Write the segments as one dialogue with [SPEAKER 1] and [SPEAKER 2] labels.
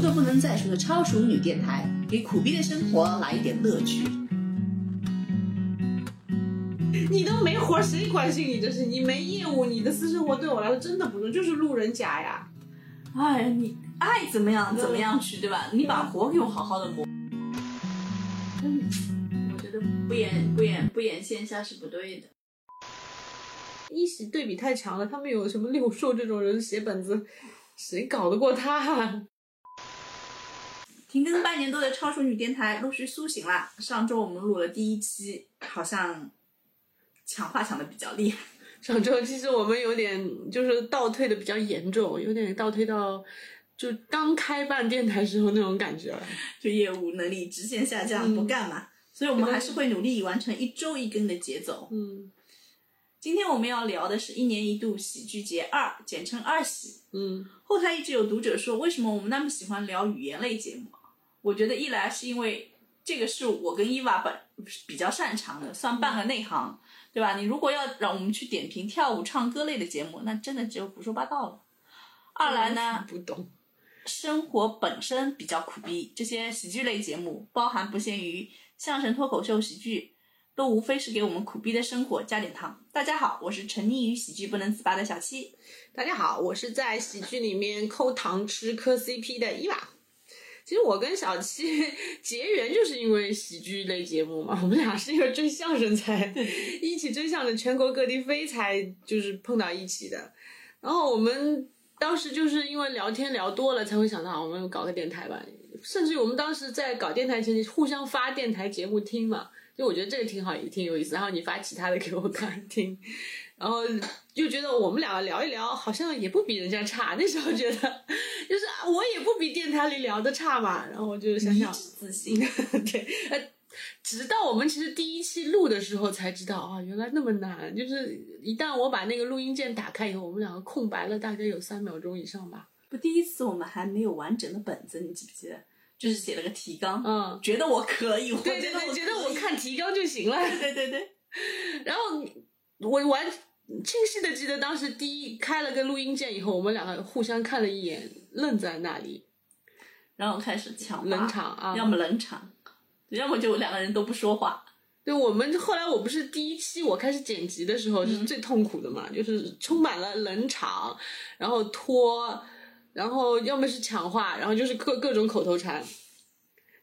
[SPEAKER 1] 的不能再数的超熟女电台，给苦逼的生活来一点乐趣。
[SPEAKER 2] 你都没活，谁关心你？这是你没业务，你的私生活对我来说真的不重要，就是路人甲呀。
[SPEAKER 3] 哎呀，你爱怎么样怎么样去，对吧？你把活给我好好的磨。嗯，我觉得不演不演不演线下是不对的。
[SPEAKER 2] 一喜对比太强了，他们有什么六兽这种人写本子，谁搞得过他、啊？
[SPEAKER 3] 停更半年多的超熟女电台陆续苏醒啦。上周我们录了第一期，好像抢话抢的比较厉害。
[SPEAKER 2] 上周其实我们有点就是倒退的比较严重，有点倒退到就刚开办电台时候那种感觉了。
[SPEAKER 3] 就业务能力直线下降，
[SPEAKER 2] 嗯
[SPEAKER 3] 不干嘛。所以我们还是会努力完成一周一更的节奏。
[SPEAKER 2] 嗯
[SPEAKER 3] 今天我们要聊的是一年一度喜剧节二，简称二喜。
[SPEAKER 2] 嗯，
[SPEAKER 3] 后台一直有读者说，为什么我们那么喜欢聊语言类节目？啊我觉得一来是因为这个是我跟伊娃本比较擅长的，算半个内行，对吧？你如果要让我们去点评跳舞、唱歌类的节目，那真的只有胡说八道了。二来呢，
[SPEAKER 2] 不懂。
[SPEAKER 3] 生活本身比较苦逼，这些喜剧类节目包含不限于相声、脱口秀、喜剧，都无非是给我们苦逼的生活加点糖。大家好，我是沉溺于喜剧不能自拔的小七。
[SPEAKER 2] 大家好，我是在喜剧里面抠糖吃、磕 CP 的伊娃。其实我跟小七 结缘就是因为喜剧类节目嘛，我们俩是因为追相声才一起追相声，全国各地飞才就是碰到一起的。然后我们当时就是因为聊天聊多了，才会想到啊我们搞个电台吧。甚至于我们当时在搞电台前，互相发电台节目听嘛，就我觉得这个挺好，也挺有意思。然后你发其他的给我看听，然后就觉得我们俩聊一聊，好像也不比人家差。那时候觉得， 就是啊我也不比电台里聊的差嘛。然后我就想想，
[SPEAKER 3] 自信。
[SPEAKER 2] 对，呃，直到我们其实第一期录的时候才知道啊，原来那么难。就是一旦我把那个录音键打开以后，我们两个空白了大概有三秒钟以上吧。
[SPEAKER 3] 不，第一次我们还没有完整的本子，你记不记得？就是写了个提纲，
[SPEAKER 2] 嗯，
[SPEAKER 3] 觉得我可以，我
[SPEAKER 2] 对
[SPEAKER 3] 觉
[SPEAKER 2] 对
[SPEAKER 3] 得
[SPEAKER 2] 对，
[SPEAKER 3] 我
[SPEAKER 2] 觉得我
[SPEAKER 3] 可以
[SPEAKER 2] 看提纲就行了。
[SPEAKER 3] 对对对，
[SPEAKER 2] 然后我完清晰的记得，当时第一开了个录音键以后，我们两个互相看了一眼，愣在那里，
[SPEAKER 3] 然后开始抢话
[SPEAKER 2] 冷场啊
[SPEAKER 3] 要么冷场，要么就两个人都不说话。
[SPEAKER 2] 对我们后来，我不是第一期我开始剪辑的时候是最痛苦的嘛，就是充满了冷场，然后拖，然后要么是抢话，然后就是各各种口头禅。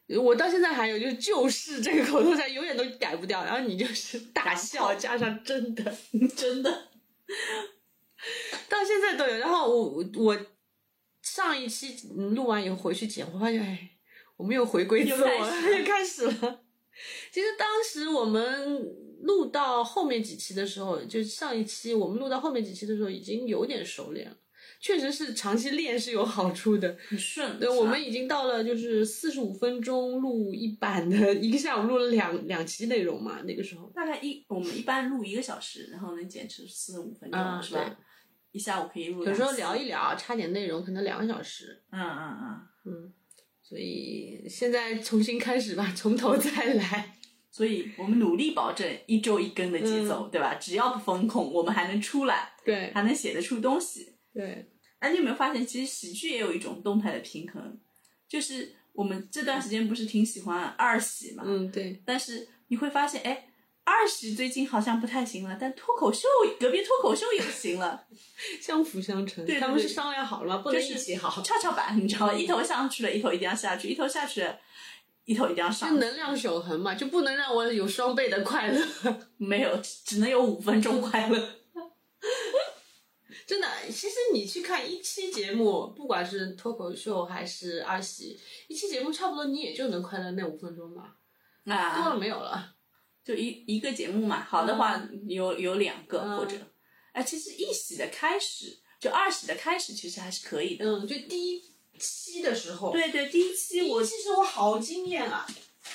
[SPEAKER 2] 我到现在还有就是就是这个口头禅永远都改不掉，然后你就是大笑加上真的，
[SPEAKER 3] 真的，
[SPEAKER 2] 到现在都有。然后我我上一期嗯录完以后回去剪，我发现哎，我们又回归自我
[SPEAKER 3] 又开
[SPEAKER 2] 了，
[SPEAKER 3] 始了
[SPEAKER 2] 又开始了。其实当时我们录到后面几期的时候，就上一期我们录到后面几期的时候，已经有点熟练了。确实是长期练是有好处的，
[SPEAKER 3] 很顺。是
[SPEAKER 2] 对，
[SPEAKER 3] 吧啊
[SPEAKER 2] 我们已经到了就是四十五分钟录一版的， 一个下午录了两两期内容嘛，那个时候。
[SPEAKER 3] 大概一我们一般录一个小时，然后能剪出四五分钟，
[SPEAKER 2] 嗯
[SPEAKER 3] 是吧
[SPEAKER 2] 对？
[SPEAKER 3] 一下午可以录。
[SPEAKER 2] 有时候聊，一聊，差点内容可能两个小时，
[SPEAKER 3] 嗯嗯嗯。
[SPEAKER 2] 嗯，所以现在重新开始吧，从头再来。
[SPEAKER 3] 所以我们努力保证一周一更的节奏，
[SPEAKER 2] 嗯
[SPEAKER 3] 对吧？只要不风控，我们还能出来，
[SPEAKER 2] 对
[SPEAKER 3] 还能写得出东西。
[SPEAKER 2] 对，
[SPEAKER 3] 哎，你有没有发现，其实喜剧也有一种动态的平衡？就是我们这段时间不是挺喜欢二喜嘛，
[SPEAKER 2] 嗯对，
[SPEAKER 3] 但是你会发现，哎，二喜最近好像不太行了，但脱口秀隔壁脱口秀也行了，
[SPEAKER 2] 相辅相成。
[SPEAKER 3] 对对
[SPEAKER 2] 他们
[SPEAKER 3] 对
[SPEAKER 2] 是商量好了吗？不
[SPEAKER 3] 就
[SPEAKER 2] 能
[SPEAKER 3] 是
[SPEAKER 2] 一起好，
[SPEAKER 3] 跷跷板，你知道吗？一头上去了，一头一定要下去，一头下去了，一头一定要上
[SPEAKER 2] 就，能量守恒嘛，就不能让我有双倍的快乐。
[SPEAKER 3] 没有，只只能有五分钟快 乐。
[SPEAKER 2] 真的，其实你去看一期节目，不管是脱口秀还是二喜，一期节目差不多你也就能快乐那五分钟吧，多
[SPEAKER 3] 啊，
[SPEAKER 2] 了没有了。
[SPEAKER 3] 就一一个节目嘛，好的话有有两个、
[SPEAKER 2] 嗯
[SPEAKER 3] 或者，哎，其实一喜的开始，就二喜的开始其实还是可以的。
[SPEAKER 2] 嗯，就第一期的时候，，
[SPEAKER 3] 对对，第一期
[SPEAKER 2] 第
[SPEAKER 3] 我
[SPEAKER 2] 一期时候我好惊艳啊。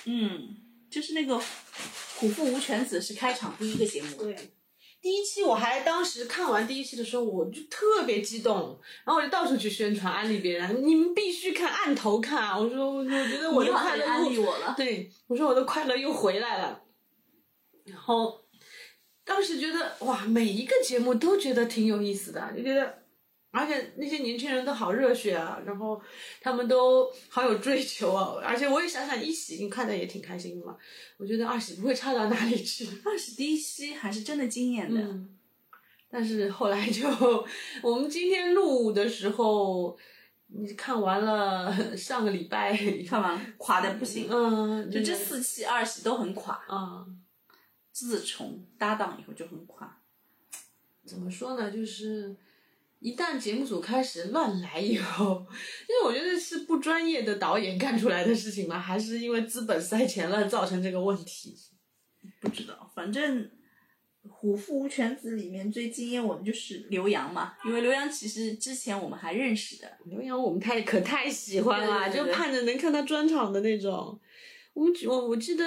[SPEAKER 3] 嗯，就是那个虎父无犬子是开场第一个节目，
[SPEAKER 2] 对，第一期我还当时看完第一期的时候，我就特别激动，然后我就到处去宣传安利别人，你们必须看，按头看。啊我说，我觉得我
[SPEAKER 3] 你
[SPEAKER 2] 的
[SPEAKER 3] 好
[SPEAKER 2] 快
[SPEAKER 3] 像
[SPEAKER 2] 乐
[SPEAKER 3] 安利
[SPEAKER 2] 又，
[SPEAKER 3] 我了，
[SPEAKER 2] 对我说我的快乐又回来了。然后当时觉得哇，每一个节目都觉得挺有意思的，就觉得。而且那些年轻人都好热血啊，然后他们都好有追求啊，而且我也想想一喜你看的也挺开心的嘛，我觉得二喜不会差到哪里去。
[SPEAKER 3] 二十第一期还是真的惊艳的，
[SPEAKER 2] 嗯，但是后来就我们今天录的时候，你看完了 上个礼拜，
[SPEAKER 3] 看完垮的不行。
[SPEAKER 2] 嗯，
[SPEAKER 3] 就这四期二喜都很垮，
[SPEAKER 2] 啊、
[SPEAKER 3] 自从搭档以后就很垮。
[SPEAKER 2] 怎么说呢？就是一旦节目组开始乱来以后， 因为我觉得是不专业的导演干出来的事情嘛，还是因为资本塞钱了造成这个问题？
[SPEAKER 3] 不知道，反正《虎父无犬子》里面最惊艳我的就是刘洋嘛，因为刘洋其实之前我们还认识的，
[SPEAKER 2] 刘洋我们太可太喜欢了，
[SPEAKER 3] 对对对对
[SPEAKER 2] 就盼着能看他专场的那种。我们只我我记得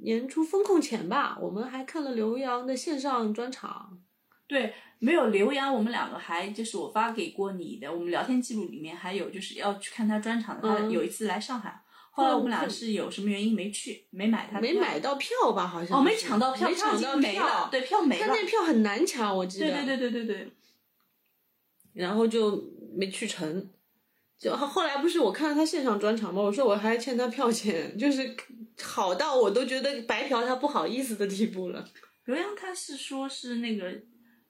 [SPEAKER 2] 年初风控前吧，我们还看了刘洋的线上专场。
[SPEAKER 3] 对，没有刘洋，我们两个还就是我发给过你的，我们聊天记录里面还有就是要去看他专场的，他
[SPEAKER 2] 嗯
[SPEAKER 3] 有一次来上海，后来我们俩
[SPEAKER 2] 嗯
[SPEAKER 3] 是有什么原因没去，没买他的
[SPEAKER 2] 没
[SPEAKER 3] 票
[SPEAKER 2] 买到票吧？好像是
[SPEAKER 3] 哦，没抢到票，
[SPEAKER 2] 没
[SPEAKER 3] 票
[SPEAKER 2] 抢
[SPEAKER 3] 已
[SPEAKER 2] 到
[SPEAKER 3] 经没了，对，票没
[SPEAKER 2] 他
[SPEAKER 3] 了，
[SPEAKER 2] 那票很难抢，我记得。
[SPEAKER 3] 对对对对对对，
[SPEAKER 2] 然后就没去成。就后来不是我看了他现场专场嘛，我说我还欠他票钱， 就是好到我都觉得白嫖他不好意思的地步了。
[SPEAKER 3] 刘洋他是说是那个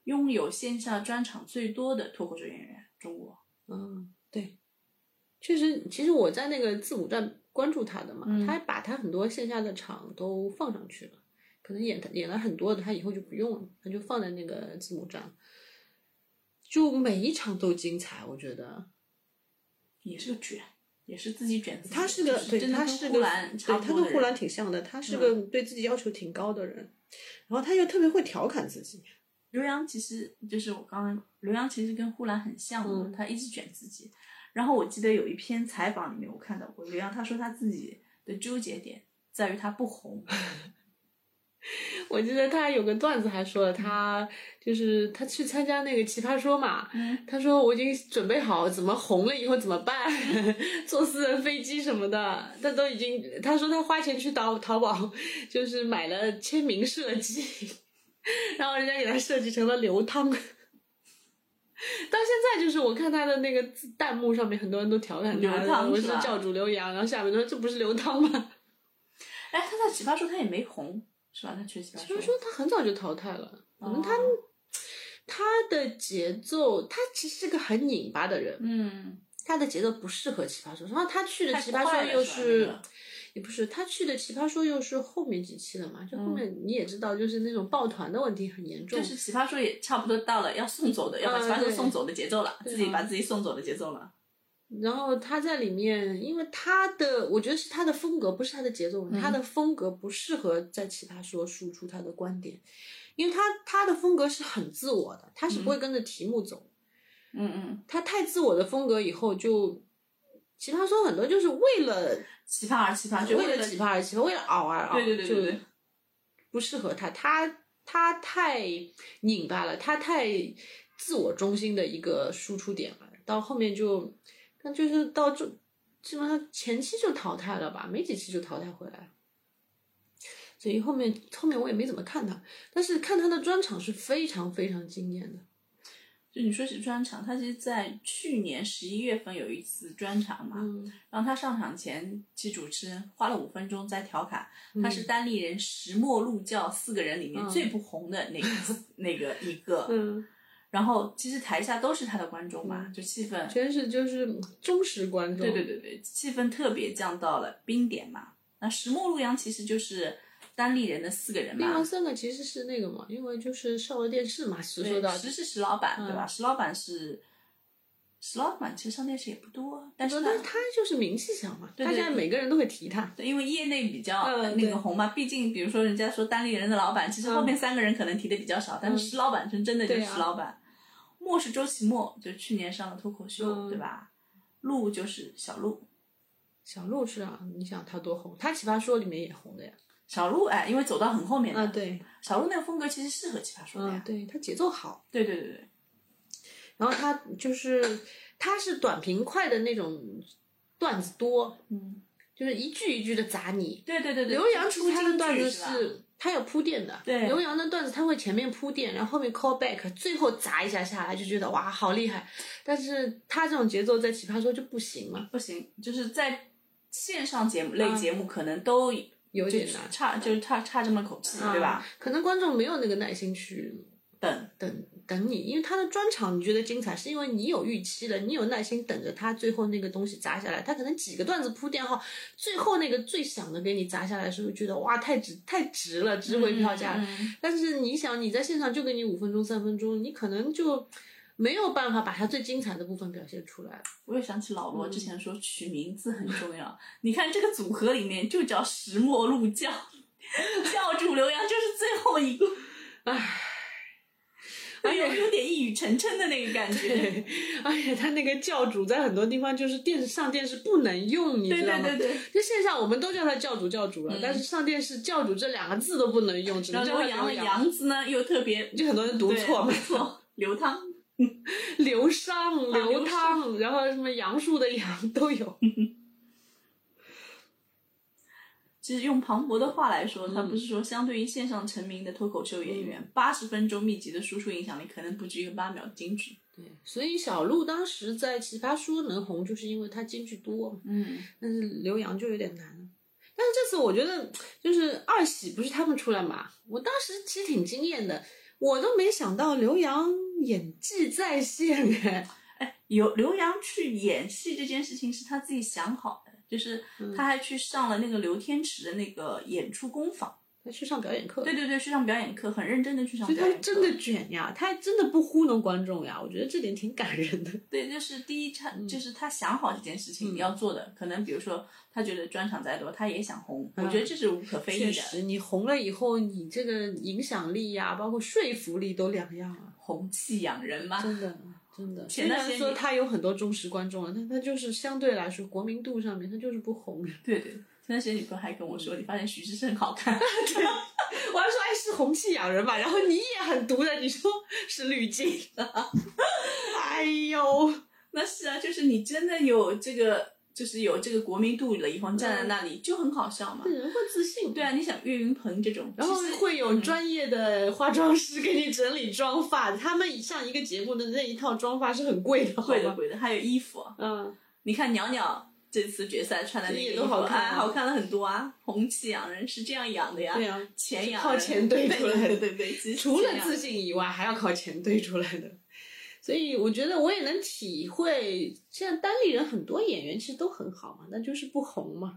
[SPEAKER 3] 拥有线下专场最多的脱口秀演员，中国，
[SPEAKER 2] 嗯，对，确实，其实我在那个字母站关注他的嘛，
[SPEAKER 3] 嗯
[SPEAKER 2] 他把他很多线下的场都放上去了，可能演演了很多的，他以后就不用了，他就放在那个字母站，就每一场都精彩，我觉得。
[SPEAKER 3] 也是个卷，也是自己卷自己，
[SPEAKER 2] 他是个
[SPEAKER 3] 就是
[SPEAKER 2] 对，
[SPEAKER 3] 真的
[SPEAKER 2] 他
[SPEAKER 3] 跟
[SPEAKER 2] 是
[SPEAKER 3] 呼
[SPEAKER 2] 个
[SPEAKER 3] 兰差
[SPEAKER 2] 对，
[SPEAKER 3] 不
[SPEAKER 2] 他
[SPEAKER 3] 多的人
[SPEAKER 2] 跟呼兰挺像的，嗯他是个对自己要求挺高的人，然后他又特别会调侃自己。
[SPEAKER 3] 刘洋其实就是我刚刚，刘洋其实跟呼兰很像的，
[SPEAKER 2] 嗯
[SPEAKER 3] 他一直卷自己。然后我记得有一篇采访里面我看到过刘洋，他说他自己的纠结点在于他不红，
[SPEAKER 2] 我记得他有个段子还说了，他就是他去参加那个奇葩说嘛，
[SPEAKER 3] 嗯，
[SPEAKER 2] 他说我已经准备好怎么红了以后怎么办， 坐私人飞机什么的，他都已经他说他花钱去淘淘宝，就是买了签名设计， 然后人家给他设计成了流汤。 到现在就是我看他的那个字弹幕上面，很多人都调侃他，
[SPEAKER 3] 刘汤
[SPEAKER 2] 我
[SPEAKER 3] 是
[SPEAKER 2] 是
[SPEAKER 3] 吧
[SPEAKER 2] 教主刘洋，然后下面都说这不是刘汤吗？
[SPEAKER 3] 哎，他在奇葩说他也没红，是吧？他去奇葩
[SPEAKER 2] 就是说他很早就淘汰了，可能他、
[SPEAKER 3] 哦
[SPEAKER 2] 他的节奏，他其实是个很拧巴的人，
[SPEAKER 3] 嗯，
[SPEAKER 2] 他的节奏不适合奇葩说，然后他去的
[SPEAKER 3] 太
[SPEAKER 2] 奇葩
[SPEAKER 3] 快
[SPEAKER 2] 说
[SPEAKER 3] 了
[SPEAKER 2] 又
[SPEAKER 3] 是吧
[SPEAKER 2] 是
[SPEAKER 3] 那个
[SPEAKER 2] 也不是他去的奇葩说又是后面几期了嘛，就后面你也知道，就是那种抱团的问题很严重，
[SPEAKER 3] 嗯
[SPEAKER 2] 嗯
[SPEAKER 3] 就是奇葩说也差不多到了要送走的，要把奇葩说
[SPEAKER 2] 对
[SPEAKER 3] 送走的节奏了，
[SPEAKER 2] 对啊
[SPEAKER 3] 自己把自己送走的节奏了。
[SPEAKER 2] 然后他在里面，因为他的我觉得是他的风格，不是他的节
[SPEAKER 3] 嗯
[SPEAKER 2] 奏，他的风格不适合在奇葩说输出他的观点，因为他他的风格是很自我的，他是不会跟着题目走，
[SPEAKER 3] 嗯嗯，
[SPEAKER 2] 他太自我的风格以后就。奇葩说很多就是为了
[SPEAKER 3] 奇葩而奇葩，啊就
[SPEAKER 2] 为
[SPEAKER 3] 了
[SPEAKER 2] 了奇葩而奇葩，为了熬而熬，
[SPEAKER 3] 对对对对对
[SPEAKER 2] 就，不适合他，他他太拧巴了，他太自我中心的一个输出点了，到后面就，那就是到这基本上前期就淘汰了吧，没几期就淘汰回来。所以后面后面我也没怎么看他，但是看他的专场是非常非常惊艳的。
[SPEAKER 3] 就你说起专场，他其实在去年十一月份有一次专场嘛，
[SPEAKER 2] 嗯，
[SPEAKER 3] 然后他上场前，其实主持人花了五分钟在调侃，他是单立人石墨路教四个人里面
[SPEAKER 2] 嗯
[SPEAKER 3] 最不红的那个、 那个一个。
[SPEAKER 2] 嗯，
[SPEAKER 3] 然后其实台下都是他的观众嘛，就气氛，
[SPEAKER 2] 全是就是忠实观众。
[SPEAKER 3] 对对对对，气氛特别降到了冰点嘛。那石墨路阳其实就是单立人的四个人
[SPEAKER 2] 另外
[SPEAKER 3] 嘛，
[SPEAKER 2] 三个其实是那个嘛，因为就是上了电视嘛，实说
[SPEAKER 3] 对，
[SPEAKER 2] 到
[SPEAKER 3] 石是石老板、
[SPEAKER 2] 嗯
[SPEAKER 3] 对吧？石老板是石老板，其实上电视也不多，但是
[SPEAKER 2] 但是他就是名气小嘛，
[SPEAKER 3] 对对
[SPEAKER 2] 大家每个人都会提他。
[SPEAKER 3] 对，因为业内比较、
[SPEAKER 2] 嗯
[SPEAKER 3] 呃那
[SPEAKER 2] 对嗯
[SPEAKER 3] 个红嘛，毕竟比如说人家说单立人的老板，其实后面三个人可能提的比较少，但是石老板是真的就是
[SPEAKER 2] 对啊
[SPEAKER 3] 石老板。莫是周奇墨，就是去年上了脱口秀，
[SPEAKER 2] 嗯
[SPEAKER 3] 对吧？陆就是小陆，
[SPEAKER 2] 小鹿是啊，你想他多红，他《奇葩说》里面也红的呀。
[SPEAKER 3] 小陆哎，因为走到很后面的、
[SPEAKER 2] 啊，对，
[SPEAKER 3] 小陆那个风格其实适合奇葩说的
[SPEAKER 2] 嗯
[SPEAKER 3] 呀，。
[SPEAKER 2] 对他节奏好，
[SPEAKER 3] 对对对对，
[SPEAKER 2] 然后他就是他是短平快的那种段子多，
[SPEAKER 3] 嗯，
[SPEAKER 2] 就是一句一句的砸你。
[SPEAKER 3] 对对对对。
[SPEAKER 2] 刘洋
[SPEAKER 3] 出
[SPEAKER 2] 出他的
[SPEAKER 3] 京
[SPEAKER 2] 段
[SPEAKER 3] 剧
[SPEAKER 2] 子
[SPEAKER 3] 是吧
[SPEAKER 2] 是他有铺垫的。
[SPEAKER 3] 对
[SPEAKER 2] 刘洋的段子他会前面铺垫，然后后面 call back，最后砸一下下来就觉得哇好厉害。但是他这种节奏在奇葩说就不行嘛，
[SPEAKER 3] 不行，就是在线上节目类节目可能都
[SPEAKER 2] 啊有
[SPEAKER 3] 就
[SPEAKER 2] 点难，啊
[SPEAKER 3] 差，就是差差这么口气，对吧？？
[SPEAKER 2] 可能观众没有那个耐心去
[SPEAKER 3] 等
[SPEAKER 2] 等等你，因为他的专场你觉得精彩，是因为你有预期了，你有耐心等着他最后那个东西砸下来。他可能几个段子铺垫后，最后那个最响的给你砸下来，是不是觉得哇太值太值了，值回票价？
[SPEAKER 3] 嗯嗯嗯
[SPEAKER 2] 但是你想，你在现场就给你五分钟、三分钟，你可能就没有办法把他最精彩的部分表现出来。
[SPEAKER 3] 我又想起老罗之前说取名字很重要，你看这个组合里面就叫石墨路教，教主刘洋就是最后一个，唉，哎呦，有点一语成谶的那个感觉。
[SPEAKER 2] 对， 而且他那个教主在很多地方就是电视上电视不能用，你
[SPEAKER 3] 对
[SPEAKER 2] 知道
[SPEAKER 3] 对
[SPEAKER 2] 吗？
[SPEAKER 3] 对对，
[SPEAKER 2] 就线上我们都叫他教主教主了，但是上电视教主这两个字都不能用，只
[SPEAKER 3] 然
[SPEAKER 2] 能
[SPEAKER 3] 后
[SPEAKER 2] 叫他
[SPEAKER 3] 刘洋
[SPEAKER 2] 刘
[SPEAKER 3] 的
[SPEAKER 2] 洋。
[SPEAKER 3] 洋字呢又特别
[SPEAKER 2] 就很多人读
[SPEAKER 3] 对啊
[SPEAKER 2] 错嘛，
[SPEAKER 3] 没错，刘汤。
[SPEAKER 2] 流觞、流
[SPEAKER 3] 流
[SPEAKER 2] 汤，然后什么杨树的杨都有。
[SPEAKER 3] 嗯其实用庞博的话来说，他
[SPEAKER 2] 嗯
[SPEAKER 3] 不是说相对于线上成名的脱口秀演员，八十、分钟密集的输出影响力可能不止一个八秒的金句。
[SPEAKER 2] 所以小鹿当时在《奇葩说》能红，就是因为他京剧多嘛。
[SPEAKER 3] 嗯，
[SPEAKER 2] 但是刘洋就有点难了。但是这次我觉得，就是二喜不是他们出来嘛，我当时其实挺惊艳的，我都没想到刘洋演技在线哎。
[SPEAKER 3] 有刘洋去演戏这件事情是他自己想好的，就是
[SPEAKER 2] 嗯
[SPEAKER 3] 他还去上了那个刘天池的那个演出工坊。
[SPEAKER 2] 他去上表演课，
[SPEAKER 3] 对对对，去上表演课，很认真的去上
[SPEAKER 2] 所以
[SPEAKER 3] 表
[SPEAKER 2] 他
[SPEAKER 3] 演课。
[SPEAKER 2] 真的卷呀，他真的不糊弄观众呀，我觉得这点挺感人的。
[SPEAKER 3] 对，就是第一
[SPEAKER 2] 嗯
[SPEAKER 3] 场，就是他想好这件事情要做的，可能比如说他觉得专场再多，他也想红，我觉得这是无可非
[SPEAKER 2] 嗯确
[SPEAKER 3] 议的。
[SPEAKER 2] 实，你红了以后，你这个影响力呀、包括说服力都两样啊，
[SPEAKER 3] 红气养人嘛，
[SPEAKER 2] 真的。真的，虽
[SPEAKER 3] 前段
[SPEAKER 2] 然
[SPEAKER 3] 时间
[SPEAKER 2] 说
[SPEAKER 3] 你
[SPEAKER 2] 他有很多忠实观众了，啊但他就是相对来说国民度上面，他就是不红。
[SPEAKER 3] 对对，前段时间你不是还跟我
[SPEAKER 2] 嗯
[SPEAKER 3] 说，你发现徐志胜好看？
[SPEAKER 2] 我还说哎是红气养人嘛，然后你也很毒的，你说是滤镜，啊 哎呦，
[SPEAKER 3] 那是啊，就是你真的有这个，就是有这个国民度了以后，你站
[SPEAKER 2] 嗯
[SPEAKER 3] 在那里就很好笑嘛。
[SPEAKER 2] 人会自信，
[SPEAKER 3] 对啊，你想岳云鹏这种，
[SPEAKER 2] 然后
[SPEAKER 3] 其实嗯
[SPEAKER 2] 会有专业的化妆师给你整理妆发，他们上一个节目的那一套妆发是很贵的，
[SPEAKER 3] 会
[SPEAKER 2] 好
[SPEAKER 3] 的
[SPEAKER 2] 吗，
[SPEAKER 3] 会的，还有衣服，
[SPEAKER 2] 嗯，
[SPEAKER 3] 你看袅袅这次决赛穿的那个
[SPEAKER 2] 也
[SPEAKER 3] 衣
[SPEAKER 2] 都
[SPEAKER 3] 服，
[SPEAKER 2] 好看啊
[SPEAKER 3] 哎，好看了很多啊，红气养人是这样养的呀，
[SPEAKER 2] 对啊
[SPEAKER 3] 钱
[SPEAKER 2] 是
[SPEAKER 3] 养
[SPEAKER 2] 靠
[SPEAKER 3] 人
[SPEAKER 2] 钱堆出来的
[SPEAKER 3] 对对对对，其实
[SPEAKER 2] 除
[SPEAKER 3] 是这
[SPEAKER 2] 了
[SPEAKER 3] 样
[SPEAKER 2] 自信以外，还要靠钱堆出来的。所以我觉得我也能体会，现在单立人很多演员其实都很好嘛，那就是不红嘛，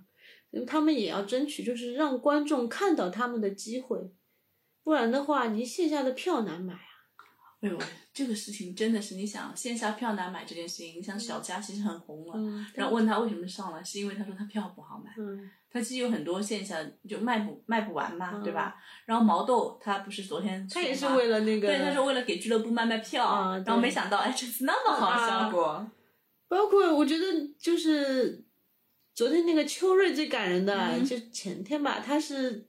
[SPEAKER 2] 因为他们也要争取，就是让观众看到他们的机会，不然的话，你线下的票难买啊。
[SPEAKER 3] 哎呦，这个事情真的是，你想线下票难买这件事情，你像小佳其实很红了，
[SPEAKER 2] 嗯
[SPEAKER 3] 然后问他为什么上了，是因为他说他票不好买，
[SPEAKER 2] 嗯，
[SPEAKER 3] 他其实有很多线下就卖不卖不完嘛，对吧？然后毛豆他不是昨天
[SPEAKER 2] 嗯他也是
[SPEAKER 3] 说嘛
[SPEAKER 2] 为了那个，
[SPEAKER 3] 对，他是为了给俱乐部卖卖票，
[SPEAKER 2] 啊对嗯
[SPEAKER 3] 然后没想到哎，这次那么好的效果，
[SPEAKER 2] 包括我觉得就是昨天那个秋瑞最感人的，
[SPEAKER 3] 嗯
[SPEAKER 2] 就前天吧，他是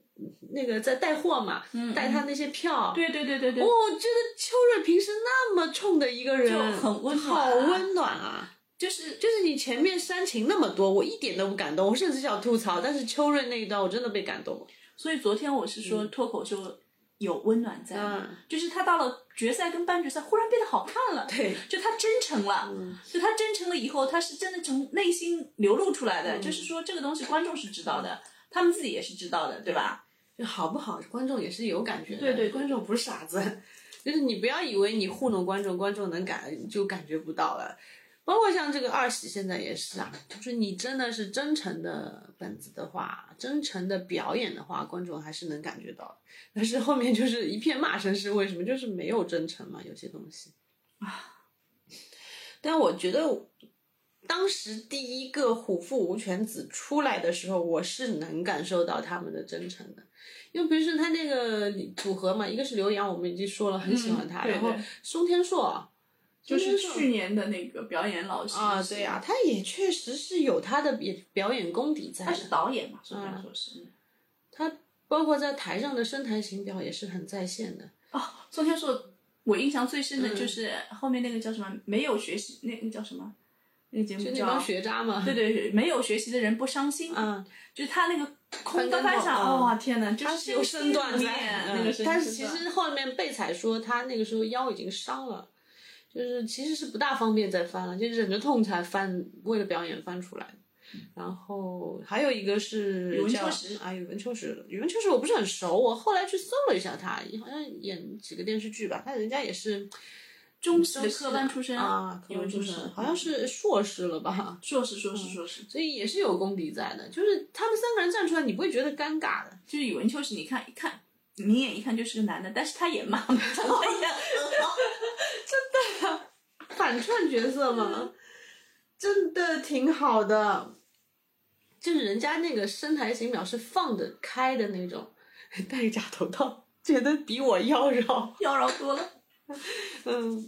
[SPEAKER 2] 那个在带货嘛，
[SPEAKER 3] 嗯
[SPEAKER 2] 带他那些票，
[SPEAKER 3] 对对对对对，
[SPEAKER 2] 哦，我觉得秋瑞平时那么冲的一个人，
[SPEAKER 3] 就很温暖啊
[SPEAKER 2] 好温暖啊！
[SPEAKER 3] 就是
[SPEAKER 2] 就是你前面煽情那么多，我一点都不感动，我甚至想吐槽，但是秋瑞那一段我真的被感动了。
[SPEAKER 3] 所以昨天我是
[SPEAKER 2] 嗯
[SPEAKER 3] 说脱口秀有温暖在嘛，就是他到了决赛跟半决赛忽然变得好看了，
[SPEAKER 2] 对，
[SPEAKER 3] 就他真诚了，
[SPEAKER 2] 嗯
[SPEAKER 3] 就他真诚了以后，他是真的从内心流露出来的，
[SPEAKER 2] 嗯
[SPEAKER 3] 就是说这个东西观众是知道的，他们自己也是知道的，对吧？
[SPEAKER 2] 就好不好，观众也是有感觉的。
[SPEAKER 3] 对对
[SPEAKER 2] 观众不是傻子，就是你不要以为你糊弄观众，观众能感就感觉不到了。包括像这个二喜现在也是啊，就是你真的是真诚的本子的话，真诚的表演的话，观众还是能感觉到的。但是后面就是一片骂声，是为什么？就是没有真诚嘛，有些东西。
[SPEAKER 3] 啊
[SPEAKER 2] 但我觉得当时第一个虎父无犬子出来的时候，我是能感受到他们的真诚的，因为平时他那个组合嘛，一个是刘洋，我们已经说了很喜欢他，
[SPEAKER 3] 嗯对
[SPEAKER 2] 然后
[SPEAKER 3] 对
[SPEAKER 2] 松天硕，
[SPEAKER 3] 就是
[SPEAKER 2] 松天硕
[SPEAKER 3] 去年的那个表演老师
[SPEAKER 2] 啊，对呀、，他也确实是有他的表表演功底在
[SPEAKER 3] 他
[SPEAKER 2] 的，
[SPEAKER 3] 是导演嘛，是不是说是？嗯
[SPEAKER 2] 他包括在台上的身材形表也是很在线的，
[SPEAKER 3] 哦，宋天硕，我印象最
[SPEAKER 2] 嗯
[SPEAKER 3] 深的就是后面那个叫什么，没有学习那那叫什么，那个节目
[SPEAKER 2] 就那
[SPEAKER 3] 叫
[SPEAKER 2] 帮学渣嘛，
[SPEAKER 3] 对对，对没有学习的人不伤心，
[SPEAKER 2] 嗯，
[SPEAKER 3] 就是他那个空翻翻
[SPEAKER 2] 嗯
[SPEAKER 3] 想，哇天哪，就
[SPEAKER 2] 他
[SPEAKER 3] 是
[SPEAKER 2] 有身段在
[SPEAKER 3] 念，
[SPEAKER 2] 嗯
[SPEAKER 3] 那个身
[SPEAKER 2] 但是其
[SPEAKER 3] 身段
[SPEAKER 2] 实后面贝彩说他那个时候腰已经伤了，就是其实是不大方便再翻了，就忍着痛才翻，为了表演翻出来的。然后还有一个是
[SPEAKER 3] 语文
[SPEAKER 2] 叫
[SPEAKER 3] 秋实
[SPEAKER 2] 啊，语文秋实，语文秋实我不是很熟，我后来去搜了一下他，好像演几个电视剧吧，但人家也是
[SPEAKER 3] 中史的
[SPEAKER 2] 中史
[SPEAKER 3] 科班出身
[SPEAKER 2] 嗯啊，
[SPEAKER 3] 语文
[SPEAKER 2] 出
[SPEAKER 3] 出
[SPEAKER 2] 身嗯
[SPEAKER 3] 身，
[SPEAKER 2] 好像是硕士了吧？
[SPEAKER 3] 硕士硕士硕士，
[SPEAKER 2] 所以也是有功底在的，就是他们三个人站出来，你不会觉得尴尬的。
[SPEAKER 3] 就是语文秋实，你看一看，明眼一看就是个男的，但是他演 妈妈，长得一样
[SPEAKER 2] 反串角色吗？真的挺好的，就是人家那个身材型表是放得开的那种， 戴个假头套， 觉得比我妖娆。
[SPEAKER 3] 妖娆多了。
[SPEAKER 2] 嗯，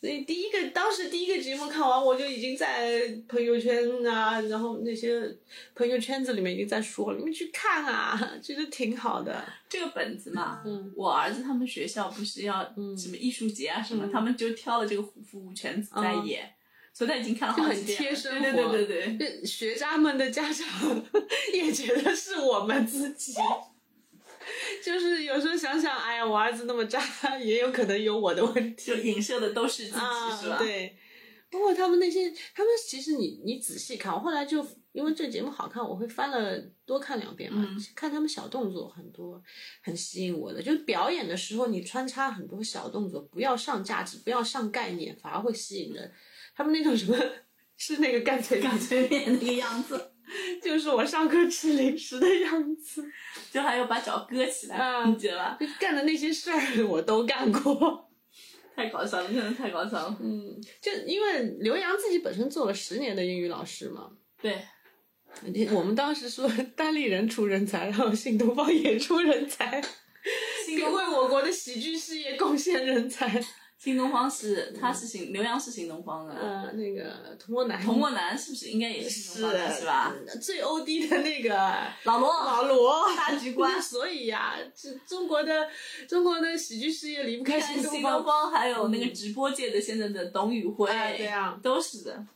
[SPEAKER 2] 所以第一个当时第一个节目看完，我就已经在朋友圈啊，然后那些朋友圈子里面已经在说了，你们去看啊，觉得挺好的。
[SPEAKER 3] 这个本子嘛，
[SPEAKER 2] 嗯
[SPEAKER 3] 我儿子他们学校不是要
[SPEAKER 2] 嗯
[SPEAKER 3] 什么艺术节啊什么，
[SPEAKER 2] 嗯
[SPEAKER 3] 他们就挑了这个《虎父无犬子》在
[SPEAKER 2] 嗯
[SPEAKER 3] 演，所以他已经看了好几遍了。
[SPEAKER 2] 就很贴生
[SPEAKER 3] 对
[SPEAKER 2] 活
[SPEAKER 3] 对对对对，
[SPEAKER 2] 这学渣们的家长 也觉得是我们自己，就是有时候想想，哎呀，我儿子那么渣，也有可能有我的问题
[SPEAKER 3] 就影射的都是自己，
[SPEAKER 2] 啊
[SPEAKER 3] 是吧？，
[SPEAKER 2] 对，包括他们那些，他们其实你你仔细看，我后来就因为这个节目好看，我会翻了多看两遍嘛，
[SPEAKER 3] 嗯
[SPEAKER 2] 看他们小动作很多，很吸引我的。就是表演的时候，你穿插很多小动作，不要上价值，不要上概念，反而会吸引人。他们那种什么 吃那个干脆面
[SPEAKER 3] 干脆面那个样子，
[SPEAKER 2] 就是我上课吃零食的样子，
[SPEAKER 3] 就还要把脚搁起来，
[SPEAKER 2] 嗯
[SPEAKER 3] 你觉得吧？
[SPEAKER 2] 就干的那些事儿我都干过。
[SPEAKER 3] 太搞笑了，真的太搞笑了。
[SPEAKER 2] 嗯，就因为刘洋自己本身做了十年的英语老师嘛，
[SPEAKER 3] 对，
[SPEAKER 2] 我们当时说单立人出人才，然后新东方也出人才，
[SPEAKER 3] 新
[SPEAKER 2] 给
[SPEAKER 3] 东
[SPEAKER 2] 为我国的喜剧事业贡献人才。
[SPEAKER 3] 新东方是
[SPEAKER 2] 嗯
[SPEAKER 3] 他是新刘洋是新东方的，
[SPEAKER 2] 呃，那个童漠男，
[SPEAKER 3] 童漠男是不是应该也是新
[SPEAKER 2] 是
[SPEAKER 3] 东方的，是吧？？
[SPEAKER 2] 最 O D 的那个
[SPEAKER 3] 老罗，
[SPEAKER 2] 老罗。。
[SPEAKER 3] 大局观
[SPEAKER 2] 所以呀、这中国的中国的喜剧事业离不开
[SPEAKER 3] 看
[SPEAKER 2] 新
[SPEAKER 3] 新东
[SPEAKER 2] 东方。嗯
[SPEAKER 3] 方，还有那个直播界的现在的董宇辉，
[SPEAKER 2] 哎对啊
[SPEAKER 3] 都是的。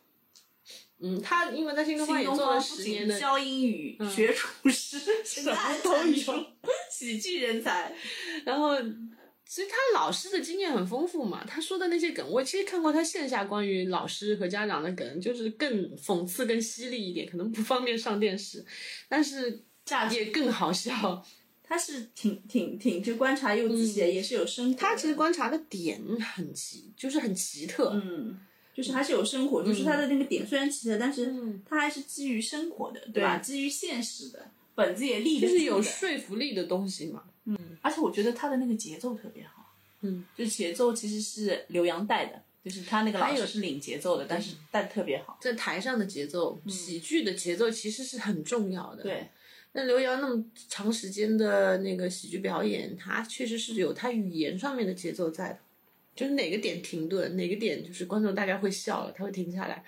[SPEAKER 2] 嗯，他因为在新东方
[SPEAKER 3] 新
[SPEAKER 2] 也
[SPEAKER 3] 东
[SPEAKER 2] 做了
[SPEAKER 3] 方不
[SPEAKER 2] 十年的嗯
[SPEAKER 3] 仅教英语、学厨 师，什
[SPEAKER 2] 么都有，
[SPEAKER 3] 喜剧人才。
[SPEAKER 2] 然后，其实他老师的经验很丰富嘛，他说的那些梗，我其实看过他线下关于老师和家长的梗，就是更讽刺、更犀利一点，可能不方便上电视，但是
[SPEAKER 3] 价值
[SPEAKER 2] 也更好笑。
[SPEAKER 3] 他是挺挺挺就观察又仔细，也是有生活的。
[SPEAKER 2] 嗯他其实观察的点很奇，就是很奇特。
[SPEAKER 3] 嗯，就是还是有生活，就是他的那个点虽然奇特，但是
[SPEAKER 2] 嗯
[SPEAKER 3] 他还是基于生活的，对吧？
[SPEAKER 2] 对
[SPEAKER 3] 基于现实的，本子也立得
[SPEAKER 2] 就
[SPEAKER 3] 住的
[SPEAKER 2] 是有说服力的东西嘛，
[SPEAKER 3] 而且我觉得他的那个节奏特别好，
[SPEAKER 2] 嗯，
[SPEAKER 3] 就节奏其实是刘洋带的，就是他那个老
[SPEAKER 2] 还有
[SPEAKER 3] 师是领节奏的，但是带的特别好。
[SPEAKER 2] 在台上的节奏，喜剧的节奏其实是很重要的。
[SPEAKER 3] 嗯对，
[SPEAKER 2] 那刘洋那么长时间的那个喜剧表演，他确实是有他语言上面的节奏在的，就是哪个点停顿，哪个点就是观众大概会笑了，他会停下来，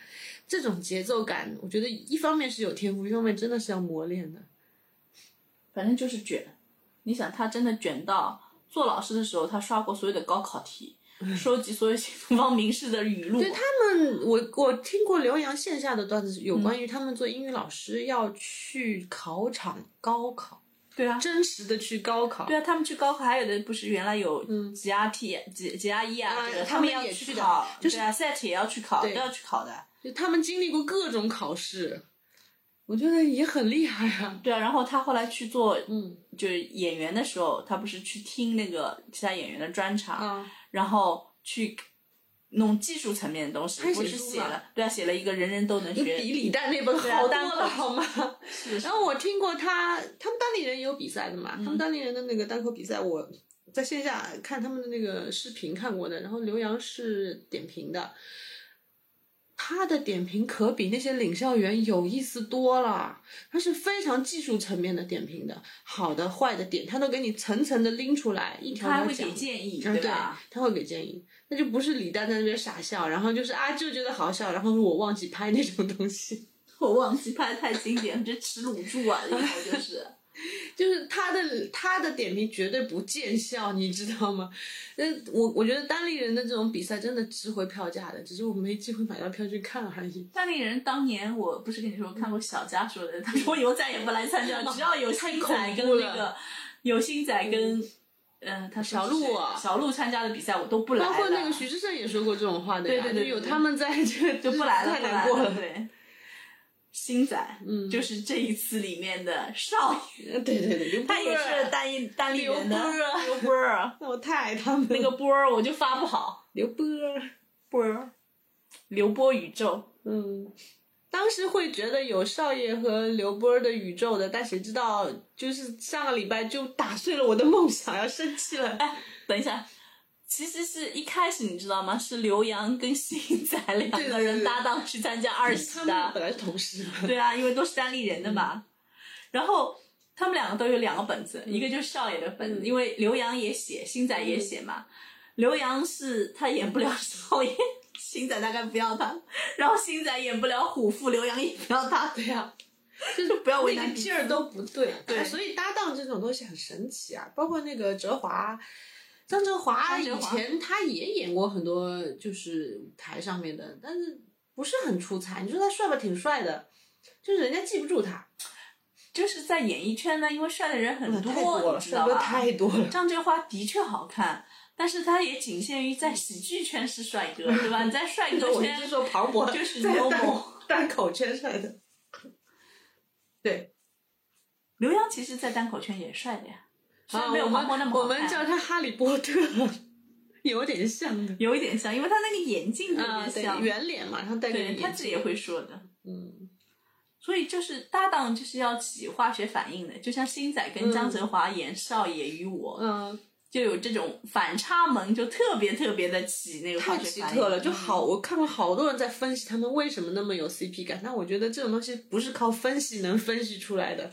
[SPEAKER 2] 这种节奏感，我觉得一方面是有天赋，一方面真的是要磨练的。
[SPEAKER 3] 反正就是卷。你想，他真的卷到做老师的时候，他刷过所有的高考题，收集所有新东方名师的语录。
[SPEAKER 2] 嗯对他们，我我听过刘洋线下的段子，有关于他们做英语老师要去考场高考，
[SPEAKER 3] 对啊，
[SPEAKER 2] 真实的去高考，
[SPEAKER 3] 对啊，他们去高考，还有的不是原来有 GRT、G GRE 啊，
[SPEAKER 2] 嗯啊
[SPEAKER 3] 这个
[SPEAKER 2] 他们
[SPEAKER 3] 要
[SPEAKER 2] 也
[SPEAKER 3] 去
[SPEAKER 2] 去的
[SPEAKER 3] 考，
[SPEAKER 2] 就是
[SPEAKER 3] 对啊，SAT 也要去考，都
[SPEAKER 2] 对
[SPEAKER 3] 要去考的。
[SPEAKER 2] 就他们经历过各种考试，我觉得也很厉害啊。
[SPEAKER 3] 对啊，然后他后来去做
[SPEAKER 2] 嗯
[SPEAKER 3] 就是演员的时候，他不是去听那个其他演员的专场，
[SPEAKER 2] 啊。
[SPEAKER 3] 然后去弄技术层面的东西，
[SPEAKER 2] 他
[SPEAKER 3] 不
[SPEAKER 2] 写
[SPEAKER 3] 是
[SPEAKER 2] 书
[SPEAKER 3] 写
[SPEAKER 2] 嘛
[SPEAKER 3] 了，对啊，写了一个人人都能
[SPEAKER 2] 就
[SPEAKER 3] 学，
[SPEAKER 2] 比李诞那本
[SPEAKER 3] 对啊
[SPEAKER 2] 好多
[SPEAKER 3] 单口
[SPEAKER 2] 了，好吗？
[SPEAKER 3] 是是
[SPEAKER 2] 然后我听过他，他们当地人也有比赛的
[SPEAKER 3] 嗯
[SPEAKER 2] 嘛，他们当地人的那个单口比赛，我在线下看他们的那个视频看过的，然后刘洋是点评的，他的点评可比那些领校园有意思多了，他是非常技术层面的点评的，好的坏的点他都给你层层的拎出来，一条
[SPEAKER 3] 他还
[SPEAKER 2] 条
[SPEAKER 3] 会
[SPEAKER 2] 讲
[SPEAKER 3] 给。建议，
[SPEAKER 2] 嗯，对
[SPEAKER 3] 吧？，
[SPEAKER 2] 他会给建议，那就不是李诞在那边傻笑，然后就是啊就觉得好笑，然后我忘记拍那种东西。
[SPEAKER 3] 我忘记拍得太经典，这耻辱柱啊，这个就是。
[SPEAKER 2] 就是他的他的点评绝对不见效，你知道吗？那我我觉得单立人的这种比赛真的值回票价的，只是我没机会买到票去看而已。
[SPEAKER 3] 单立人当年我不是跟你说看过小佳说的，他说以后再也不来参加，只要有星仔
[SPEAKER 2] 太
[SPEAKER 3] 跟
[SPEAKER 2] 恐怖
[SPEAKER 3] 那个
[SPEAKER 2] 了
[SPEAKER 3] 有星仔跟嗯、呃，他说
[SPEAKER 2] 小鹿啊
[SPEAKER 3] 小鹿参加的比赛我都不来了，
[SPEAKER 2] 包括那个徐志胜也说过这种话的呀，
[SPEAKER 3] 对对对对
[SPEAKER 2] 就有他们在这就
[SPEAKER 3] 就不来了，
[SPEAKER 2] 太
[SPEAKER 3] 不
[SPEAKER 2] 难
[SPEAKER 3] 来
[SPEAKER 2] 过
[SPEAKER 3] 了，对。星仔，
[SPEAKER 2] 嗯
[SPEAKER 3] 就是这一次里面的少爷，
[SPEAKER 2] 对对对，刘
[SPEAKER 3] 他也是
[SPEAKER 2] 波儿
[SPEAKER 3] 单一单立人的
[SPEAKER 2] 刘波儿啊
[SPEAKER 3] 刘波儿，啊
[SPEAKER 2] 那我太爱他们了
[SPEAKER 3] 那个波儿我就发不好，
[SPEAKER 2] 刘波儿。啊
[SPEAKER 3] 波儿，刘波宇宙，
[SPEAKER 2] 嗯，当时会觉得有少爷和刘波儿的宇宙的，但谁知道就是上个礼拜就打碎了我的梦想，要生气了。
[SPEAKER 3] 哎，等一下，其实是一开始你知道吗？是刘洋跟星仔两个人搭档去参加二喜
[SPEAKER 2] 他们
[SPEAKER 3] 的，
[SPEAKER 2] 本来是同事嘛，
[SPEAKER 3] 对啊，因为都是单立人的嘛。然后他们两个都有两个本子，一个就是少爷的本
[SPEAKER 2] 嗯
[SPEAKER 3] 子，因为刘洋也写，星仔也写嘛。刘洋是他演不了少爷， 星仔大概不要他，然后星仔演不了虎父，刘洋也不要他，
[SPEAKER 2] 对啊呀、
[SPEAKER 3] 就不要为
[SPEAKER 2] 那
[SPEAKER 3] 难
[SPEAKER 2] 个
[SPEAKER 3] 彼
[SPEAKER 2] 劲
[SPEAKER 3] 此。
[SPEAKER 2] 儿都不对，
[SPEAKER 3] 对
[SPEAKER 2] 哎所以搭档这种东西很神奇啊。包括那个哲华，张哲华
[SPEAKER 3] 张
[SPEAKER 2] 以
[SPEAKER 3] 哲华
[SPEAKER 2] 前他也演过很多就是舞台上面的，但是不是很出彩。你说他帅吧，挺帅的，就是人家记不住他，
[SPEAKER 3] 就是在演艺圈呢，因为帅的人很
[SPEAKER 2] 太多
[SPEAKER 3] 多，
[SPEAKER 2] 了，
[SPEAKER 3] 你知道
[SPEAKER 2] 帅哥
[SPEAKER 3] 吧？
[SPEAKER 2] 太多了。
[SPEAKER 3] 张哲华的确好看，但是他也仅限于在喜剧圈是帅哥，对吧？你在帅哥
[SPEAKER 2] 我一
[SPEAKER 3] 圈
[SPEAKER 2] 直说庞博
[SPEAKER 3] 就是
[SPEAKER 2] 在
[SPEAKER 3] 牛
[SPEAKER 2] 单
[SPEAKER 3] 某。
[SPEAKER 2] 单口圈帅的，对，
[SPEAKER 3] 刘洋其实，在单口圈也帅的呀，虽然没有
[SPEAKER 2] 啊我
[SPEAKER 3] 黄渤那
[SPEAKER 2] 们
[SPEAKER 3] 么好
[SPEAKER 2] 我
[SPEAKER 3] 看
[SPEAKER 2] 们叫他哈利波特，有点像的。
[SPEAKER 3] 有一点像，因为他那个眼镜
[SPEAKER 2] 啊，
[SPEAKER 3] 有点
[SPEAKER 2] 对，
[SPEAKER 3] 像，
[SPEAKER 2] 圆脸嘛，然后戴个
[SPEAKER 3] 对
[SPEAKER 2] 眼
[SPEAKER 3] 他自己也
[SPEAKER 2] 镜，
[SPEAKER 3] 会说的。
[SPEAKER 2] 嗯，
[SPEAKER 3] 所以就是搭档就是要起化学反应的，就像星仔跟张哲华演少爷与我，
[SPEAKER 2] 嗯，
[SPEAKER 3] 就有这种反差萌，就特别特别的起那个化
[SPEAKER 2] 太
[SPEAKER 3] 学
[SPEAKER 2] 奇
[SPEAKER 3] 反应，嗯
[SPEAKER 2] 特了，就好，我看过好多人在分析他们为什么那么有 CP 感，但我觉得这种东西不是靠分析能分析出来的，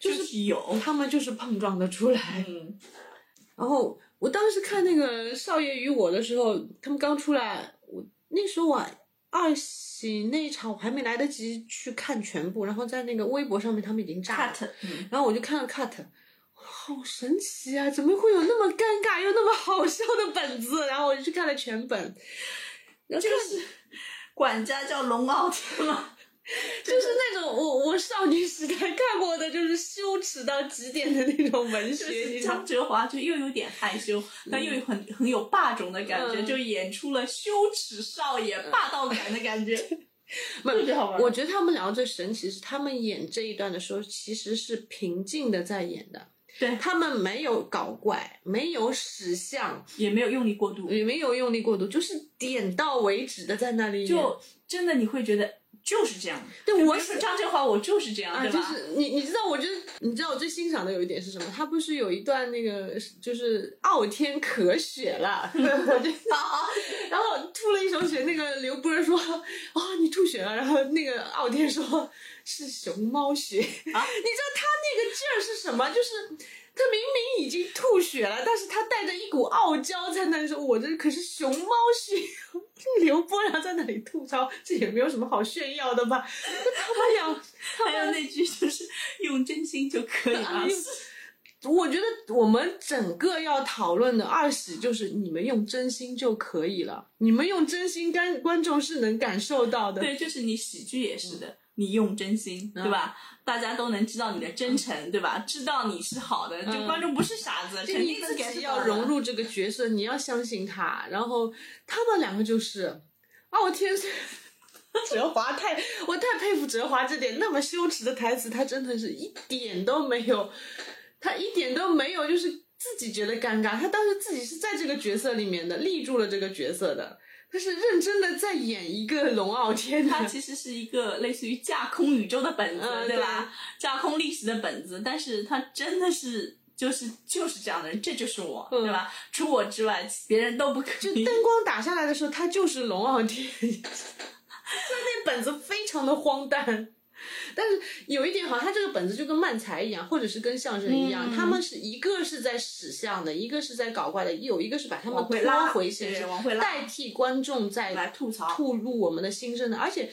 [SPEAKER 3] 就
[SPEAKER 2] 就是
[SPEAKER 3] 是有，
[SPEAKER 2] 他们就是碰撞的出来。
[SPEAKER 3] 嗯，
[SPEAKER 2] 然后我当时看那个《少爷与我》的时候，他们刚出来，我那时候我二喜那一场我还没来得及去看全部，然后在那个微博上面他们已经炸了
[SPEAKER 3] cut，嗯
[SPEAKER 2] 然后我就看了 cut，哇好神奇啊！怎么会有那么尴尬又那么好笑的本子？然后我就去看了全本，然后就是
[SPEAKER 3] 管家叫龙傲天吗？
[SPEAKER 2] 就是那种我我少女时代看过的，就是羞耻到极点的那种文
[SPEAKER 3] 就
[SPEAKER 2] 学，你
[SPEAKER 3] 是
[SPEAKER 2] 知道吗
[SPEAKER 3] 张哲华就又有点害羞，但又有很很有霸总的感觉，
[SPEAKER 2] 嗯
[SPEAKER 3] 就演出了羞耻少爷霸道感的 感觉，
[SPEAKER 2] 不
[SPEAKER 3] 特别好玩
[SPEAKER 2] 我觉得他们两个最神奇是，他们演这一段的时候，其实是平静的在演的，
[SPEAKER 3] 对
[SPEAKER 2] 他们没有搞怪，没有使相，
[SPEAKER 3] 也没有用力过度，
[SPEAKER 2] 也没有用力过度，就是点到为止的在那里演。
[SPEAKER 3] 就真的你会觉得就是这样。
[SPEAKER 2] 对
[SPEAKER 3] 就比如
[SPEAKER 2] 我
[SPEAKER 3] 说
[SPEAKER 2] 是
[SPEAKER 3] 张哲华，我就是这样，
[SPEAKER 2] 啊，
[SPEAKER 3] 对
[SPEAKER 2] 就
[SPEAKER 3] 吧？
[SPEAKER 2] 是你，你知道，我觉得，你知道我最欣赏的有一点是什么？他不是有一段那个，就是傲天咳血了， 我 就然后吐了一手血，那个刘波儿说：“啊、你吐血了。”然后那个傲天说：“是熊猫血。”啊， 你知道他那个劲儿是什么？就是他明明已经吐血了，但是他带着一股傲娇在那里说：“我这可是熊猫血。” 刘波然后在那里吐槽，这也没有什么好炫耀的吧？那他们俩，
[SPEAKER 3] 还有那句就是用真心就可以了
[SPEAKER 2] 哎，呦 我觉得我们整个要讨论的二喜就是你们用真心就可以了，你们用真心，观观众是能感受到的。
[SPEAKER 3] 对，就是你喜剧也是
[SPEAKER 2] 嗯
[SPEAKER 3] 的，你用真心，对吧？大家都能知道你的真诚，对吧？知道你是好的，就
[SPEAKER 2] 嗯
[SPEAKER 3] 观众不是傻子，
[SPEAKER 2] 就
[SPEAKER 3] 肯
[SPEAKER 2] 你
[SPEAKER 3] 定能
[SPEAKER 2] 自
[SPEAKER 3] get
[SPEAKER 2] 己
[SPEAKER 3] 到
[SPEAKER 2] 要
[SPEAKER 3] 的
[SPEAKER 2] 融入这个角色，你要相信他。然后他们两个就是，傲天 虽哲华太，我太佩服哲华这点，那么羞耻的台词，他真的是一点都没有，他一点都没有，就是自己觉得尴尬。他当时自己是在这个角色里面的，立住了这个角色的，他是认真的在演一个龙傲天的。
[SPEAKER 3] 它其实是一个类似于架空宇宙的本子，
[SPEAKER 2] 嗯
[SPEAKER 3] 对吧？架空历史的本子，但是它真的是就是就是这样的人，这就是我，
[SPEAKER 2] 嗯
[SPEAKER 3] 对吧？除我之外，别人都不可
[SPEAKER 2] 就
[SPEAKER 3] 以。
[SPEAKER 2] 灯光打下来的时候，他就是龙傲天， 所以那本子非常的荒诞。但是有一点好，他这个本子就跟漫才一样，或者是跟相声一样，
[SPEAKER 3] 嗯
[SPEAKER 2] 他们是一个是在使相的，一个是在搞怪的，有一个是把他们
[SPEAKER 3] 往回
[SPEAKER 2] 拖
[SPEAKER 3] 拉
[SPEAKER 2] 回现实
[SPEAKER 3] 对，往回拉
[SPEAKER 2] 代替观众在
[SPEAKER 3] 来吐槽
[SPEAKER 2] 吐露我们的心声的。而且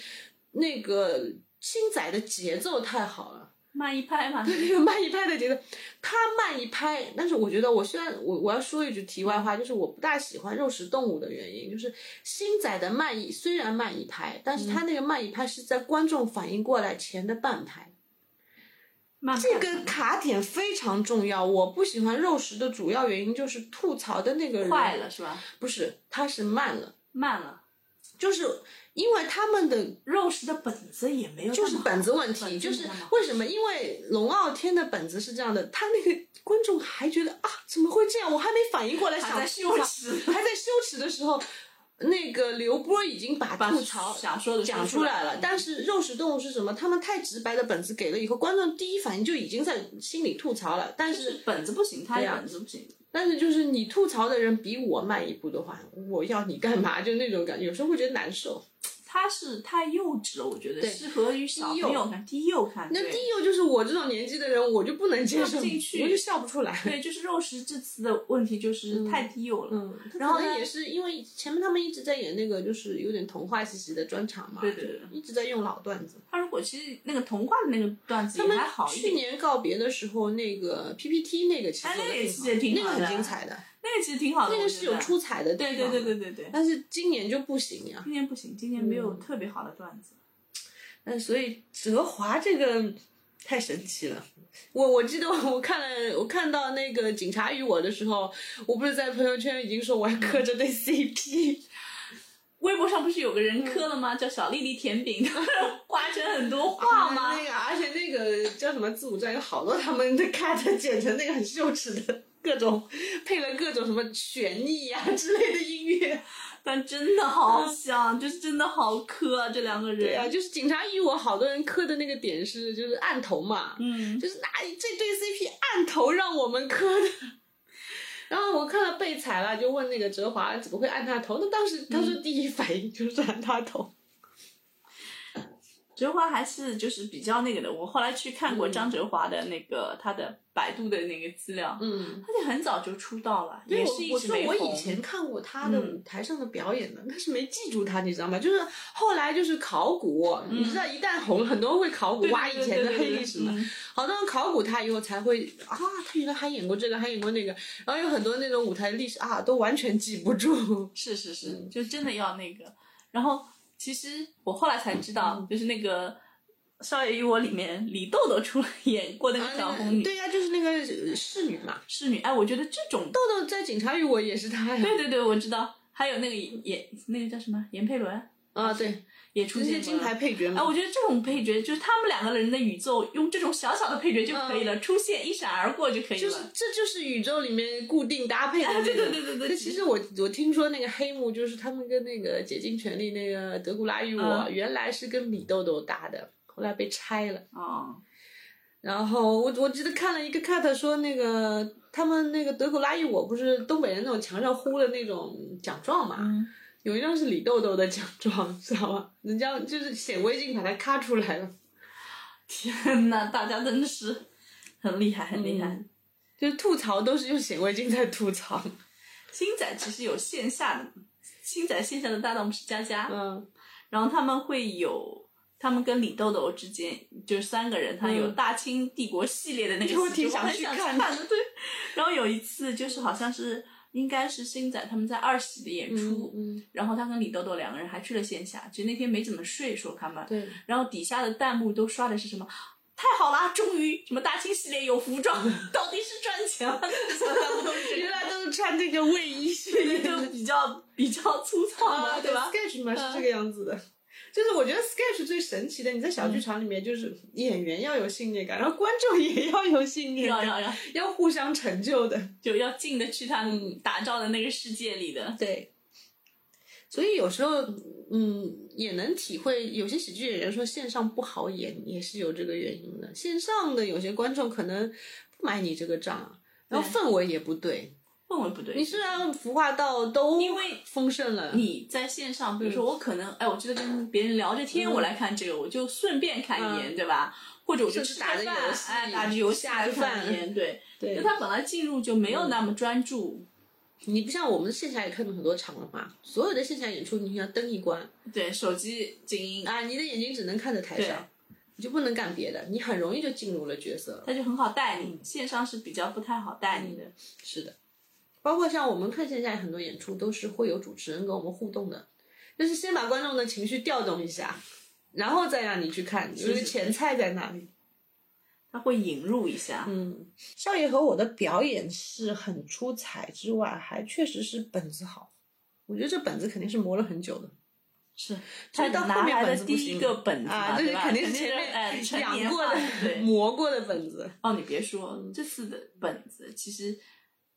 [SPEAKER 2] 那个青仔的节奏太好了，
[SPEAKER 3] 慢一拍嘛，
[SPEAKER 2] 那个 慢一拍的节奏，他慢一拍。但是我觉得，我虽然我我要说一句题外话，就是我不大喜欢肉食动物的原因，就是星仔的慢一虽然慢一拍，但是他那个慢一拍是在观众反应过来前的半拍，
[SPEAKER 3] 慢
[SPEAKER 2] 这
[SPEAKER 3] 这
[SPEAKER 2] 个卡点非常重要。我不喜欢肉食的主要原因就是吐槽的那个人
[SPEAKER 3] 快了，是吧？
[SPEAKER 2] 不是他是慢了，
[SPEAKER 3] 慢了，
[SPEAKER 2] 就是因为他们的
[SPEAKER 3] 肉食的本子也没有那
[SPEAKER 2] 就
[SPEAKER 3] 么好，
[SPEAKER 2] 是本子问题，
[SPEAKER 3] 本
[SPEAKER 2] 就
[SPEAKER 3] 子
[SPEAKER 2] 是
[SPEAKER 3] 没那么好
[SPEAKER 2] 为什么？因为龙傲天的本子是这样的，他那个观众还觉得啊，怎么会这样？我还没反应过来，
[SPEAKER 3] 还
[SPEAKER 2] 想
[SPEAKER 3] 在羞，耻。
[SPEAKER 2] 还在羞耻的时候，那个刘波已经把
[SPEAKER 3] 把
[SPEAKER 2] 吐槽
[SPEAKER 3] 想说的说
[SPEAKER 2] 讲
[SPEAKER 3] 出
[SPEAKER 2] 出
[SPEAKER 3] 来
[SPEAKER 2] 来了
[SPEAKER 3] 嗯。
[SPEAKER 2] 但是肉食动物是什么？他们太直白的本子给了以后，观众第一反应就已经在心里吐槽了。但
[SPEAKER 3] 就是
[SPEAKER 2] 是，
[SPEAKER 3] 本子不行，他
[SPEAKER 2] 对啊
[SPEAKER 3] 本子不行，
[SPEAKER 2] 但是就是你吐槽的人比我慢一步的话，我要你干嘛？就那种感觉，有时候会觉得难受。
[SPEAKER 3] 他是太幼稚了，我觉得
[SPEAKER 2] 对
[SPEAKER 3] 适合于小朋
[SPEAKER 2] 低
[SPEAKER 3] 友
[SPEAKER 2] 幼
[SPEAKER 3] 看，低幼看。
[SPEAKER 2] 那
[SPEAKER 3] 对
[SPEAKER 2] 第一个就是我这种年纪的人，我就不能接
[SPEAKER 3] 看
[SPEAKER 2] 受，
[SPEAKER 3] 不进去
[SPEAKER 2] 我就笑不出来。
[SPEAKER 3] 对，就是肉食这次的问题就是太低幼了。
[SPEAKER 2] 嗯，
[SPEAKER 3] 然
[SPEAKER 2] 然
[SPEAKER 3] 后
[SPEAKER 2] 后
[SPEAKER 3] 呢
[SPEAKER 2] 也是因为前面他们一直在演那个就是有点童话气息的专场嘛，
[SPEAKER 3] 对对对
[SPEAKER 2] 就一直在用老段子。
[SPEAKER 3] 他如果其实那个童话的那个段子
[SPEAKER 2] 他
[SPEAKER 3] 也
[SPEAKER 2] 们
[SPEAKER 3] 还好一
[SPEAKER 2] 去
[SPEAKER 3] 点，
[SPEAKER 2] 年告别的时候，那个 PPT 那个其实
[SPEAKER 3] 哎那个
[SPEAKER 2] 也
[SPEAKER 3] 其实也挺
[SPEAKER 2] 那
[SPEAKER 3] 好
[SPEAKER 2] 个
[SPEAKER 3] 的
[SPEAKER 2] 很精彩的，
[SPEAKER 3] 那个其实挺好的。
[SPEAKER 2] 那
[SPEAKER 3] 我
[SPEAKER 2] 个
[SPEAKER 3] 觉
[SPEAKER 2] 是有
[SPEAKER 3] 得
[SPEAKER 2] 出彩的地
[SPEAKER 3] 对
[SPEAKER 2] 方
[SPEAKER 3] 对
[SPEAKER 2] 的
[SPEAKER 3] 对对对对。
[SPEAKER 2] 但是今年就不行呀。
[SPEAKER 3] 今年不行，今年没有特别好的段子。
[SPEAKER 2] 嗯，所以哲华这个太神奇了。我我记得我看了，我看到那个《警察与我》的时候，我不是在朋友圈已经说我要磕着对 CP，
[SPEAKER 3] 微博上不是有个人磕了吗？叫小丽丽甜 饼，画成很多
[SPEAKER 2] 啊
[SPEAKER 3] 画吗？
[SPEAKER 2] 哎那个，而且那个叫什么自古战有好多他们的 cut 剪成那个很羞耻的各种，配了各种什么旋律呀、之类的音乐。
[SPEAKER 3] 但真的好像，就是真的好磕啊，这两个人。
[SPEAKER 2] 对啊，就是《警察与我》，好多人磕的那个点是就是按头嘛，
[SPEAKER 3] 嗯，
[SPEAKER 2] 就是哪里这对 CP 按头让我们磕的。然后我看到被踩了，就问那个哲华怎么会按他头？那当时他说第一反应就是按他头。
[SPEAKER 3] 哲华还是就是比较那个的。我后来去看
[SPEAKER 2] 嗯
[SPEAKER 3] 过张哲华的那个、他的百度的那个资料，
[SPEAKER 2] 嗯，
[SPEAKER 3] 他就很早就出道了，
[SPEAKER 2] 对
[SPEAKER 3] 也
[SPEAKER 2] 我
[SPEAKER 3] 是一
[SPEAKER 2] 我
[SPEAKER 3] 直
[SPEAKER 2] 说
[SPEAKER 3] 没
[SPEAKER 2] 我
[SPEAKER 3] 红。
[SPEAKER 2] 以前看过他的
[SPEAKER 3] 嗯
[SPEAKER 2] 舞台上的表演的，但是没记住他，你知道吗？就是后来就是考古，你知道一旦红了，很多人会考
[SPEAKER 3] 嗯
[SPEAKER 2] 古
[SPEAKER 3] 对
[SPEAKER 2] 挖
[SPEAKER 3] 对
[SPEAKER 2] 以
[SPEAKER 3] 对
[SPEAKER 2] 前的
[SPEAKER 3] 对
[SPEAKER 2] 黑
[SPEAKER 3] 对
[SPEAKER 2] 历史嘛。
[SPEAKER 3] 嗯
[SPEAKER 2] 好多人考古他以后才会啊，他原来还演过这个，还演过那个，然后有很多那种舞台历史啊，都完全记不住。
[SPEAKER 3] 是是
[SPEAKER 2] 嗯
[SPEAKER 3] 是，就真的要那个。然后其实我后来才知
[SPEAKER 2] 嗯
[SPEAKER 3] 道，就是那个《少爷与我》里面李豆豆出来演 过那
[SPEAKER 2] 啊
[SPEAKER 3] 个小
[SPEAKER 2] 那
[SPEAKER 3] 红
[SPEAKER 2] 个
[SPEAKER 3] 女
[SPEAKER 2] 对呀、就是那个呃侍女嘛。
[SPEAKER 3] 侍女，哎，我觉得这种
[SPEAKER 2] 豆豆在《警察与我》也是他呀。
[SPEAKER 3] 对对对，我知道。还有那个严那个叫什么严佩伦
[SPEAKER 2] 啊，对，
[SPEAKER 3] 也出
[SPEAKER 2] 那
[SPEAKER 3] 现
[SPEAKER 2] 些
[SPEAKER 3] 过
[SPEAKER 2] 金牌。配角
[SPEAKER 3] 哎，
[SPEAKER 2] 嘛。
[SPEAKER 3] 我觉得这种配角就是他们两个人的宇宙，用这种小小的配角就可以了，出现一闪而过就可以了。
[SPEAKER 2] 嗯就是这就是宇宙里面固定搭配的、那个
[SPEAKER 3] 哎对对对对对
[SPEAKER 2] 可其实我我听说那个黑幕就是他们跟那个《竭尽全力》那个德古拉与我、
[SPEAKER 3] 嗯
[SPEAKER 2] 原来是跟米豆豆搭的，后来被拆了。
[SPEAKER 3] 哦，
[SPEAKER 2] 然后我我记得看了一个 cut 说那个他们那个德古拉与我不是东北人那种墙上糊的那种奖状嘛，
[SPEAKER 3] 嗯
[SPEAKER 2] 有一张是李豆豆的奖状，知道吗？人家就是显微镜把它咔出来了。
[SPEAKER 3] 天哪，大家真的是很厉害，很厉害。
[SPEAKER 2] 嗯就是吐槽都是用显微镜在吐槽。
[SPEAKER 3] 星仔其实有线下的，星仔线下的搭档是佳佳，
[SPEAKER 2] 嗯，
[SPEAKER 3] 然后他们会有，他们跟李豆豆之间就是三个人，他有
[SPEAKER 2] 嗯
[SPEAKER 3] 大清帝国系列的那个
[SPEAKER 2] 我
[SPEAKER 3] 戏
[SPEAKER 2] 挺
[SPEAKER 3] 剧，我
[SPEAKER 2] 想
[SPEAKER 3] 很
[SPEAKER 2] 去
[SPEAKER 3] 想
[SPEAKER 2] 看的
[SPEAKER 3] 的，对。然后有一次就是好像是应该是星仔他们在二喜的演出，
[SPEAKER 2] 嗯嗯
[SPEAKER 3] 然后他跟李豆豆两个人还去了线下，就那天没怎么睡，说他们，
[SPEAKER 2] 对，
[SPEAKER 3] 然后底下的弹幕都刷的是什么？太好啦！终于什么大清系列有服装，
[SPEAKER 2] 嗯
[SPEAKER 3] 到底是赚钱 了？弹幕都是这
[SPEAKER 2] 原
[SPEAKER 3] 个，
[SPEAKER 2] 来都是穿这个卫衣 去
[SPEAKER 3] 对就比较比较粗
[SPEAKER 2] 啊
[SPEAKER 3] 糙嘛，对吧？
[SPEAKER 2] ？Sketch 嘛是这个样子的。就是我觉得 sketch 最神奇的，你在小剧场里面，就是演员要有信念感，然后观众也要有信念
[SPEAKER 3] 要
[SPEAKER 2] 感，
[SPEAKER 3] 要要，
[SPEAKER 2] 要互相成就的。
[SPEAKER 3] 就要进得去他们打造的那个世界里的。
[SPEAKER 2] 对，所以有时候，嗯，也能体会有些喜剧演员说线上不好演，也是有这个原因的。线上的有些观众可能不买你这个账啊，然后
[SPEAKER 3] 对
[SPEAKER 2] 氛围也不对。
[SPEAKER 3] 氛围不对。
[SPEAKER 2] 你虽然服化道都
[SPEAKER 3] 因为
[SPEAKER 2] 丰盛了，
[SPEAKER 3] 你在线上，比如
[SPEAKER 2] 嗯
[SPEAKER 3] 说我可能，哎，我觉得跟别人聊着天，我来看这个，我就顺便看一眼，对吧？或者我就
[SPEAKER 2] 甚至
[SPEAKER 3] 吃
[SPEAKER 2] 嗯打
[SPEAKER 3] 着
[SPEAKER 2] 着
[SPEAKER 3] 饭
[SPEAKER 2] 游戏
[SPEAKER 3] 哎，打着游戏
[SPEAKER 2] 下
[SPEAKER 3] 来
[SPEAKER 2] 个
[SPEAKER 3] 看
[SPEAKER 2] 饭
[SPEAKER 3] 一眼，对。
[SPEAKER 2] 对
[SPEAKER 3] 那他本来进入就没有那么专注，
[SPEAKER 2] 你不像我们线下也看了很多场了嘛，所有的线下演出，你想灯一关啊
[SPEAKER 3] 对手机静音，
[SPEAKER 2] 啊，你的眼睛只能看着台
[SPEAKER 3] 对
[SPEAKER 2] 上。你就不能干别的，你很容易就进入了角色了。
[SPEAKER 3] 他就很好带你，线上是比较不太好带你的。
[SPEAKER 2] 是的，包括像我们看现在很多演出都是会有主持人跟我们互动的，就是先把观众的情绪调动一下，然后再让你去看，有一个前菜在那里。
[SPEAKER 3] 他会引入一下，
[SPEAKER 2] 嗯，
[SPEAKER 4] 少爷和我的表演是很出彩之外，还确实是本子好。
[SPEAKER 2] 我觉得这本子肯定是磨了很久的。
[SPEAKER 3] 是
[SPEAKER 2] 所
[SPEAKER 3] 他
[SPEAKER 2] 以到后
[SPEAKER 3] 拿
[SPEAKER 2] 面
[SPEAKER 3] 来
[SPEAKER 2] 本
[SPEAKER 3] 的
[SPEAKER 2] 子不
[SPEAKER 3] 第一
[SPEAKER 2] 行
[SPEAKER 3] 个本子
[SPEAKER 2] 啊，
[SPEAKER 3] 嘛，
[SPEAKER 2] 这
[SPEAKER 3] 对
[SPEAKER 2] 是
[SPEAKER 3] 吧
[SPEAKER 2] 肯定是
[SPEAKER 3] 是
[SPEAKER 2] 前
[SPEAKER 3] 哎
[SPEAKER 2] 面
[SPEAKER 3] 成
[SPEAKER 2] 养
[SPEAKER 3] 年
[SPEAKER 2] 过
[SPEAKER 3] 化
[SPEAKER 2] 的
[SPEAKER 3] 对、
[SPEAKER 2] 磨过的本子。
[SPEAKER 3] 哦，你别说，这次的本子其实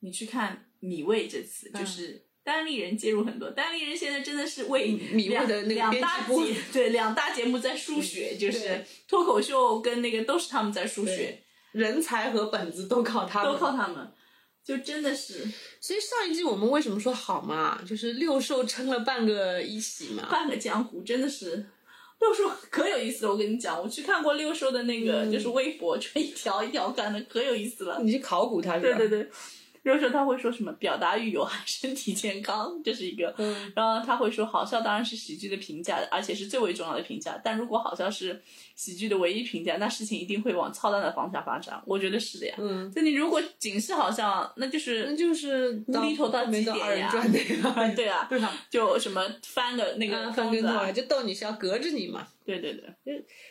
[SPEAKER 3] 你去看米未这次
[SPEAKER 2] 嗯
[SPEAKER 3] 就是。单立人介入很多，单立人现在真的是为
[SPEAKER 2] 嗯米未
[SPEAKER 3] 两
[SPEAKER 2] 的那个
[SPEAKER 3] 两
[SPEAKER 2] 编
[SPEAKER 3] 大
[SPEAKER 2] 辑部嗯
[SPEAKER 3] 节对两大节目在输血，就是
[SPEAKER 2] 对
[SPEAKER 3] 脱口秀跟那个都是他们在输血
[SPEAKER 2] 对，人才和本子都靠他们，
[SPEAKER 3] 都靠他们，就真的是
[SPEAKER 2] 所以上一季我们为什么说好嘛，就是六兽撑了半个一起嘛。
[SPEAKER 3] 半个江湖，真的是。六叔可有意思了，我跟你讲，我去看过六叔的那个，
[SPEAKER 2] 嗯
[SPEAKER 3] 就是微博，就一条一条看的，可有意思了。
[SPEAKER 4] 你去考古他是
[SPEAKER 3] 对
[SPEAKER 4] 吧？
[SPEAKER 3] 对对，六叔他会说什么？表达欲有害身体健康，这是一个。
[SPEAKER 2] 嗯，
[SPEAKER 3] 然后他会说，好笑当然是喜剧的评价，而且是最为重要的评价。但如果好笑是喜剧的唯一评价，那事情一定会往操蛋的方向发展。我觉得是的呀。
[SPEAKER 2] 嗯，
[SPEAKER 3] 那你如果仅是好笑，那就是
[SPEAKER 2] 那就是
[SPEAKER 3] 无厘头到极
[SPEAKER 2] 没
[SPEAKER 3] 点
[SPEAKER 2] 到二人
[SPEAKER 3] 呀
[SPEAKER 2] 转那个，
[SPEAKER 3] 对啊，
[SPEAKER 2] 对吧？
[SPEAKER 3] 就什么翻个那个
[SPEAKER 2] 啊，翻
[SPEAKER 3] 疯
[SPEAKER 2] 跟头
[SPEAKER 3] 子
[SPEAKER 2] 啊，
[SPEAKER 3] 啊，
[SPEAKER 2] 就逗你笑，隔着你嘛。
[SPEAKER 3] 对对对。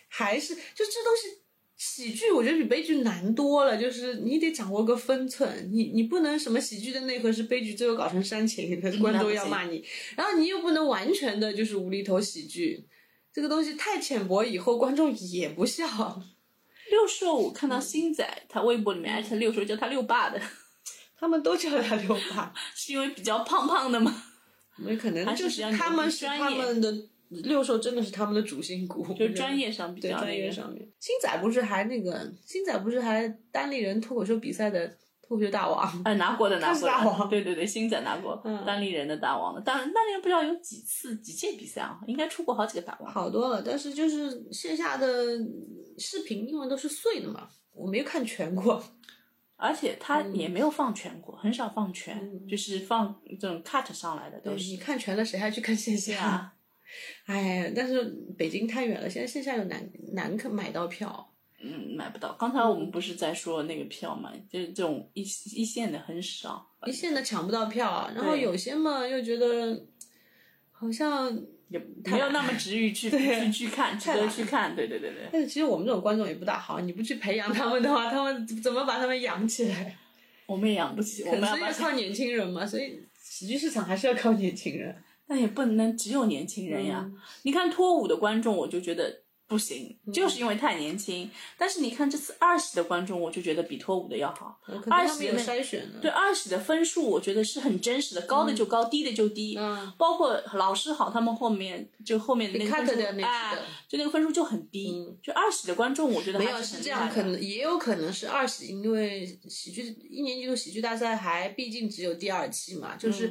[SPEAKER 2] 还是就这东西，喜剧我觉得比悲剧难多了，就是你得掌握个分寸，你你不能什么喜剧的内核是悲剧，最后搞成煽情，
[SPEAKER 3] 嗯
[SPEAKER 2] 观众要骂你，然后你又不能完全的就是无厘头喜剧，这个东西太浅薄，以后观众也不笑。
[SPEAKER 3] 六兽，我看到星仔他微博里
[SPEAKER 2] 嗯
[SPEAKER 3] 面艾特六兽叫他六爸的，
[SPEAKER 2] 他们都叫他六爸，
[SPEAKER 3] 是因为比较胖胖的吗？
[SPEAKER 2] 那可能
[SPEAKER 3] 还是
[SPEAKER 2] 就
[SPEAKER 3] 比
[SPEAKER 2] 是
[SPEAKER 3] 较
[SPEAKER 2] 他
[SPEAKER 3] 牛
[SPEAKER 2] 们
[SPEAKER 3] 逼
[SPEAKER 2] 是
[SPEAKER 3] 专
[SPEAKER 2] 他
[SPEAKER 3] 业
[SPEAKER 2] 们的六兽真的是他们的主心骨，
[SPEAKER 3] 就是专业上比
[SPEAKER 2] 对
[SPEAKER 3] 较
[SPEAKER 2] 专
[SPEAKER 3] 那
[SPEAKER 2] 业
[SPEAKER 3] 个。
[SPEAKER 2] 上面。星仔不是还那个星仔不是还单立人脱口秀比赛的脱口秀大王。
[SPEAKER 3] 哎，拿过的拿过
[SPEAKER 2] 他是
[SPEAKER 3] 的，
[SPEAKER 2] 大王
[SPEAKER 3] 对对对，星仔拿过、
[SPEAKER 2] 嗯
[SPEAKER 3] 单立人的大王的，当然单立人不知道有几次几届比赛啊，应该出过好几个大王。
[SPEAKER 2] 好多了，但是就是线下的视频，因为都是碎的嘛，我没有看全过。
[SPEAKER 3] 而且他
[SPEAKER 2] 嗯
[SPEAKER 3] 也没有放全国，很少放全，就是放这种 cut 上来的 都
[SPEAKER 2] 你
[SPEAKER 3] 是。
[SPEAKER 2] 看全了，谁还去看线
[SPEAKER 3] 对
[SPEAKER 2] 下？
[SPEAKER 3] 啊，
[SPEAKER 2] 哎，但是北京太远了，现在线下又难难可买到票。
[SPEAKER 3] 嗯，买不到。刚才我们不是在说那个票嘛，就是这种一一线的很少，
[SPEAKER 2] 一线的抢不到票，然后
[SPEAKER 3] 对
[SPEAKER 2] 有些嘛又觉得好像，
[SPEAKER 3] 也没有那么值于 去去去看，值
[SPEAKER 2] 太
[SPEAKER 3] 得
[SPEAKER 2] 懒
[SPEAKER 3] 去看。对对对对。
[SPEAKER 2] 但是其实我们这种观众也不大好，你不去培养他们的话，他们怎么把他们养起来？
[SPEAKER 3] 我们也养不起，我
[SPEAKER 2] 可
[SPEAKER 3] 们要
[SPEAKER 2] 能
[SPEAKER 3] 把
[SPEAKER 2] 要靠年轻人嘛，所以喜剧市场还是要靠年轻人。
[SPEAKER 3] 但也不能只有年轻人呀。
[SPEAKER 2] 嗯
[SPEAKER 3] 你看脱舞的观众，我就觉得不行，就是因为太年轻。但是你看这次二喜的观众，我就觉得比脱舞的要好。
[SPEAKER 2] 可能
[SPEAKER 3] 二
[SPEAKER 2] 他们
[SPEAKER 3] 喜
[SPEAKER 2] 有
[SPEAKER 3] 的
[SPEAKER 2] 筛选的，
[SPEAKER 3] 对二喜的分数，我觉得是很真实的，高的就高，低的就低。
[SPEAKER 2] 嗯
[SPEAKER 3] 包括老师好，他们后面就后面的那个
[SPEAKER 2] cut
[SPEAKER 3] 分数，
[SPEAKER 2] 掉那几个嗯
[SPEAKER 3] 哎，就那个分数就很低。就二喜的观众，我觉得
[SPEAKER 2] 没
[SPEAKER 3] 还
[SPEAKER 2] 有
[SPEAKER 3] 很
[SPEAKER 2] 是
[SPEAKER 3] 厉
[SPEAKER 2] 这样，
[SPEAKER 3] 害
[SPEAKER 2] 可
[SPEAKER 3] 的嗯
[SPEAKER 2] 能嗯也有可能是二喜，因为喜剧一年级的喜剧大赛还毕竟只有第二期嘛，就是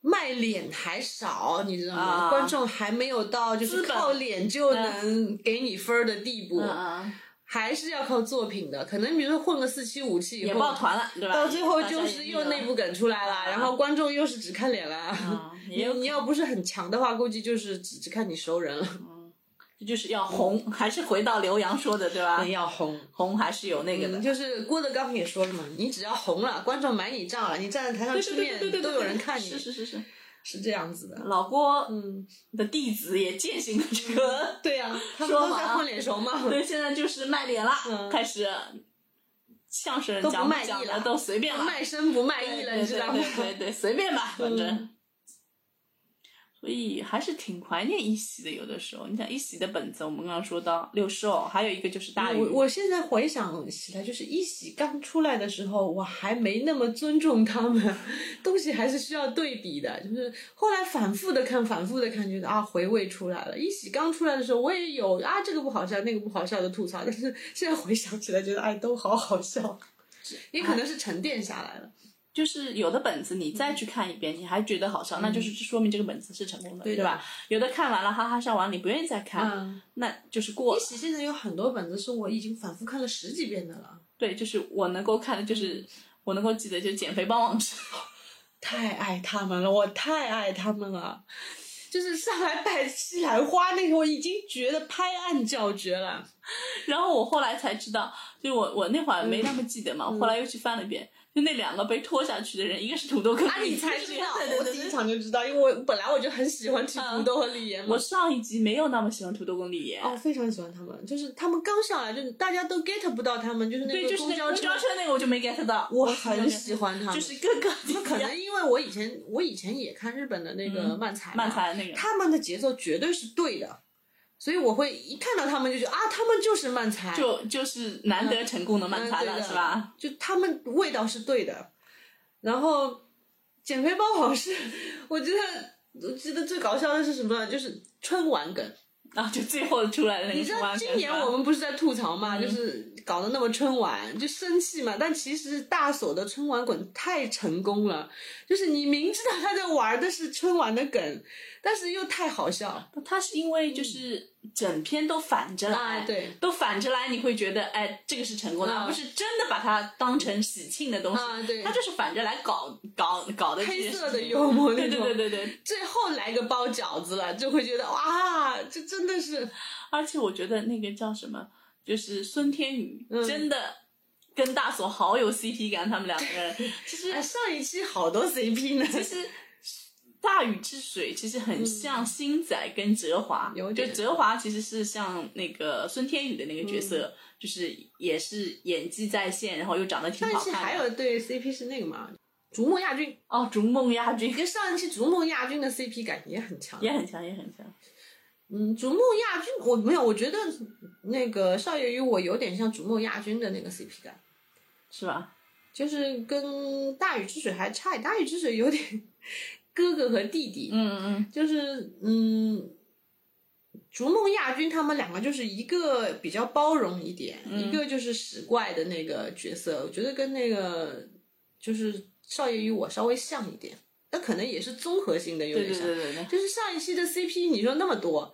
[SPEAKER 2] 卖脸还少，你知道吗？
[SPEAKER 3] 嗯啊
[SPEAKER 2] 观众还没有到就是
[SPEAKER 3] 资本
[SPEAKER 2] 靠脸就能给你分儿的地步，
[SPEAKER 3] 嗯嗯，
[SPEAKER 2] 还是要靠作品的。可能比如说混个四期五期以
[SPEAKER 3] 也
[SPEAKER 2] 后
[SPEAKER 3] 抱，团了，对吧？
[SPEAKER 2] 到最后
[SPEAKER 3] 大家
[SPEAKER 2] 就
[SPEAKER 3] 也
[SPEAKER 2] 是
[SPEAKER 3] 腻
[SPEAKER 2] 又
[SPEAKER 3] 了
[SPEAKER 2] 内部梗出来了，然后观众又是只看脸了。
[SPEAKER 3] 啊，也
[SPEAKER 2] 你
[SPEAKER 3] 有
[SPEAKER 2] 你要不是很强的话，估计就是只只看你熟 人了。
[SPEAKER 3] 就是要红，还是回到刘洋说的，对吧？
[SPEAKER 2] 要红，
[SPEAKER 3] 红还是有那个的
[SPEAKER 2] 嗯，。就是郭德纲也说了嘛，你只要红了，观众买你账了，你站在台上吃面都有人看你，
[SPEAKER 3] 是是是是，
[SPEAKER 2] 是这样子的。
[SPEAKER 3] 老郭
[SPEAKER 2] 嗯，
[SPEAKER 3] 的弟子也践行了这个，
[SPEAKER 2] 呃对呀、他们
[SPEAKER 3] 说
[SPEAKER 2] 都
[SPEAKER 3] 嘛啊
[SPEAKER 2] 在混脸熟嘛。
[SPEAKER 3] 对，现在就是卖脸了，
[SPEAKER 2] 嗯
[SPEAKER 3] 开始相声
[SPEAKER 2] 都不
[SPEAKER 3] 讲
[SPEAKER 2] 卖艺
[SPEAKER 3] 讲的
[SPEAKER 2] 了
[SPEAKER 3] 都随便了，
[SPEAKER 2] 卖身不卖艺
[SPEAKER 3] 对
[SPEAKER 2] 了，
[SPEAKER 3] 对
[SPEAKER 2] 你知道吗
[SPEAKER 3] 对？对对，随便吧，反正
[SPEAKER 2] 嗯。
[SPEAKER 3] 所以还是挺怀念一席的，有的时候，你想一席的本子，我们刚刚说到六兽，还有一个就是大鱼，
[SPEAKER 2] 我我现在回想起来，就是一喜刚出来的时候，我还没那么尊重他们， 东西还是需要对比的。就是后来反复的看，反复的看，觉得啊，回味出来了。一喜刚出来的时候，我也有啊，这个不好笑，那个不好笑的吐槽，但是现在回想起来，觉得哎，都好好笑。也可能是沉淀下来了，
[SPEAKER 3] 就是有的本子你再去看一遍，你还觉得好笑，那就是说明这个本子是成功的，
[SPEAKER 2] 嗯对的
[SPEAKER 3] 对吧？有的看完了哈哈笑完，你不愿意再看，
[SPEAKER 2] 嗯，
[SPEAKER 3] 那就是过
[SPEAKER 2] 一
[SPEAKER 3] 了。
[SPEAKER 2] 喜现在有很多本子是我已经反复看了十几遍的了，
[SPEAKER 3] 对，就是我能够看的，就是我能够记得，就减肥帮往事。
[SPEAKER 2] 太爱他们了，我太爱他们了。就是上来拜西兰花那个，我已经觉得拍案叫绝了。
[SPEAKER 3] 然后我后来才知道，就我我那会儿没那么记得嘛，
[SPEAKER 2] 嗯
[SPEAKER 3] 我后来又去翻了一遍，就那两个被拖下去的人，一个是土豆哥，
[SPEAKER 2] 啊，你才
[SPEAKER 3] 一个是
[SPEAKER 2] 知道，
[SPEAKER 3] 对对
[SPEAKER 2] 我
[SPEAKER 3] 对
[SPEAKER 2] 第一
[SPEAKER 3] 对。
[SPEAKER 2] 场就知道，因为我本来我就很喜欢吃土豆和李岩嘛
[SPEAKER 3] 我。上一集没有那么喜欢土豆跟李岩，
[SPEAKER 2] 哦，非常喜欢他们，就是他们刚上来就大家都 get 不到他们，就是那
[SPEAKER 3] 对，
[SPEAKER 2] 个
[SPEAKER 3] 就是
[SPEAKER 2] 公
[SPEAKER 3] 那
[SPEAKER 2] 交
[SPEAKER 3] 个公
[SPEAKER 2] 车
[SPEAKER 3] 交车那个我就没 get 到，
[SPEAKER 2] 我
[SPEAKER 3] 是那个
[SPEAKER 2] 很喜欢他们
[SPEAKER 3] 就是各个地
[SPEAKER 2] 可能因为我以前我以前也看日本的那个
[SPEAKER 3] 嗯
[SPEAKER 2] 漫才嘛，
[SPEAKER 3] 漫才那个，
[SPEAKER 2] 他们的节奏绝对是对的，所以我会一看到他们就觉得啊，他们就是漫才，
[SPEAKER 3] 就就是难得成功的漫才
[SPEAKER 2] 嗯对
[SPEAKER 3] 了
[SPEAKER 2] 的
[SPEAKER 3] 是吧？
[SPEAKER 2] 就他们味道是对的。然后减肥包好是， 我觉得我记得最搞笑的是什么？就是春晚梗。
[SPEAKER 3] 然后就最后出来的那个
[SPEAKER 2] 你知
[SPEAKER 3] 是
[SPEAKER 2] 道
[SPEAKER 3] 吧
[SPEAKER 2] 今年我们不是在吐槽嘛，就是搞得那么春晚，就生气嘛。但其实大锁的春晚梗太成功了，就是你明知道他在玩的是春晚的梗，但是又太好笑。
[SPEAKER 3] 他是因为就是整篇都反着来，
[SPEAKER 2] 啊对，
[SPEAKER 3] 都反着来，你会觉得哎，这个是成功的，
[SPEAKER 2] 啊
[SPEAKER 3] 而不是真的把它当成喜庆的东西，
[SPEAKER 2] 啊对
[SPEAKER 3] 他就是反着来搞搞搞的这件
[SPEAKER 2] 黑
[SPEAKER 3] 事情
[SPEAKER 2] 色的幽默那
[SPEAKER 3] 对
[SPEAKER 2] 种
[SPEAKER 3] 对对对对，
[SPEAKER 2] 最后来个包饺子了，就会觉得哇，这真的是
[SPEAKER 3] 而且我觉得那个叫什么，就是孙天宇、
[SPEAKER 2] 嗯
[SPEAKER 3] 真的跟大锁好有 CP 感，他们两个人其实
[SPEAKER 2] 哎，上一期好多 CP 呢。
[SPEAKER 3] 其实大禹治水其实很像星仔跟哲华，
[SPEAKER 2] 嗯有
[SPEAKER 3] 就
[SPEAKER 2] 点
[SPEAKER 3] 哲华其实是像那个孙天宇的那个角色，
[SPEAKER 2] 嗯
[SPEAKER 3] 就是也是演技在线，然后又长得挺
[SPEAKER 2] 上一
[SPEAKER 3] 好
[SPEAKER 2] 期
[SPEAKER 3] 看的。
[SPEAKER 2] 还有对 CP 是那个嘛，逐梦亚军，
[SPEAKER 3] 哦，逐梦亚军
[SPEAKER 2] 跟上一期逐梦亚军的 CP 感也很 强。
[SPEAKER 3] 也很强，也很强。
[SPEAKER 2] 嗯，逐梦亚军，我没有，我觉得那个少爷与我有点像逐梦亚军的那个 CP 感，
[SPEAKER 3] 是吧？
[SPEAKER 2] 就是跟大禹治水还差一，大禹治水有点 哥哥和弟弟，
[SPEAKER 3] 嗯嗯，
[SPEAKER 2] 就是嗯，逐梦亚军他们两个就是一个比较包容一点，
[SPEAKER 3] 嗯
[SPEAKER 2] 一个就是使怪的那个角色，我觉得跟那个就是少爷与我稍微像一点，那可能也是综合性的有
[SPEAKER 3] 对
[SPEAKER 2] 点
[SPEAKER 3] 对
[SPEAKER 2] 像。
[SPEAKER 3] 对对对。
[SPEAKER 2] 就是上一期的 CP，你说那么多，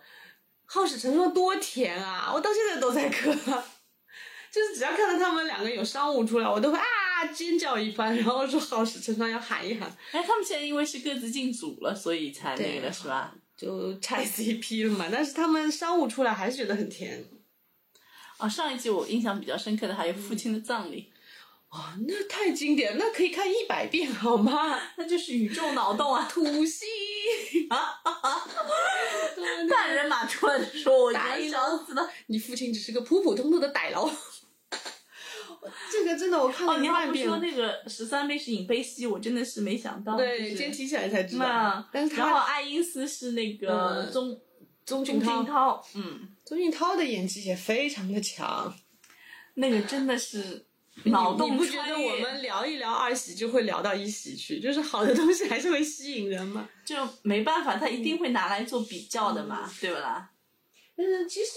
[SPEAKER 2] 好始成双多甜啊！我到现在都在磕， 就是只要看到他们两个有商务出来，我都会啊尖叫一番，然后说好始成双要喊一喊，
[SPEAKER 3] 哎，他们现在因为是各自进组了，所以才那
[SPEAKER 2] 对
[SPEAKER 3] 个了，是吧？
[SPEAKER 2] 就拆 CP 了嘛。 但是他们商务出来还是觉得很甜
[SPEAKER 3] 哦，上一季我印象比较深刻的还有父亲的葬礼，
[SPEAKER 2] 啊、那太经典，那可以看一百遍好吗？
[SPEAKER 3] 那就是宇宙脑洞啊！
[SPEAKER 2] 土 星，
[SPEAKER 3] 半人马出来的时候，我
[SPEAKER 2] 打
[SPEAKER 3] 真
[SPEAKER 2] 一
[SPEAKER 3] 笑死了。
[SPEAKER 2] 你父亲只是个普普通通的歹佬。 这个真的我看
[SPEAKER 3] 哦，
[SPEAKER 2] 了
[SPEAKER 3] 你
[SPEAKER 2] 一
[SPEAKER 3] 要
[SPEAKER 2] 万
[SPEAKER 3] 不
[SPEAKER 2] 遍
[SPEAKER 3] 说
[SPEAKER 2] 了。
[SPEAKER 3] 那个十三妹是尹贝希，我真的是没想到。
[SPEAKER 2] 对，
[SPEAKER 3] 就是
[SPEAKER 2] 先提起来才知道
[SPEAKER 3] 那。
[SPEAKER 2] 但是
[SPEAKER 3] 然
[SPEAKER 2] 他
[SPEAKER 3] 后爱因斯是那个
[SPEAKER 2] 嗯
[SPEAKER 3] 钟钟
[SPEAKER 2] 钟俊
[SPEAKER 3] 俊
[SPEAKER 2] 涛，
[SPEAKER 3] 涛，嗯，
[SPEAKER 2] 钟俊涛的演技也非常的强。
[SPEAKER 3] 那个真的是脑
[SPEAKER 2] 你
[SPEAKER 3] 洞
[SPEAKER 2] 不觉得
[SPEAKER 3] 穿越
[SPEAKER 2] 我们聊一聊二喜就会聊到一喜去？就是好的东西还是会吸引人嘛。
[SPEAKER 3] 就没办法，他一定会拿来做比较的嘛，对不啦？
[SPEAKER 2] 嗯，其实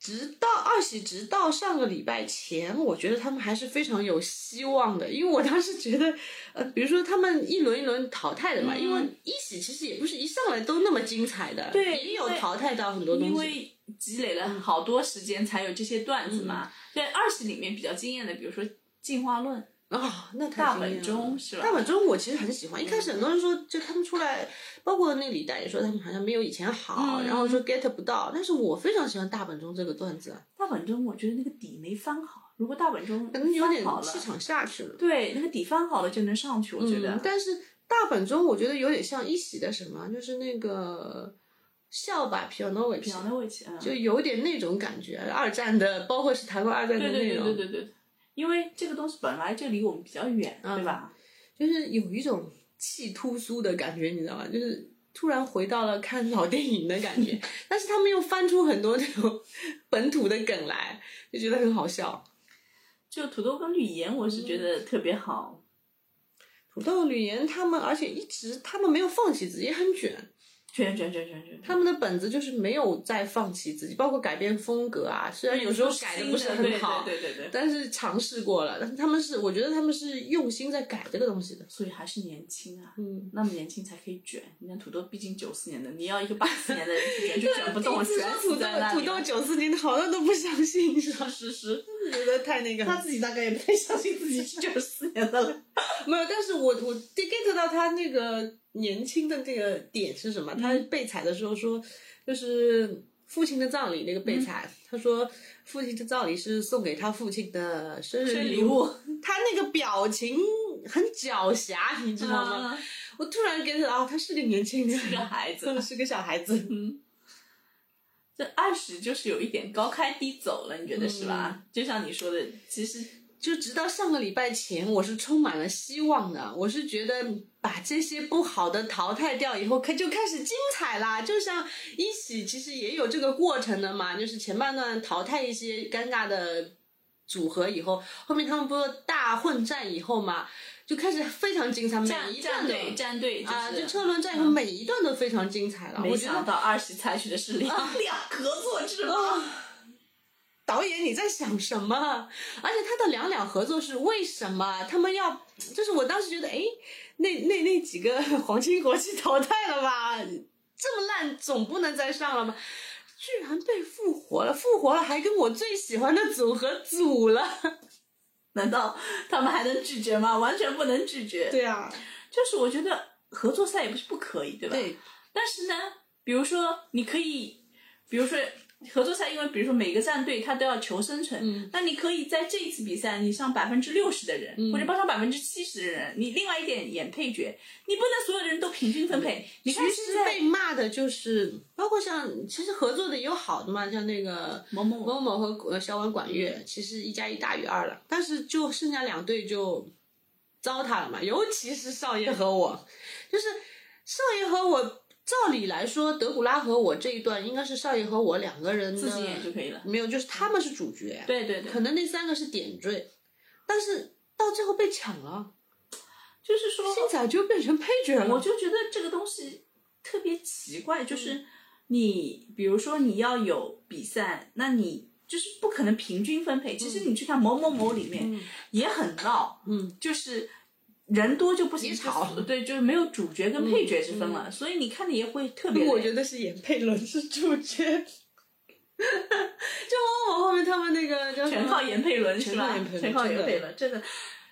[SPEAKER 2] 直到二喜，直到上个礼拜前，我觉得他们还是非常有希望的，因为我当时觉得，呃，比如说他们一轮一轮淘汰的嘛，
[SPEAKER 3] 嗯
[SPEAKER 2] 因为一喜其实也不是一上来都那么精彩的，
[SPEAKER 3] 对
[SPEAKER 2] 也
[SPEAKER 3] 因
[SPEAKER 2] 有
[SPEAKER 3] 为
[SPEAKER 2] 淘汰到很多东西。嗯
[SPEAKER 3] 因为积累了好多时间才有这些段子嘛。对，二十里面比较惊艳的，比如说进化论，
[SPEAKER 2] 啊、那太
[SPEAKER 3] 大
[SPEAKER 2] 惊艳
[SPEAKER 3] 本
[SPEAKER 2] 了
[SPEAKER 3] 钟是吧
[SPEAKER 2] 大本钟我其实很喜欢，一开始很多人说，就他们出来，包括那李诞也说他们好像没有以前好，
[SPEAKER 3] 嗯
[SPEAKER 2] 然后说 get 不到，但是我非常喜欢大本钟这个段子，
[SPEAKER 3] 大本钟我觉得那个底没翻好，如果大本钟
[SPEAKER 2] 可能有点
[SPEAKER 3] 翻好了
[SPEAKER 2] 气场下去了。
[SPEAKER 3] 对，那个底翻好了就能上去，我觉得。
[SPEAKER 2] 嗯，但是大本钟我觉得有点像一喜的什么，就是那个笑吧 p i a n o v i
[SPEAKER 3] 比较那位置，嗯，
[SPEAKER 2] 就有点那种感觉，二战的，包括是谈论二战的
[SPEAKER 3] 对对
[SPEAKER 2] 内
[SPEAKER 3] 对
[SPEAKER 2] 容，
[SPEAKER 3] 对对对，因为这个东西本来就离我们比较远，
[SPEAKER 2] 嗯
[SPEAKER 3] 对吧？
[SPEAKER 2] 就是有一种气突苏的感觉，你知道吗？就是突然回到了看老电影的感 觉，但是他们又翻出很多那种 本土的梗来，就觉得很好笑。
[SPEAKER 3] 就土豆跟绿岩，我是觉得特别好。
[SPEAKER 2] 土豆、吕岩他们，而且一直他们没有放弃自己，也很卷。
[SPEAKER 3] 卷卷卷卷卷，
[SPEAKER 2] 他们的本子就是没有再放弃自己，包括改变风格啊， 虽然有
[SPEAKER 3] 嗯
[SPEAKER 2] 时候改的不是很好，
[SPEAKER 3] 对对对对对，
[SPEAKER 2] 但是尝试过了。但是他们是，我觉得他们是用心在改这个东西的。
[SPEAKER 3] 所以还是年轻啊。
[SPEAKER 2] 嗯，
[SPEAKER 3] 那么年轻才可以卷，你看土豆毕竟九四年的，你要一个八四年的人去卷，就卷不 动，
[SPEAKER 2] 一直
[SPEAKER 3] 卷
[SPEAKER 2] 说
[SPEAKER 3] 死
[SPEAKER 2] 土豆
[SPEAKER 3] 在那里。
[SPEAKER 2] 土豆九四年的好像都不相信，是吧？
[SPEAKER 3] 是是，
[SPEAKER 2] 觉得太那个了。
[SPEAKER 4] 他自己大概也不太相信自己是九四年的了。
[SPEAKER 2] 没有，但是我我 get 到他那个年轻的这个点是什
[SPEAKER 3] 嗯
[SPEAKER 2] 么？他被采的时候说，就是父亲的葬礼那个被
[SPEAKER 3] 嗯
[SPEAKER 2] 采，他说父亲的葬礼是送给他父亲的生日
[SPEAKER 3] 生日
[SPEAKER 2] 礼
[SPEAKER 3] 礼物，
[SPEAKER 2] 他那个表情很狡黠，你知
[SPEAKER 3] 知道
[SPEAKER 2] 道吗？
[SPEAKER 3] 吗？
[SPEAKER 2] 我突然 get 到，啊他是个年轻人，
[SPEAKER 3] 嗯是啊个孩子
[SPEAKER 2] 真的 是个小孩子。
[SPEAKER 3] 这二十就是有一点高开低走了，你觉得是吧？
[SPEAKER 2] 嗯
[SPEAKER 3] 就像你说的，其实
[SPEAKER 2] 就直到上个礼拜前，我是充满了希望的。我是觉得把这些不好的淘汰掉以后，开就开始精彩啦。就像一喜其实也有这个过程的嘛，就是前半段淘汰一些尴尬的组合以后，后面他们不是大混战以后嘛，就开始非常精彩，每
[SPEAKER 3] 战
[SPEAKER 2] 一
[SPEAKER 3] 战
[SPEAKER 2] 段的
[SPEAKER 3] 队战队就是、嗯
[SPEAKER 2] 啊，就车轮战以后每一段都非常精彩了。
[SPEAKER 3] 没
[SPEAKER 2] 我觉
[SPEAKER 3] 想
[SPEAKER 2] 得
[SPEAKER 3] 到二十采取的是两两合作
[SPEAKER 2] 啊
[SPEAKER 3] 制吗？
[SPEAKER 2] 导演你在想什么？而且他的两两合作是为什么？他们要就是我当时觉得，哎，那那那几个皇亲国戚淘汰了吧？这么烂总不能再上了吧？居然被复活了，复活了还跟我最喜欢的组合组了。
[SPEAKER 3] 难道他们还能拒绝吗？完全不能拒绝。，
[SPEAKER 2] 啊，
[SPEAKER 3] 就是我觉得合作赛也不是不可以，对吧？
[SPEAKER 2] 对，
[SPEAKER 3] 但是呢，比如说你可以，比如说合作赛，因为比如说每个战队他都要求生存，
[SPEAKER 2] 嗯
[SPEAKER 3] 那你可以在这一次比赛，你上百分之六十的人，或者帮上百分之七十的人，你另外一点演配角，你不能所有的人都平均分配。你看
[SPEAKER 2] 其
[SPEAKER 3] 现
[SPEAKER 2] 实
[SPEAKER 3] 在
[SPEAKER 2] 被骂的就是，包括像其实合作的也有好的嘛，像那个
[SPEAKER 3] 某某某
[SPEAKER 2] 某某和呃小婉管乐，其实一加一大于二了，但是就剩下两队就糟蹋了嘛，尤其是少爷和我，就是少爷和我，照理来说德古拉和我这一段应该是少爷和我两个人的
[SPEAKER 3] 自己演就可以了。
[SPEAKER 2] 没有，就是他们是主角，
[SPEAKER 3] 对对对
[SPEAKER 2] 可，能那三个是点缀，但是到最后被抢了，
[SPEAKER 3] 就是说，
[SPEAKER 2] 星仔就变成配角了，
[SPEAKER 3] 我就觉得这个东西特别奇怪，
[SPEAKER 2] 嗯
[SPEAKER 3] 就是你比如说你要有比赛，那你就是不可能平均分配。其实你去看某某某里面也很闹，
[SPEAKER 2] 嗯，
[SPEAKER 3] 就是人多就不行，
[SPEAKER 2] 也吵嗯
[SPEAKER 3] 就是对，就是没有主角跟配角之分了，嗯所以你看的也会特别累。
[SPEAKER 2] 我觉得是演佩伦是主角， 就往我后面他们那个叫什么
[SPEAKER 3] 全靠颜佩伦是
[SPEAKER 2] 嗯全靠
[SPEAKER 3] 吧
[SPEAKER 2] 颜
[SPEAKER 3] 全
[SPEAKER 2] 佩？伦
[SPEAKER 3] 靠
[SPEAKER 2] 真
[SPEAKER 3] 颜
[SPEAKER 2] 的
[SPEAKER 3] 佩伦，真的。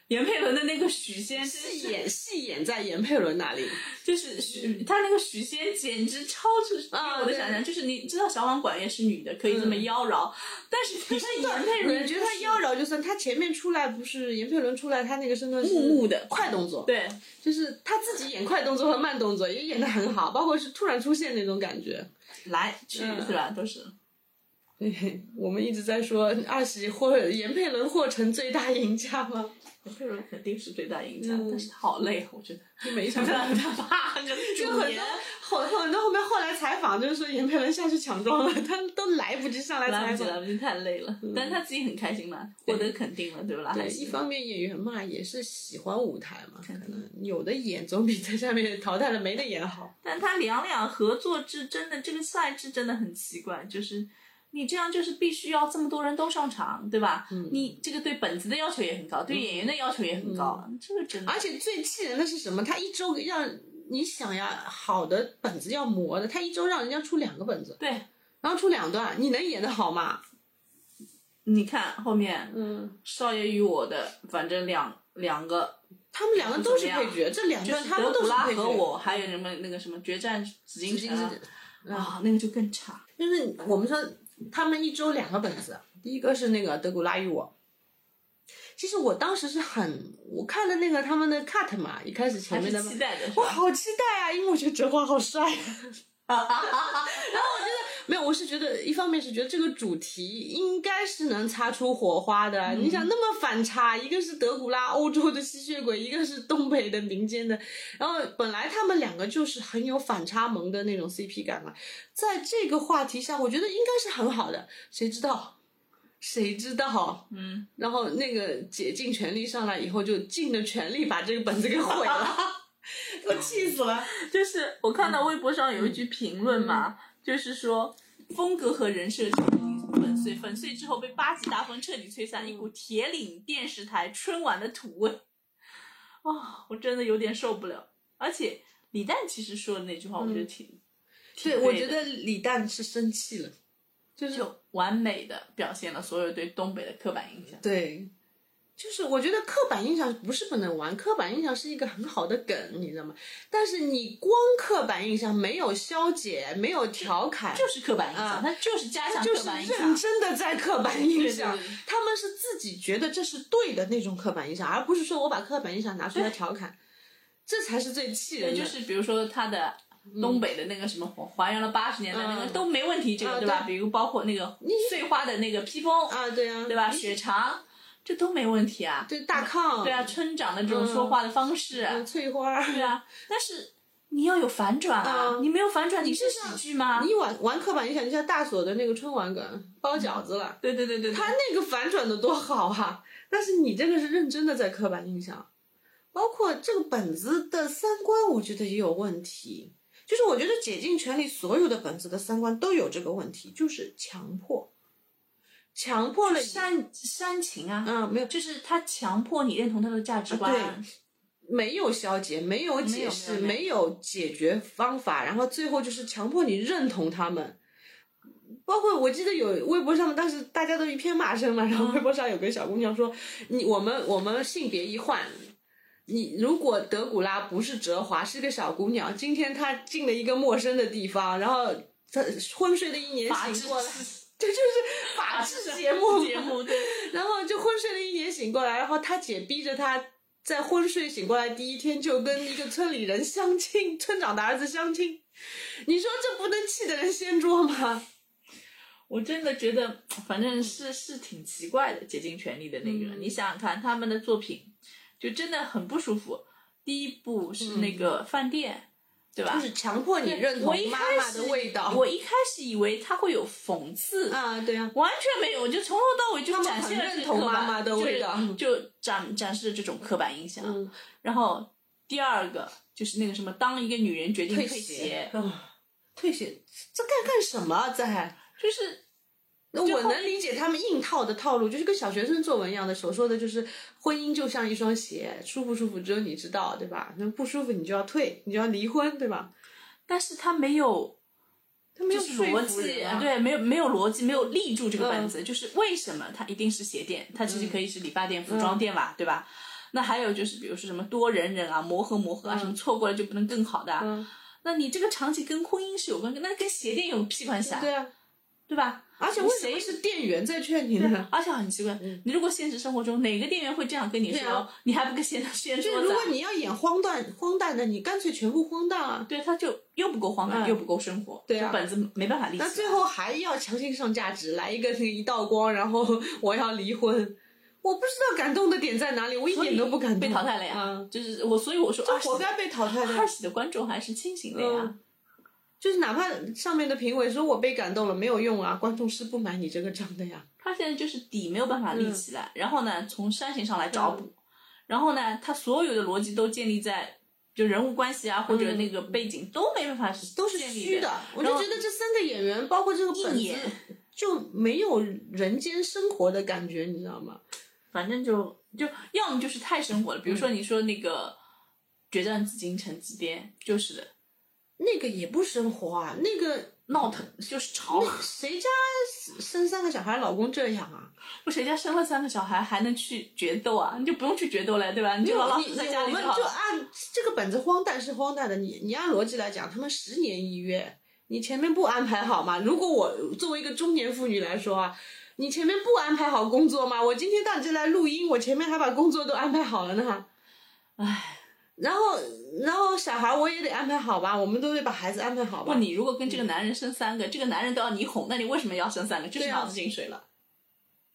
[SPEAKER 3] 颜佩伦的那个许仙真
[SPEAKER 2] 戏
[SPEAKER 3] 是，
[SPEAKER 2] 演戏演在颜佩伦那里，
[SPEAKER 3] 就是许他那个许仙简直超出
[SPEAKER 2] 啊
[SPEAKER 3] 我的
[SPEAKER 2] 对
[SPEAKER 3] 想象，就是你知道小婉管乐是女的，可以这么
[SPEAKER 2] 嗯
[SPEAKER 3] 妖娆，但是你看颜佩伦，
[SPEAKER 2] 你觉得他妖娆就算，他前面出来不是颜佩伦出来，他那个身段是
[SPEAKER 3] 木木的
[SPEAKER 2] 快动作，，
[SPEAKER 3] 对，
[SPEAKER 2] 就是他自己演快动作和慢动作也演得很好，包括是突然出现那种感觉。
[SPEAKER 3] 来去、
[SPEAKER 2] 嗯
[SPEAKER 3] 是吧？都是
[SPEAKER 2] 对，我们一直在说二喜或颜佩伦或成最大赢家吗？
[SPEAKER 3] 颜佩伦肯定是最大赢家，
[SPEAKER 2] 嗯
[SPEAKER 3] 但是好累，啊我觉得。
[SPEAKER 2] 没什么。
[SPEAKER 3] 怕着
[SPEAKER 2] 就很多后很多后面后来采访就是说严佩伦下去抢妆了，他都来不及上来
[SPEAKER 3] 来
[SPEAKER 2] 采
[SPEAKER 3] 不及
[SPEAKER 2] 访。嗯
[SPEAKER 3] 了，不及太累了。但是他自己很开心嘛，获得肯定了，对不啦？
[SPEAKER 2] 对，
[SPEAKER 3] 还是
[SPEAKER 2] 一方面演员嘛也是喜欢舞台嘛，可
[SPEAKER 3] 肯定
[SPEAKER 2] 能有的演总比在下面淘汰了没得演好。
[SPEAKER 3] 但他两两合作制真的这个赛制真的很奇怪，就是你这样就是必须要这么多人都上场，对吧？
[SPEAKER 2] 嗯
[SPEAKER 3] 你这个对本子的要求也很高，对演员的要求也很高，啊这个真的
[SPEAKER 2] 嗯而且最气人的是什么？他一周让你想呀，好的本子要磨的，他一周让人家出两个本子，
[SPEAKER 3] 对。
[SPEAKER 2] 然后出两段，你能演得好吗？
[SPEAKER 3] 你看后面
[SPEAKER 2] 嗯，
[SPEAKER 3] 少爷与我的，反正两两个
[SPEAKER 2] 他们两个都是配角，这两
[SPEAKER 3] 就
[SPEAKER 2] 段
[SPEAKER 3] 是
[SPEAKER 2] 他们
[SPEAKER 3] 德
[SPEAKER 2] 都
[SPEAKER 3] 古
[SPEAKER 2] 是
[SPEAKER 3] 拉
[SPEAKER 2] 配角。
[SPEAKER 3] 和我，还有什么那个什么决战紫禁城啊
[SPEAKER 2] 紫禁
[SPEAKER 3] 啊，
[SPEAKER 2] 嗯
[SPEAKER 3] 那个就更差。
[SPEAKER 2] 就是我们说他们一周两个本子，第一个是那个德古拉与我。其实我当时是很，我看了那个他们的 cut 嘛，一开始前面的
[SPEAKER 3] 还是期待的是吧
[SPEAKER 2] 我好期待啊，因为我觉得哲华好帅。啊然 后我觉得没有，我是觉得一方面是觉得这个主题应该是能擦出火花的。啊你
[SPEAKER 3] 嗯
[SPEAKER 2] 想那么反差，一个是德古拉欧洲的吸血鬼，一个是东北的民间的，然后本来他们两个就是很有反差萌的那种 CP 感嘛，在这个话题下，我觉得应该是很好的。谁知道？谁知道？
[SPEAKER 3] 嗯，
[SPEAKER 2] 然后那个解禁权力上来以后，就尽了全力把这个本子给 毁了，我气死了。
[SPEAKER 3] 就是我看
[SPEAKER 2] 嗯
[SPEAKER 3] 到微博上有一句评论嘛，就是说风格和人设彻底粉碎，粉碎之后被八级大风彻底吹散，一
[SPEAKER 2] 嗯
[SPEAKER 3] 股铁岭电视台春晚的土味。哇、我真的有点受不了。而且李诞其实说的那句话，我觉得挺，挺
[SPEAKER 2] 嗯对，我
[SPEAKER 3] 对
[SPEAKER 2] 觉
[SPEAKER 3] 的
[SPEAKER 2] 得李诞是生气了，就是
[SPEAKER 3] 就完美的表现了所有对东北的刻板印象。
[SPEAKER 2] 对，就是我觉得刻板印象不是不能玩，刻板印象是一个很好的梗，你知道吗？但是你光刻板印象没有消解，没有调侃，
[SPEAKER 3] 就是刻板印
[SPEAKER 2] 啊
[SPEAKER 3] 象，它就是加强
[SPEAKER 2] 就
[SPEAKER 3] 刻
[SPEAKER 2] 是
[SPEAKER 3] 板印
[SPEAKER 2] 认
[SPEAKER 3] 象。
[SPEAKER 2] 真的在刻板印象
[SPEAKER 3] 对对对，
[SPEAKER 2] 他们是自己觉得这是对的那种刻板印象，而不是说我把刻板印象拿出来调侃，这才是最气人
[SPEAKER 3] 哎对，
[SPEAKER 2] 的。
[SPEAKER 3] 就是比如说它的东北的那个什么还还原了八十年代那个
[SPEAKER 2] 嗯
[SPEAKER 3] 都没问题，这
[SPEAKER 2] 啊
[SPEAKER 3] 个对吧？
[SPEAKER 2] 对
[SPEAKER 3] 比如包括那个碎花的那个披风，
[SPEAKER 2] 啊，对啊，
[SPEAKER 3] 对吧？血肠这都没问题啊。
[SPEAKER 2] 对大炕，
[SPEAKER 3] 对啊，村长的这种说话的方式，
[SPEAKER 2] 嗯，翠花儿，
[SPEAKER 3] 对啊，但是你要有反转啊！
[SPEAKER 2] 嗯
[SPEAKER 3] 你没有反转，你是
[SPEAKER 2] 就像
[SPEAKER 3] 喜剧吗？
[SPEAKER 2] 你玩玩刻板印象，就像大锁的那个春晚梗，包饺子了。
[SPEAKER 3] 对对对对，
[SPEAKER 2] 他
[SPEAKER 3] 他
[SPEAKER 2] 那个反转的多好啊！但是你这个是认真的在刻板印象，包括这个本子的三观，我觉得也有问题。就是我觉得竭尽全力所有的本子的三观都有这个问题，就是强迫，强迫了你，
[SPEAKER 3] 煽煽情啊，
[SPEAKER 2] 嗯，没有
[SPEAKER 3] 就是他强迫你认同他的价值观，
[SPEAKER 2] 啊没有消解，没有解释，
[SPEAKER 3] 没有没有
[SPEAKER 2] 没有解决方法，然后最后就是强迫你认同他们。包括我记得有微博上面，当时大家都一片骂
[SPEAKER 3] 嗯
[SPEAKER 2] 声嘛，然后微博上有个小姑娘说：“你我们我们性别一换，你如果德古拉不是哲华，是个小姑娘，今天她进了一个陌生的地方，然后她昏睡了一年
[SPEAKER 3] 法治
[SPEAKER 2] 醒过来， 这就是法制节目嘛
[SPEAKER 3] 节目对，
[SPEAKER 2] 然后就昏睡了一年醒过来，然后他姐逼着他在昏睡醒过来第一天就跟一个村里人相亲，村长的儿子相亲。你说这不能气得人掀桌吗？
[SPEAKER 3] 我真的觉得，反正是是挺奇怪的，竭尽全力的那个。
[SPEAKER 2] 嗯
[SPEAKER 3] 你想想看，他们的作品就真的很不舒服。第一部是那个饭店，对吧？
[SPEAKER 2] 嗯就是强迫你认
[SPEAKER 3] 我
[SPEAKER 2] 同
[SPEAKER 3] 一
[SPEAKER 2] 妈
[SPEAKER 3] 开
[SPEAKER 2] 妈
[SPEAKER 3] 始
[SPEAKER 2] 的味道。
[SPEAKER 3] 我一开始以为他会有讽刺，
[SPEAKER 2] 啊，对啊，
[SPEAKER 3] 完全没有，我就从头到尾就展现了
[SPEAKER 2] 他们很
[SPEAKER 3] 这
[SPEAKER 2] 认
[SPEAKER 3] 个刻
[SPEAKER 2] 同
[SPEAKER 3] 板
[SPEAKER 2] 妈妈的味道
[SPEAKER 3] 就是嗯就展展示了这种刻板印象。
[SPEAKER 2] 嗯，
[SPEAKER 3] 然后第二个就是那个什么，当一个女人决定
[SPEAKER 2] 嗯退
[SPEAKER 3] 退
[SPEAKER 2] 鞋
[SPEAKER 3] 鞋，，
[SPEAKER 2] 啊退鞋，这干干什么啊在？
[SPEAKER 3] 就是
[SPEAKER 2] 那
[SPEAKER 3] 就
[SPEAKER 2] 我
[SPEAKER 3] 后
[SPEAKER 2] 能理解他们硬套的套路，就是跟小学生作文一样的，所说的就是婚姻就像一双鞋，舒不舒服只有你知道，对吧？那不舒服你就要退，你就要离婚，对吧？
[SPEAKER 3] 但是他没有
[SPEAKER 2] 他没有
[SPEAKER 3] 就是
[SPEAKER 2] 说
[SPEAKER 3] 逻
[SPEAKER 2] 服
[SPEAKER 3] 辑，
[SPEAKER 2] 人啊，嗯
[SPEAKER 3] 对，没有没有逻辑，没有立住这个本子，就是为什么它一定是鞋店？它其实可以是理发
[SPEAKER 2] 嗯
[SPEAKER 3] 店、服装店吧，对吧？那还有就是，比如说什么多人人啊，磨合磨合啊，什么错过了就不能更好的啊、
[SPEAKER 2] 嗯
[SPEAKER 3] 那你这个场景跟婚姻是有关，那跟鞋店有屁关系啊？
[SPEAKER 2] 对啊，
[SPEAKER 3] 对吧？
[SPEAKER 2] 而且为什么
[SPEAKER 3] 谁
[SPEAKER 2] 是店员在劝你呢？
[SPEAKER 3] 而且很奇怪，你如果现实生活中哪个店员会这样跟你
[SPEAKER 2] 对
[SPEAKER 3] 说，
[SPEAKER 2] 啊
[SPEAKER 3] 你还不跟先先
[SPEAKER 2] 就
[SPEAKER 3] 说
[SPEAKER 2] 是
[SPEAKER 3] 的？
[SPEAKER 2] 如果你要演荒诞荒诞的，你干脆全部荒诞啊！
[SPEAKER 3] 对，他就又不够荒诞，
[SPEAKER 2] 嗯
[SPEAKER 3] 又不够生活，
[SPEAKER 2] 对啊
[SPEAKER 3] 就本子没办法立起来。
[SPEAKER 2] 那最后还要强行上价值，来一个那个一道光，然后 我要离婚，我不知道感动的点在哪里，我一
[SPEAKER 3] 所以
[SPEAKER 2] 点都不感动，
[SPEAKER 3] 被淘汰了呀。
[SPEAKER 2] 嗯，
[SPEAKER 3] 就是我，所以我说
[SPEAKER 2] 就
[SPEAKER 3] 二十
[SPEAKER 2] 活该被淘汰的呀
[SPEAKER 3] 二十的观众还是清醒的呀。
[SPEAKER 2] 嗯就是哪怕上面的评委说我被感动了，没有用啊，观众是不买你这个账的呀。
[SPEAKER 3] 他现在就是底没有办法立
[SPEAKER 2] 嗯
[SPEAKER 3] 起来，然后呢，从煽情上来找补，然后呢，他所有的逻辑都建立在就人物关系啊、或者那个背景都没办法
[SPEAKER 2] 嗯都是
[SPEAKER 3] 建立
[SPEAKER 2] 虚的
[SPEAKER 3] 的，，
[SPEAKER 2] 我就觉得这三个演员，包括这个本
[SPEAKER 3] 一
[SPEAKER 2] 子
[SPEAKER 3] 眼，
[SPEAKER 2] 就没有人间生活的感觉，你知道吗？
[SPEAKER 3] 反正就就要么就是太生活了，比如说
[SPEAKER 2] 嗯
[SPEAKER 3] 你说那个《决战紫禁城之巅》，就是的，
[SPEAKER 2] 那个也不生活啊，那个
[SPEAKER 3] 闹腾就是吵。
[SPEAKER 2] 谁家生三个小孩，老公这样啊？
[SPEAKER 3] 不，谁家生了三个小孩还能去决斗啊？你就不用去决斗了，对吧？你
[SPEAKER 2] 你
[SPEAKER 3] 就老老
[SPEAKER 2] 你
[SPEAKER 3] 实实在家
[SPEAKER 2] 我
[SPEAKER 3] 里
[SPEAKER 2] 们
[SPEAKER 3] 好
[SPEAKER 2] 就
[SPEAKER 3] 了。
[SPEAKER 2] 按这个本子荒诞是荒诞的，你你按逻辑来讲，他们十年一约，你前面不安排好吗？如果我作为一个中年妇女来说啊。你前面不安排好工作吗？我今天到你这来录音，我前面还把工作都安排好了呢。
[SPEAKER 3] 唉，
[SPEAKER 2] 然后，然后小孩我也得安排好吧，我们都得把孩子安排好吧。
[SPEAKER 3] 不，你如果跟这个男人生三个，这个男人都要你哄，那你为什么要生三个？就是
[SPEAKER 2] 对啊
[SPEAKER 3] 脑子进水了。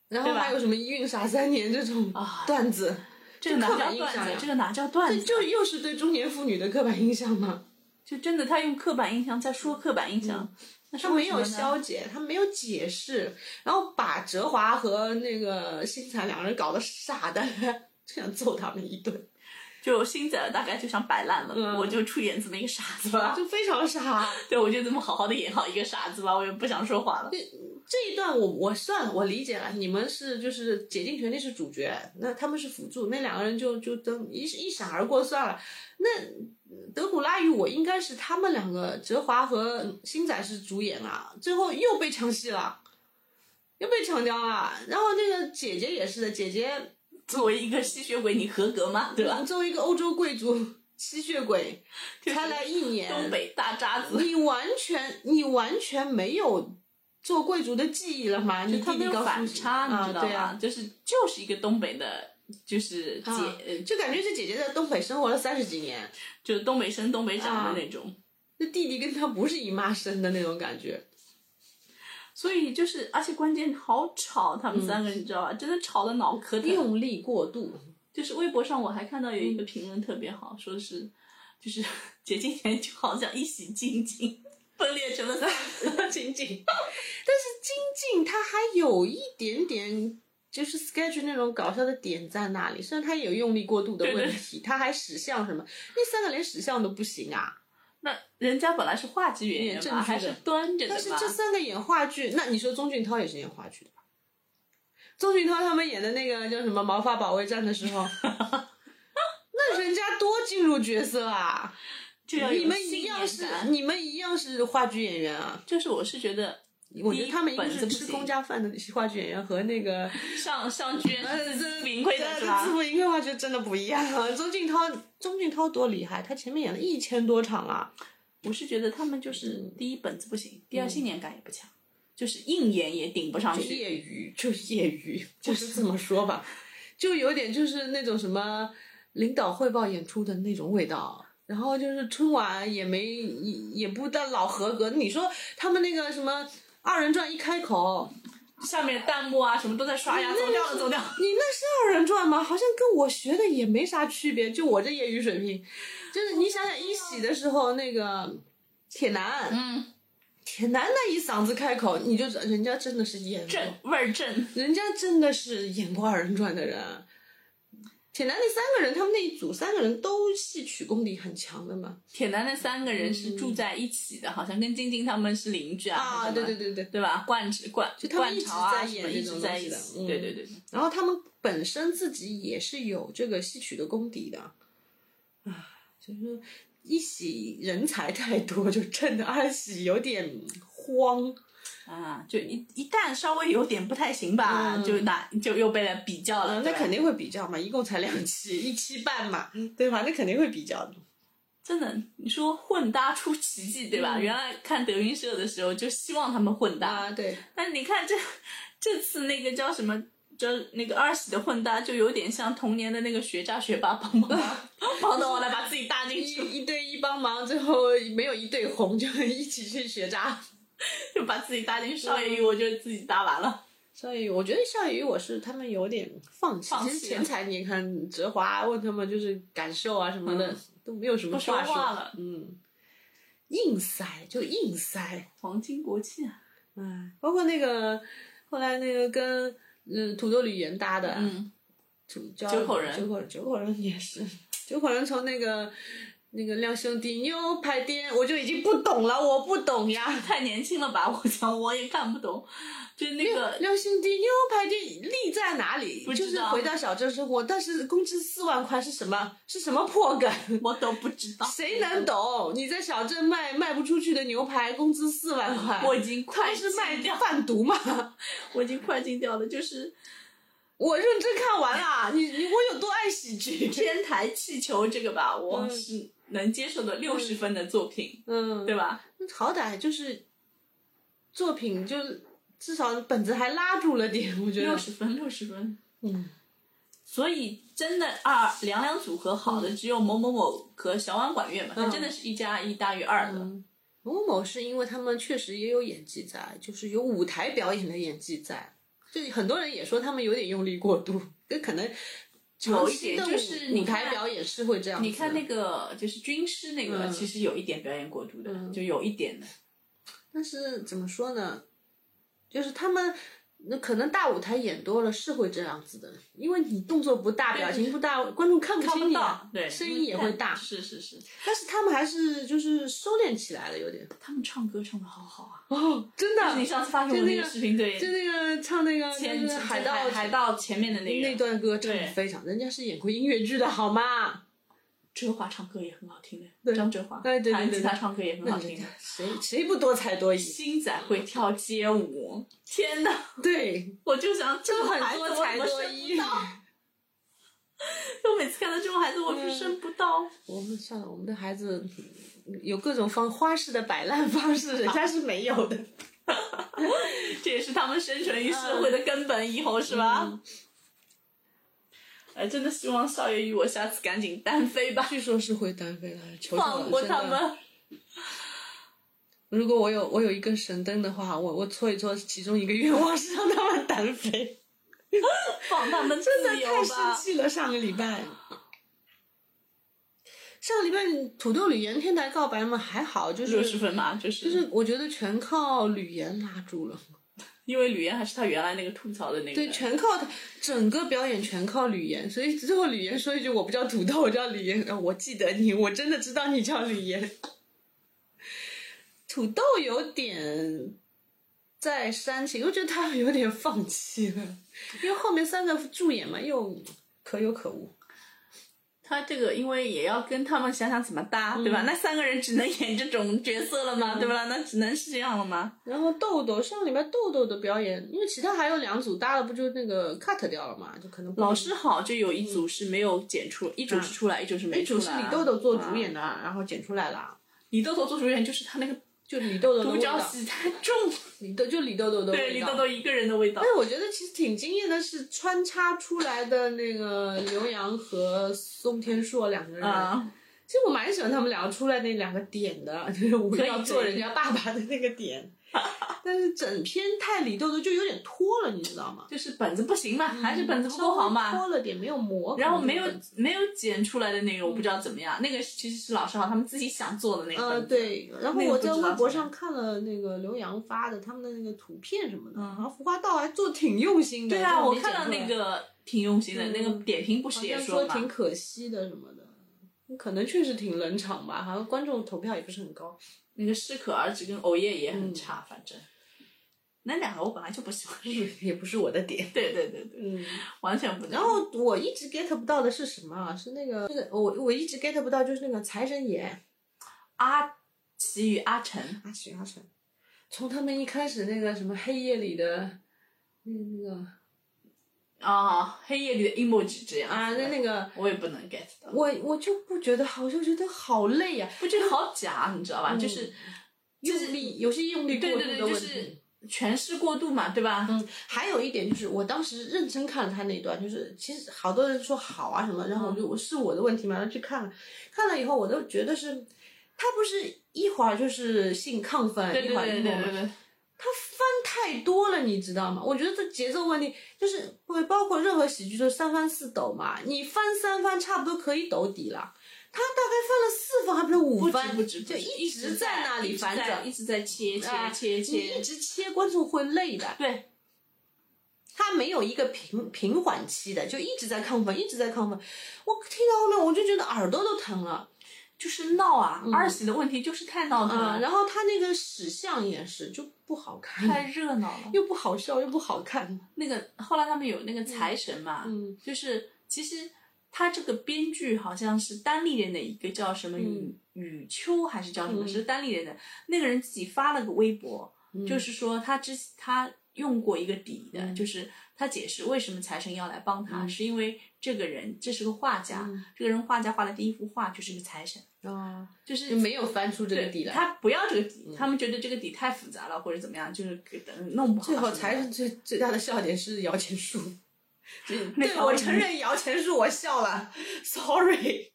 [SPEAKER 2] 然后
[SPEAKER 3] 对吧
[SPEAKER 2] 还有什么一孕傻三年这种
[SPEAKER 3] 啊
[SPEAKER 2] 段子，
[SPEAKER 3] 这个
[SPEAKER 2] 就
[SPEAKER 3] 哪
[SPEAKER 2] 刻
[SPEAKER 3] 叫
[SPEAKER 2] 板印象
[SPEAKER 3] 段
[SPEAKER 2] 呀
[SPEAKER 3] 子？这个哪叫段
[SPEAKER 2] 这
[SPEAKER 3] 子？
[SPEAKER 2] 就又是对中年妇女的刻板印象嘛。
[SPEAKER 3] 就真的，他用刻板印象在说刻板印象，那
[SPEAKER 2] 嗯他
[SPEAKER 3] 说
[SPEAKER 2] 没有
[SPEAKER 3] 什么呢
[SPEAKER 2] 消解，他没有解释，然后把哲华和那个新彩两人搞得傻的，就想揍他们一顿，
[SPEAKER 3] 就星仔大概就想摆烂了，
[SPEAKER 2] 嗯
[SPEAKER 3] 我就出演这么一个傻子吧。
[SPEAKER 2] 就非常傻。
[SPEAKER 3] 对，我就这么好好的演好一个傻子吧，我也不想说话了。
[SPEAKER 2] 这一段我我算了，我理解了，你们是就是竭尽全力是主角，那他们是辅助，那两个人就就灯一一闪而过算了。那德古拉与我应该是他们两个，哲华和星仔是主演啊，最后又被唱戏了，又被唱掉了。然后那个姐姐也是的，姐姐
[SPEAKER 3] 作为一个吸血鬼，你合格吗？对
[SPEAKER 2] 我
[SPEAKER 3] 吧
[SPEAKER 2] 们？作为一个欧洲贵族吸 血鬼，
[SPEAKER 3] 是
[SPEAKER 2] 才来一年，
[SPEAKER 3] 东北大渣子，
[SPEAKER 2] 你完全你完全没有做贵族的记忆了嘛？嗯你
[SPEAKER 3] 就他
[SPEAKER 2] 弟
[SPEAKER 3] 没
[SPEAKER 2] 弟
[SPEAKER 3] 有
[SPEAKER 2] 告诉
[SPEAKER 3] 反
[SPEAKER 2] 你
[SPEAKER 3] 差，
[SPEAKER 2] 啊
[SPEAKER 3] 你知道
[SPEAKER 2] 对
[SPEAKER 3] 吧？
[SPEAKER 2] 啊，
[SPEAKER 3] 就是就是一个东北的，就是姐，
[SPEAKER 2] 啊
[SPEAKER 3] 呃
[SPEAKER 2] 就感觉这姐姐在东北生活了三十几年，
[SPEAKER 3] 就是东北生东北
[SPEAKER 2] 啊
[SPEAKER 3] 长的那种。
[SPEAKER 2] 那弟弟跟他不是姨妈生的那种感觉。
[SPEAKER 3] 所以就是，而且关键好吵，他们三个
[SPEAKER 2] 嗯
[SPEAKER 3] 你知道吧？真的吵得脑壳疼。
[SPEAKER 2] 用力过 度，
[SPEAKER 3] 就是微博上我还看到有一
[SPEAKER 2] 嗯
[SPEAKER 3] 个评论特别好，说是就是 解禁前就好像一洗静静，分裂成了 三个静静。
[SPEAKER 2] 静静他还有一点点。就是 sketch 那种搞笑的点在那里，虽然他也有用力过度的
[SPEAKER 3] 对对
[SPEAKER 2] 问题，他还使相什么，那三个连使相都不行啊。
[SPEAKER 3] 那人家本来是话剧演员
[SPEAKER 2] 演正
[SPEAKER 3] 吧，
[SPEAKER 2] 剧
[SPEAKER 3] 还
[SPEAKER 2] 的
[SPEAKER 3] 是端着的
[SPEAKER 2] 但
[SPEAKER 3] 吧？
[SPEAKER 2] 是这三个演话剧，那你说钟俊涛也是演话剧的吧？钟俊涛他们演的那个叫什么《毛发保卫战》的时候，那人家多进入角色啊！
[SPEAKER 3] 就要有
[SPEAKER 2] 你们
[SPEAKER 3] 信
[SPEAKER 2] 一样
[SPEAKER 3] 念
[SPEAKER 2] 是嗯
[SPEAKER 3] 感，
[SPEAKER 2] 你们一样是话剧演员啊！
[SPEAKER 3] 就是我是觉得
[SPEAKER 2] 我觉
[SPEAKER 3] 第
[SPEAKER 2] 得
[SPEAKER 3] 一
[SPEAKER 2] 他们一个
[SPEAKER 3] 本子
[SPEAKER 2] 是
[SPEAKER 3] 不
[SPEAKER 2] 吃
[SPEAKER 3] 行
[SPEAKER 2] 公家饭的话剧演员和 那个
[SPEAKER 3] 上上剧
[SPEAKER 2] 呃
[SPEAKER 3] 院
[SPEAKER 2] 这
[SPEAKER 3] 是名贵的是吧
[SPEAKER 2] 自？负盈亏话剧真的不一样啊！钟俊涛，钟俊涛多厉害，他前面演了一千多场啊！
[SPEAKER 3] 我是觉得他们
[SPEAKER 2] 嗯
[SPEAKER 3] 就是第一本子不行，第二信念感也不强，就是硬演也顶不上
[SPEAKER 2] 就
[SPEAKER 3] 去。
[SPEAKER 2] 业余，就业余，就是这么说吧，就有点就是那种什么领导汇报演出的那种味道。然后就是春晚也没也也不但老合格，你说他们那个什么二人转一开口，
[SPEAKER 3] 下面弹幕啊什么都在刷呀，走掉了走掉了。
[SPEAKER 2] 你那嗯是二人转吗？好像跟我学的也没啥区别，就我这业余水平，就是你想想一喜的时候那个铁男，
[SPEAKER 3] 嗯，
[SPEAKER 2] 铁男那一嗓子开口，你就知道人家真的是演过
[SPEAKER 3] 正味儿正，
[SPEAKER 2] 人家真的是演过二人转的人。啊铁男那三个人，他们那一组三个人都戏曲功底很强的嘛。
[SPEAKER 3] 铁男那三个人是住在一起的，好像跟晶晶他们是邻居啊。
[SPEAKER 2] 啊，
[SPEAKER 3] 还是
[SPEAKER 2] 对
[SPEAKER 3] 什么
[SPEAKER 2] 对，对对。
[SPEAKER 3] 对吧？冠之冠
[SPEAKER 2] 就他们
[SPEAKER 3] 冠
[SPEAKER 2] 一直
[SPEAKER 3] 朝啊
[SPEAKER 2] 在
[SPEAKER 3] 什
[SPEAKER 2] 演
[SPEAKER 3] 么一
[SPEAKER 2] 这
[SPEAKER 3] 直
[SPEAKER 2] 种
[SPEAKER 3] 在
[SPEAKER 2] 东
[SPEAKER 3] 一
[SPEAKER 2] 西的
[SPEAKER 3] 起，
[SPEAKER 2] 嗯
[SPEAKER 3] 对对对。
[SPEAKER 2] 然后他们本身自己也是有这个戏曲的功底的，啊，所以说一喜人才太多，就衬得二喜有点慌。
[SPEAKER 3] 啊，就一一旦稍微有点不太行吧，
[SPEAKER 2] 嗯
[SPEAKER 3] 就拿就又被人比较了。
[SPEAKER 2] 呃那
[SPEAKER 3] 对吧
[SPEAKER 2] 肯定会比较嘛，一共才两期， 一期半嘛，对吧？那肯定会比较的。
[SPEAKER 3] 真的，你说混搭出奇迹，对吧？
[SPEAKER 2] 嗯
[SPEAKER 3] 原来看德云社的时候就希望他们混搭，，
[SPEAKER 2] 啊对，
[SPEAKER 3] 但你看这 这次那个叫什么？叫那个二喜的混搭就有点像童年的那个学渣学霸帮帮忙帮到我来把自己搭进去，
[SPEAKER 2] 一一对一帮忙，最后没有一对红，就一起去学渣。
[SPEAKER 3] 就 把自己搭进去。少
[SPEAKER 2] 嗯
[SPEAKER 3] 爷与我就自己搭完 了。
[SPEAKER 2] 少爷，我觉得少爷与我是他们有点放弃。
[SPEAKER 3] 放弃
[SPEAKER 2] 其实前台你也看哲华啊问他们就是感受啊什么的，
[SPEAKER 3] 嗯
[SPEAKER 2] 都没有什么
[SPEAKER 3] 不说
[SPEAKER 2] 话
[SPEAKER 3] 话了
[SPEAKER 2] 嗯，硬塞就硬塞，
[SPEAKER 3] 皇亲国戚啊，
[SPEAKER 2] 哎，包括那个后来那个跟嗯土豆吕岩搭的，
[SPEAKER 3] 嗯，
[SPEAKER 2] 主教
[SPEAKER 3] 九口人
[SPEAKER 2] 九口人，九口人也是，九口人从那个那个亮兄弟牛排店，我就已经不懂了，我不懂呀。
[SPEAKER 3] 太年轻了吧？我想我也看不懂，就那个
[SPEAKER 2] 六星级牛排店利在哪里？
[SPEAKER 3] 不
[SPEAKER 2] 就
[SPEAKER 3] 知
[SPEAKER 2] 是
[SPEAKER 3] 道
[SPEAKER 2] 回到小镇生活，但是工资四万块是什么？是什么破梗？
[SPEAKER 3] 我都不知道，
[SPEAKER 2] 谁能懂？你在小镇卖卖不出去的牛排，工资四万块，
[SPEAKER 3] 我已经
[SPEAKER 2] 他
[SPEAKER 3] 快
[SPEAKER 2] 们是卖
[SPEAKER 3] 进掉，
[SPEAKER 2] 贩毒吗？
[SPEAKER 3] 我已经快进掉了，就是
[SPEAKER 2] 我认真看完啦，你你我有多爱喜剧？
[SPEAKER 3] 天台气球这个吧，我
[SPEAKER 2] 嗯
[SPEAKER 3] 是能接受的六十分的作品，
[SPEAKER 2] 嗯，
[SPEAKER 3] 对吧？
[SPEAKER 2] 好歹就是作品就至少本子还拉住了点，我觉
[SPEAKER 3] 六
[SPEAKER 2] 得。
[SPEAKER 3] 十分，六十分。
[SPEAKER 2] 啊嗯，
[SPEAKER 3] 所以真的二两两组合好
[SPEAKER 2] 嗯
[SPEAKER 3] 的只有某某某和小碗管乐嘛，它真的是一加一大于二
[SPEAKER 2] 嗯
[SPEAKER 3] 的。
[SPEAKER 2] 某某是因为他们确实也有演技在，就是有舞台表演的演技在。就很多人也说他们有点用力过度，这可能
[SPEAKER 3] 有一点
[SPEAKER 2] 长期的舞
[SPEAKER 3] 就是你
[SPEAKER 2] 舞台
[SPEAKER 3] 看
[SPEAKER 2] 表演是会这样子。
[SPEAKER 3] 你看那个就是军师那个，
[SPEAKER 2] 嗯
[SPEAKER 3] 其实有一点表演过度的，
[SPEAKER 2] 嗯
[SPEAKER 3] 就有一点的。
[SPEAKER 2] 但是怎么说呢？就是他们那可能大舞台演多了是会这样子的，因为你动作不大，
[SPEAKER 3] 对
[SPEAKER 2] 表情不大，观众看不
[SPEAKER 3] 看
[SPEAKER 2] 清
[SPEAKER 3] 不
[SPEAKER 2] 你
[SPEAKER 3] 到
[SPEAKER 2] 啊，，
[SPEAKER 3] 对，
[SPEAKER 2] 声音也会大。
[SPEAKER 3] 是是是，
[SPEAKER 2] 但是他们还是就是收敛起来了，有点。
[SPEAKER 3] 他们唱歌唱的好好啊！
[SPEAKER 2] 哦，真的
[SPEAKER 3] 就是你上次发给
[SPEAKER 2] 就
[SPEAKER 3] 我
[SPEAKER 2] 那
[SPEAKER 3] 那个
[SPEAKER 2] 个
[SPEAKER 3] 视频，对，
[SPEAKER 2] 就那个唱那个
[SPEAKER 3] 前
[SPEAKER 2] 就是海盗
[SPEAKER 3] 海海盗前面的那个
[SPEAKER 2] 那段歌唱
[SPEAKER 3] 对
[SPEAKER 2] 的非常，人家是演过音乐剧的好吗？
[SPEAKER 3] 哲华唱歌也很好听的，
[SPEAKER 2] 对
[SPEAKER 3] 张哲华
[SPEAKER 2] 哎对对
[SPEAKER 3] 弹
[SPEAKER 2] 对
[SPEAKER 3] 吉他
[SPEAKER 2] 对
[SPEAKER 3] 唱歌也很好
[SPEAKER 2] 那人
[SPEAKER 3] 听
[SPEAKER 2] 家
[SPEAKER 3] 的。
[SPEAKER 2] 谁谁不多才多艺？
[SPEAKER 3] 星仔会跳街舞，天哪！
[SPEAKER 2] 对，
[SPEAKER 3] 我就想，这
[SPEAKER 2] 都
[SPEAKER 3] 种
[SPEAKER 2] 很
[SPEAKER 3] 孩子
[SPEAKER 2] 多才多
[SPEAKER 3] 我
[SPEAKER 2] 艺
[SPEAKER 3] 怎么生不到我每次看到这种孩子，我
[SPEAKER 2] 嗯
[SPEAKER 3] 就生不到。
[SPEAKER 2] 我们算了，我们的孩子有各种方花式的摆烂方式，人家是没有的。
[SPEAKER 3] 这也是他们生存于社会的根本，以后是吧？哎、真的希望少爷与我下次赶紧单飞吧，
[SPEAKER 2] 据说是会单飞了，求求
[SPEAKER 3] 放
[SPEAKER 2] 了
[SPEAKER 3] 过他。
[SPEAKER 2] 真的
[SPEAKER 3] 们。
[SPEAKER 2] 如果我有我有一个神灯的话，我我搓一搓其中一个愿望是让他们单飞。
[SPEAKER 3] 放他们自
[SPEAKER 2] 真的
[SPEAKER 3] 由
[SPEAKER 2] 太生
[SPEAKER 3] 吧。
[SPEAKER 2] 气了，上个礼拜。上个礼拜土豆吕岩天台告白嘛还好，就
[SPEAKER 3] 六十
[SPEAKER 2] 是
[SPEAKER 3] 分嘛，嗯就是
[SPEAKER 2] 就、是我觉得全靠吕岩拉住了，
[SPEAKER 3] 因为吕岩还是他原来那个吐槽的那个
[SPEAKER 2] 对，
[SPEAKER 3] 人，
[SPEAKER 2] 全靠他整个表演全靠吕岩，所以最后吕岩说一句我不叫土豆，我叫吕岩、呃我记得你，我真的知道你叫吕岩。土豆有点在煽情，我觉得他有点放弃了，因为后面三个助演嘛又可有可无。
[SPEAKER 3] 他这个因为也要跟他们想想怎么搭，对吧？那三个人只能演这种角色了嘛，对吧？那只能是这样了嘛。
[SPEAKER 2] 然后豆豆上礼拜豆豆的表演，因为其他还有两组搭了，不就那个 cut 掉了嘛，就可能不
[SPEAKER 3] 老师好就有一组是没有剪出，一组是出嗯来，一组是没
[SPEAKER 2] 一
[SPEAKER 3] 出
[SPEAKER 2] 组是
[SPEAKER 3] 来。啊
[SPEAKER 2] 李豆豆做主演的，啊然后剪出来了，
[SPEAKER 3] 李豆豆做主演就是他那个
[SPEAKER 2] 就李豆豆的
[SPEAKER 3] 独
[SPEAKER 2] 味
[SPEAKER 3] 角
[SPEAKER 2] 道，
[SPEAKER 3] 戏太重，
[SPEAKER 2] 李豆就李豆豆的味道。
[SPEAKER 3] 对李豆豆一个人的味道
[SPEAKER 2] 但。是我觉得其实挺惊艳的是穿插出来的那个刘洋和宋天硕两个人，
[SPEAKER 3] 啊，
[SPEAKER 2] 其实我蛮喜欢他们两个出来那两个点的，就是我
[SPEAKER 3] 可以
[SPEAKER 2] 要做人家爸爸的那个 点。但是整篇太李豆豆就有点拖了，你知道吗？
[SPEAKER 3] 就是本子不行
[SPEAKER 2] 嗯
[SPEAKER 3] 嘛，还是本子不够好
[SPEAKER 2] 稍微
[SPEAKER 3] 嘛。
[SPEAKER 2] 拖了点，没有磨。
[SPEAKER 3] 然后没有
[SPEAKER 2] 可能这个本子
[SPEAKER 3] 没有剪出来的那个，我不知道怎么样。那个其实是老师好他们自己想做的那个
[SPEAKER 2] 呃，
[SPEAKER 3] 本子。
[SPEAKER 2] 对，然后
[SPEAKER 3] 那个
[SPEAKER 2] 我
[SPEAKER 3] 不
[SPEAKER 2] 在
[SPEAKER 3] 知道
[SPEAKER 2] 微博
[SPEAKER 3] 怎么
[SPEAKER 2] 上
[SPEAKER 3] 样
[SPEAKER 2] 看了那个刘洋发的他们的那个图片什么的，
[SPEAKER 3] 嗯
[SPEAKER 2] 然后浮华道还做挺用心的。
[SPEAKER 3] 对啊，
[SPEAKER 2] 就
[SPEAKER 3] 我
[SPEAKER 2] 没
[SPEAKER 3] 看
[SPEAKER 2] 剪
[SPEAKER 3] 到
[SPEAKER 2] 出来
[SPEAKER 3] 那个挺用心的，
[SPEAKER 2] 嗯
[SPEAKER 3] 那个点评不
[SPEAKER 2] 好
[SPEAKER 3] 是也
[SPEAKER 2] 像说
[SPEAKER 3] 嘛
[SPEAKER 2] 挺，可惜的什么的，可能确实挺冷场吧，好像观众投票也不是很高。
[SPEAKER 3] 那个适可而止跟偶夜也很差，
[SPEAKER 2] 嗯
[SPEAKER 3] 反正那两个我本来就不喜欢。
[SPEAKER 2] 也不是我的 点。
[SPEAKER 3] 对对对对，
[SPEAKER 2] 嗯，
[SPEAKER 3] 完全不能。
[SPEAKER 2] 然后我一直 get 不到的是什么啊？是那个，就是我我一直 get 不到，就是那个财神爷
[SPEAKER 3] 阿奇与阿成，
[SPEAKER 2] 阿许阿成，从他们一开始那个什么黑夜里的，那那个
[SPEAKER 3] 啊，黑夜里的 emoji 这样
[SPEAKER 2] 啊，
[SPEAKER 3] 子
[SPEAKER 2] 那那个，
[SPEAKER 3] 我也不能 get 到，
[SPEAKER 2] 我我就不觉得好，我就觉得好累呀、
[SPEAKER 3] 我觉得好假，你知道吧？
[SPEAKER 2] 嗯
[SPEAKER 3] 就是
[SPEAKER 2] 用力有些用力过
[SPEAKER 3] 对
[SPEAKER 2] 度
[SPEAKER 3] 对对，
[SPEAKER 2] 的问题。
[SPEAKER 3] 就是诠释过度嘛，对吧？
[SPEAKER 2] 嗯，还有一点就是，我当时认真看了他那一段，就是其实好多人说好啊什么，然后我
[SPEAKER 3] 嗯
[SPEAKER 2] 就我是我的问题嘛，然后去看了，看了以后我都觉得是，他不是一会儿就是性亢奋，
[SPEAKER 3] 对对
[SPEAKER 2] 一会儿
[SPEAKER 3] 对对
[SPEAKER 2] 一会儿
[SPEAKER 3] 对对，
[SPEAKER 2] 他翻太多了，你知道吗？我觉得这节奏问题就是会包括任何喜剧都是三翻四抖嘛，你翻三翻差不多可以抖底了，他大概翻了四翻还不是
[SPEAKER 3] 不
[SPEAKER 2] 五
[SPEAKER 3] 止
[SPEAKER 2] 翻，
[SPEAKER 3] 不止，不
[SPEAKER 2] 就
[SPEAKER 3] 止
[SPEAKER 2] 一
[SPEAKER 3] 直
[SPEAKER 2] 在那里
[SPEAKER 3] 反
[SPEAKER 2] 翻着，
[SPEAKER 3] 一直在切
[SPEAKER 2] 啊
[SPEAKER 3] 切切
[SPEAKER 2] 你一
[SPEAKER 3] 切，
[SPEAKER 2] 直切观众会累的。
[SPEAKER 3] 对，
[SPEAKER 2] 他没有一个平平缓期的，就一直在亢奋，一直在亢奋。我听到后面我就觉得耳朵都疼了，
[SPEAKER 3] 就是闹啊！二喜的问题就是太闹腾
[SPEAKER 2] 嗯，
[SPEAKER 3] 了，
[SPEAKER 2] 然后他那个屎相也是，就不好看，
[SPEAKER 3] 太热闹了。
[SPEAKER 2] 又不好笑，又不好看。
[SPEAKER 3] 那个后来他们有那个财神嘛，
[SPEAKER 2] 嗯
[SPEAKER 3] 就是其实他这个编剧好像是单立人的一个叫什么雨雨秋还是叫什么，
[SPEAKER 2] 嗯
[SPEAKER 3] 是单立人的那个人自己发了个微博，就是说他之他用过一个底的，
[SPEAKER 2] 嗯
[SPEAKER 3] 就是他解释为什么财神要来帮他，
[SPEAKER 2] 嗯
[SPEAKER 3] 是因为这个人这是个画家，
[SPEAKER 2] 嗯
[SPEAKER 3] 这个人画家画的第一幅画就是个财神，
[SPEAKER 2] 啊，
[SPEAKER 3] 就是
[SPEAKER 2] 就没有翻出这
[SPEAKER 3] 对
[SPEAKER 2] 个底嗯来。
[SPEAKER 3] 他不要这个底，他们觉得这个底太复杂了，或者怎么样，就是给等弄不好什
[SPEAKER 2] 最
[SPEAKER 3] 么的。
[SPEAKER 2] 后财神最最大的笑点是摇钱树，
[SPEAKER 3] 那
[SPEAKER 2] 对
[SPEAKER 3] 条
[SPEAKER 2] 我
[SPEAKER 3] 鱼
[SPEAKER 2] 承认摇钱树我笑了，sorry，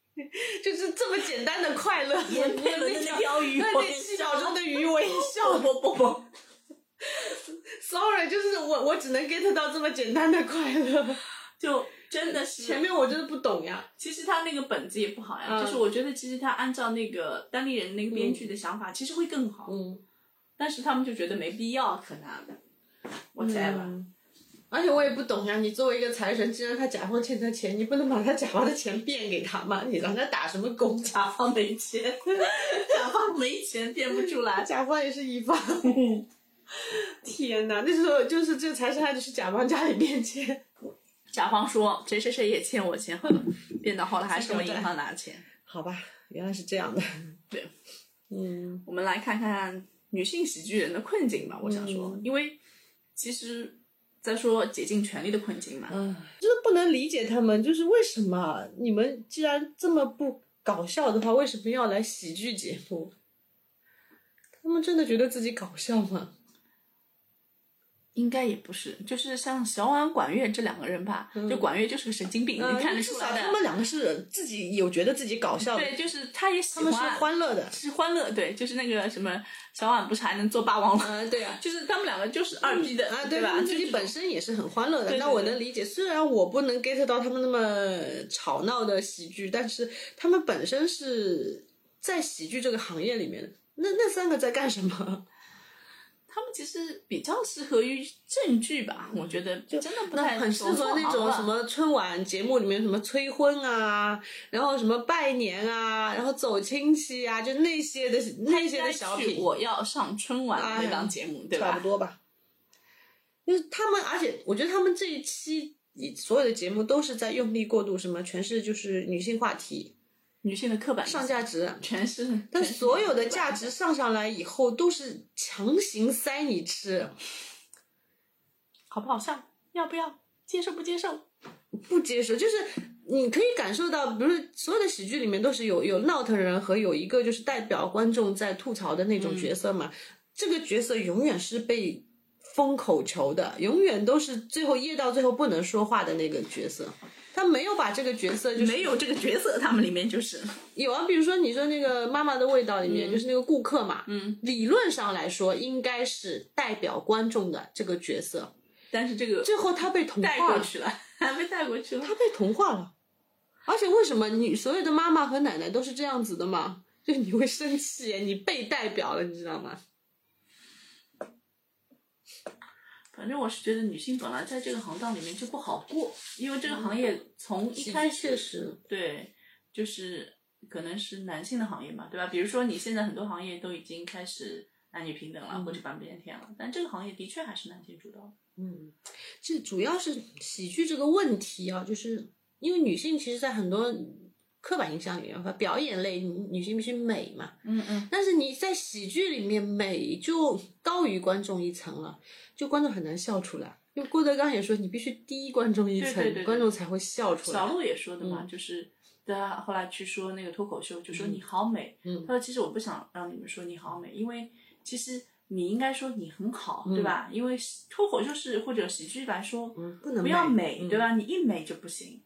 [SPEAKER 2] 就是 这么简单的快乐。我
[SPEAKER 3] 连配 伦的那条 鱼，
[SPEAKER 2] 对
[SPEAKER 3] 我
[SPEAKER 2] 那七秒钟的鱼我也 笑了。
[SPEAKER 3] 不不不，
[SPEAKER 2] Sorry，就是我我只能 get 到这么简单的快乐，
[SPEAKER 3] 就真的是
[SPEAKER 2] 前面我真的不懂呀。
[SPEAKER 3] 其实他那个本子也不好呀，
[SPEAKER 2] 嗯
[SPEAKER 3] 就是我觉得其实他按照那个单立人那个编剧的想法，其实会更好，
[SPEAKER 2] 嗯，
[SPEAKER 3] 但是他们就觉得没必要，可能啊我猜吧。
[SPEAKER 2] 而且我也不懂呀，你作为一个财神，既然他甲方欠他钱，你不能把他甲方的钱变给他吗？你让他打什么工？
[SPEAKER 3] 甲方没钱，甲方没钱变不出 来。
[SPEAKER 2] 甲方也是乙方。
[SPEAKER 3] 嗯
[SPEAKER 2] 天哪，那时候就是这个财神还得去甲方家里变钱，
[SPEAKER 3] 甲方说谁谁谁也欠我钱，变到后来还是我银行拿钱。
[SPEAKER 2] 好吧，原来是这样的。
[SPEAKER 3] 对，
[SPEAKER 2] 嗯，
[SPEAKER 3] 我们来看看女性喜剧人的困境吧，我想说，
[SPEAKER 2] 嗯
[SPEAKER 3] 因为其实在说竭尽全力的困境嘛，
[SPEAKER 2] 啊，就是不不能理解他们，就是为什么你们既然这么不搞笑的话，为什么要来喜剧节目？他们真的觉得自己搞笑吗？
[SPEAKER 3] 应该也不是，就是像小婉、管乐这两个人吧，就管乐就是个神经病，
[SPEAKER 2] 嗯
[SPEAKER 3] 你看得
[SPEAKER 2] 至
[SPEAKER 3] 出
[SPEAKER 2] 少
[SPEAKER 3] 来
[SPEAKER 2] 他
[SPEAKER 3] 的。
[SPEAKER 2] 们两个是自己有觉得自己搞笑的，
[SPEAKER 3] 对，就是他也喜
[SPEAKER 2] 他们是
[SPEAKER 3] 欢
[SPEAKER 2] 欢乐的。
[SPEAKER 3] 是欢乐，对，就是那个什么小婉不是还能做霸王吗？
[SPEAKER 2] 嗯，对 啊。
[SPEAKER 3] 就是他们两个就是二逼的，
[SPEAKER 2] 啊，
[SPEAKER 3] 对
[SPEAKER 2] 他
[SPEAKER 3] 吧？
[SPEAKER 2] 们
[SPEAKER 3] 就
[SPEAKER 2] 自己
[SPEAKER 3] 是
[SPEAKER 2] 本身也是很欢乐的，
[SPEAKER 3] 对
[SPEAKER 2] 那
[SPEAKER 3] 对
[SPEAKER 2] 我
[SPEAKER 3] 对
[SPEAKER 2] 能理解。虽然我不能 get 到他们那么吵闹的喜剧，但是他们本身是在喜剧这个行业里面的。那那三个在干什么？
[SPEAKER 3] 他们其实比较适合于正剧吧，我觉得真的不
[SPEAKER 2] 那
[SPEAKER 3] 太
[SPEAKER 2] 很适合那种什。么春晚节目里面什么催婚啊，然后什么拜年啊，然后走亲戚啊，就那些的那些
[SPEAKER 3] 现在
[SPEAKER 2] 的小品。
[SPEAKER 3] 我要上春晚
[SPEAKER 2] 哎
[SPEAKER 3] 那档节目，对
[SPEAKER 2] 差
[SPEAKER 3] 吧
[SPEAKER 2] 不？多吧。就是他们，而且我觉得他们这一期以所有的节目都是在用力过度，什么全是就是女性话题、
[SPEAKER 3] 女性的刻板印
[SPEAKER 2] 上
[SPEAKER 3] 象
[SPEAKER 2] 价值，
[SPEAKER 3] 全是，
[SPEAKER 2] 但
[SPEAKER 3] 全是
[SPEAKER 2] 所有的
[SPEAKER 3] 刻
[SPEAKER 2] 价
[SPEAKER 3] 板印
[SPEAKER 2] 值上上来以后都是强行塞你吃，
[SPEAKER 3] 象好不好笑，要不要接受不接受？
[SPEAKER 2] 不接受，就是你可以感受到，比如说所有的喜剧里面都是有有闹腾人和有一个就是代表观众在吐槽的那种角色
[SPEAKER 3] 嗯
[SPEAKER 2] 嘛，这个角色永远是被封口球的，永远都是最后噎到最后不能说话的那个角色。他没有把这个角色就是
[SPEAKER 3] 没有这个角色，他们里面就是
[SPEAKER 2] 有啊，比如说你说那个《妈妈的味道》里面、就是那个顾客嘛，
[SPEAKER 3] 嗯，
[SPEAKER 2] 理论上来说应该是代表观众的这个角色，
[SPEAKER 3] 但是这个
[SPEAKER 2] 最后他被同
[SPEAKER 3] 带
[SPEAKER 2] 化
[SPEAKER 3] 过
[SPEAKER 2] 了。
[SPEAKER 3] 去了，还被带过去了
[SPEAKER 2] 他。被同化了。而且为什么你所有的妈妈和奶奶都是这样子的嘛？就你会生气，你被代表了，你知道吗？
[SPEAKER 3] 反正我是觉得女性本来在这个行当里面就不好过，因为这个行业从一开始
[SPEAKER 2] 嗯确实，
[SPEAKER 3] 对，就是可能是男性的行业嘛，对吧？比如说你现在很多行业都已经开始男女平等了，或者半边天了，但这个行业的确还是男性主导。
[SPEAKER 2] 嗯，这主要是喜剧这个问题啊，就是因为女性其实，在很多刻板印象里面，表演类女女性必须美嘛，
[SPEAKER 3] 嗯嗯，
[SPEAKER 2] 但是你在喜剧里面美就高于观众一层了，就观众很难笑出来。因为郭德纲也说，你必须低观众一层，
[SPEAKER 3] 对对对对
[SPEAKER 2] 观众才会笑出来。
[SPEAKER 3] 小鹿也说的嘛，就是大家后来去说那个脱口秀，就说你好美，
[SPEAKER 2] 嗯嗯
[SPEAKER 3] 他说其实我不想让你们说你好美，因为其实你应该说你很好，对吧？因为脱口秀是或者喜剧来说，
[SPEAKER 2] 嗯不能
[SPEAKER 3] 不要
[SPEAKER 2] 美嗯
[SPEAKER 3] 对吧？你一美就不行。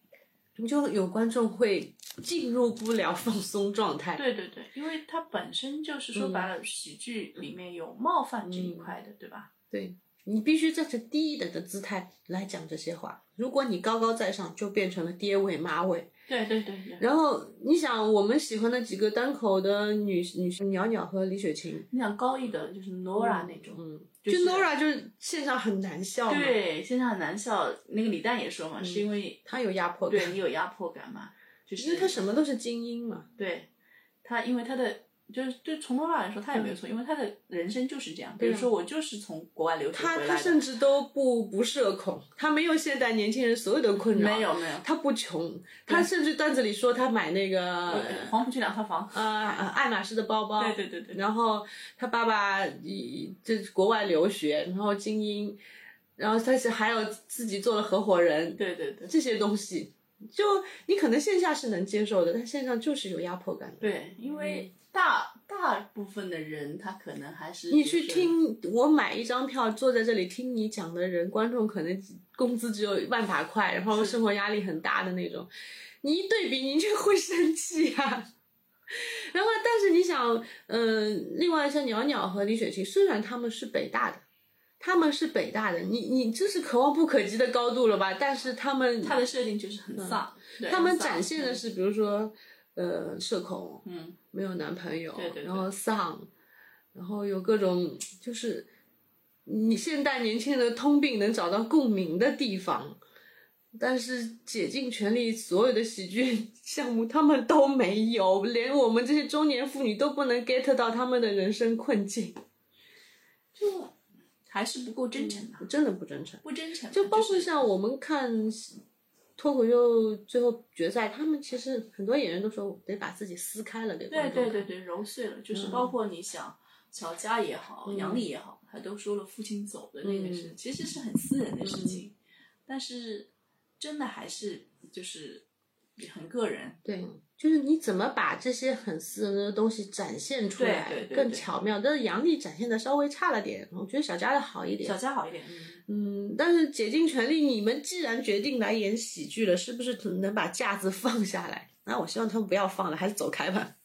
[SPEAKER 2] 就有观众会进入不了放松状态。
[SPEAKER 3] 对对对，因为它本身就是
[SPEAKER 2] 嗯
[SPEAKER 3] 说白了，喜剧里面有冒犯这一块的，对吧？
[SPEAKER 2] 对你必须站着低一等的姿态来讲这些话。如果你高高在上，就变成了爹味妈味。
[SPEAKER 3] 对对对对。
[SPEAKER 2] 然后你想，我们喜欢的几个单口的女女袅袅和李雪琴，
[SPEAKER 3] 你想高一的，就是 Nora 那种，
[SPEAKER 2] 嗯，就
[SPEAKER 3] 就是
[SPEAKER 2] Nora 就是现场很难笑嘛，
[SPEAKER 3] 对，现在很难笑。那个李诞也
[SPEAKER 2] 嗯
[SPEAKER 3] 说嘛，是因为
[SPEAKER 2] 她有压迫
[SPEAKER 3] 对
[SPEAKER 2] 感，
[SPEAKER 3] 你有压迫感嘛，就是
[SPEAKER 2] 因为她什么都是精英嘛。
[SPEAKER 3] 对他，因为他的就是对从 Nora 来说，他也没有错，因为他的人生就是这样。比如说我就是从国外留学
[SPEAKER 2] 她
[SPEAKER 3] 回
[SPEAKER 2] 她
[SPEAKER 3] 来的，
[SPEAKER 2] 甚至都不不社恐，她没有现代年轻人所有的困扰，
[SPEAKER 3] 没有没有，
[SPEAKER 2] 她不穷，她甚至段子里说她买那个
[SPEAKER 3] 呃黄浦区两套房。嗯
[SPEAKER 2] 呃，爱马仕的包包，
[SPEAKER 3] 对对对对
[SPEAKER 2] 然后他爸爸以这国外留学，然后精英，然后他是还有自己做了合伙人，
[SPEAKER 3] 对对对
[SPEAKER 2] 这些东西，就你可能线下是能接受的，但线上就是有压迫感的。
[SPEAKER 3] 对，因
[SPEAKER 2] 嗯
[SPEAKER 3] 为大大部分的人他可能还是
[SPEAKER 2] 你
[SPEAKER 3] 就
[SPEAKER 2] 去
[SPEAKER 3] 是
[SPEAKER 2] 听我买一张票坐在这里听你讲的人，观众可能工资只有万把块，然后
[SPEAKER 3] 是
[SPEAKER 2] 生活压力很大的那种，你一对比，你就会生气啊。然后，但是你想，嗯、另外像袅袅和李雪琴，虽然他们是北大的，他们是北大的，你你这是可望不可及的高度了吧？但是他们
[SPEAKER 3] 他的设定就是很丧，对
[SPEAKER 2] 嗯他们
[SPEAKER 3] 很丧
[SPEAKER 2] 展现的是，比如说，呃，社恐，
[SPEAKER 3] 嗯，
[SPEAKER 2] 没有男朋友，
[SPEAKER 3] 对对对
[SPEAKER 2] 然后丧，然后有各种就是你现代年轻人的通病能找到共鸣的地方，但是竭尽全力所有的喜剧项目他们都没有，连我们这些中年妇女都不能 get 到他们的人生困境，
[SPEAKER 3] 就还是不够真诚吧，
[SPEAKER 2] 真的不真诚。
[SPEAKER 3] 不真诚吧，
[SPEAKER 2] 嗯就包括
[SPEAKER 3] 是
[SPEAKER 2] 像我们看脱口秀最后决赛，他们其实很多演员都说得把自己撕开了给观
[SPEAKER 3] 对
[SPEAKER 2] 众嗯看。
[SPEAKER 3] 对对对，揉碎了，就是包括你想小佳也好，杨笠也好，他都说了父亲走的那个事，
[SPEAKER 2] 嗯
[SPEAKER 3] 其实是很私人的事情，但是。真的还是就是很个人。
[SPEAKER 2] 对，就是你怎么把这些很私人的东西展现出来，
[SPEAKER 3] 对对对
[SPEAKER 2] 更
[SPEAKER 3] 对
[SPEAKER 2] 巧妙。但是杨笠展现的稍微差了点，我觉得小佳的好一点
[SPEAKER 3] 小。佳好一点，
[SPEAKER 2] 嗯，但是竭尽全力，你们既然决定来演喜剧了，是不是能把架子放下来？那我希望他们不要放了，还是走开吧。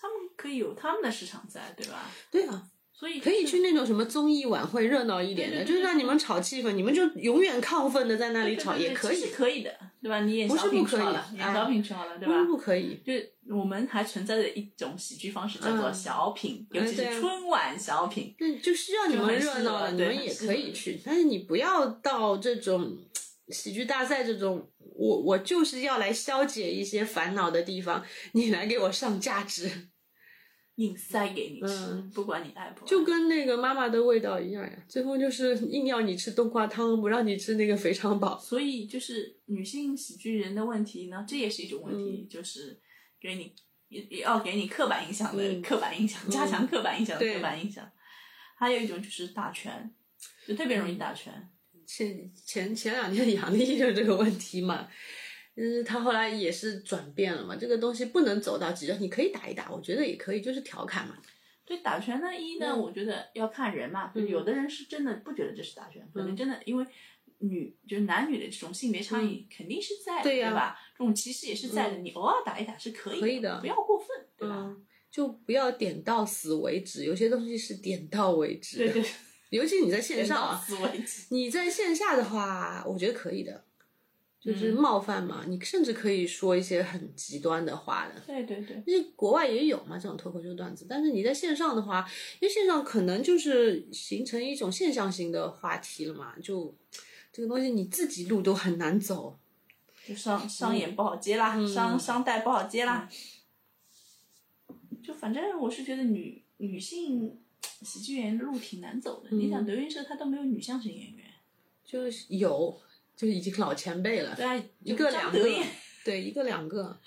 [SPEAKER 3] 他们可以有他们的市场在，对吧？
[SPEAKER 2] 对啊，
[SPEAKER 3] 所以
[SPEAKER 2] 可以
[SPEAKER 3] 就是
[SPEAKER 2] 去那种什么综艺晚会热闹一点的，
[SPEAKER 3] 对对对
[SPEAKER 2] 就是让你们炒气氛，你们就永远亢奋的在那里炒
[SPEAKER 3] 对对
[SPEAKER 2] 也
[SPEAKER 3] 对
[SPEAKER 2] 可以
[SPEAKER 3] 其，实可以的，对吧？你演
[SPEAKER 2] 不是
[SPEAKER 3] 小品
[SPEAKER 2] 不可以
[SPEAKER 3] 就好了，演
[SPEAKER 2] 哎
[SPEAKER 3] 小品就好了，对
[SPEAKER 2] 不
[SPEAKER 3] 吧？
[SPEAKER 2] 是不可以？
[SPEAKER 3] 就是我们还存在着一种喜剧方式，叫做
[SPEAKER 2] 嗯
[SPEAKER 3] 小品，尤其
[SPEAKER 2] 对啊
[SPEAKER 3] 是春晚小品。
[SPEAKER 2] 那就需要你们热闹了，
[SPEAKER 3] 就很适合对
[SPEAKER 2] 你们也
[SPEAKER 3] 很适
[SPEAKER 2] 可
[SPEAKER 3] 合
[SPEAKER 2] 以去，但是你不要到这种喜剧大赛这种，我我就是要来消解一些烦恼的地方，你来给我上价值，
[SPEAKER 3] 硬塞给你吃，
[SPEAKER 2] 嗯
[SPEAKER 3] 不管你爱不爱。
[SPEAKER 2] 就跟那个妈妈的味道一样呀。最后就是硬要你吃冬瓜汤，不让你吃那个肥肠煲。
[SPEAKER 3] 所以就是女性喜剧人的问题呢，这也是一种问题，
[SPEAKER 2] 嗯
[SPEAKER 3] 就是给你也也要给你刻板印象的、
[SPEAKER 2] 嗯
[SPEAKER 3] 刻板印象，加强刻板印象的
[SPEAKER 2] 对
[SPEAKER 3] 刻板印象。还有一种就是打拳，就特别容易
[SPEAKER 2] 嗯
[SPEAKER 3] 打拳。
[SPEAKER 2] 前前前两天杨笠就这个问题嘛，嗯，他后来也是转变了嘛。这个东西不能走到极端，你可以打一打，我觉得也可以，就是调侃嘛。
[SPEAKER 3] 对打拳呢，一呢，
[SPEAKER 2] 嗯
[SPEAKER 3] 我觉得要看人嘛，就
[SPEAKER 2] 嗯
[SPEAKER 3] 有的人是真的不觉得这是打拳，可
[SPEAKER 2] 嗯
[SPEAKER 3] 能真的因为女就是男女的这种性别差异肯定是在的，
[SPEAKER 2] 嗯对呀嗯
[SPEAKER 3] 吧？这种歧视也是在的，你偶尔打一打是可以
[SPEAKER 2] 可以的
[SPEAKER 3] 不要过分，对吧？
[SPEAKER 2] 嗯，就不要点到死为止，有些东西是点到为止的。
[SPEAKER 3] 对 对，
[SPEAKER 2] 尤其你在线 上
[SPEAKER 3] 到
[SPEAKER 2] 啊，
[SPEAKER 3] 此为止。
[SPEAKER 2] 你在线下的话，我觉得可以的，就是
[SPEAKER 3] 嗯
[SPEAKER 2] 冒犯嘛，你甚至可以说一些很极端的话的。
[SPEAKER 3] 对对对，
[SPEAKER 2] 因为国外也有嘛这种脱口秀段子，但是你在线上的话，因为线上可能就是形成一种现象型的话题了嘛，就这个东西你自己路都很难走。
[SPEAKER 3] 就商
[SPEAKER 2] 嗯
[SPEAKER 3] 商演不好接啦，商商代不好接啦。
[SPEAKER 2] 嗯
[SPEAKER 3] 就反正我是觉得女女性喜剧演员的路挺难走的。
[SPEAKER 2] 嗯
[SPEAKER 3] 你想德云社他都没有女相声演员，
[SPEAKER 2] 就是有，就已经老前辈了，
[SPEAKER 3] 对啊，
[SPEAKER 2] 一个
[SPEAKER 3] 就
[SPEAKER 2] 两
[SPEAKER 3] 张
[SPEAKER 2] 个
[SPEAKER 3] 德彦，
[SPEAKER 2] 对，一个 两个，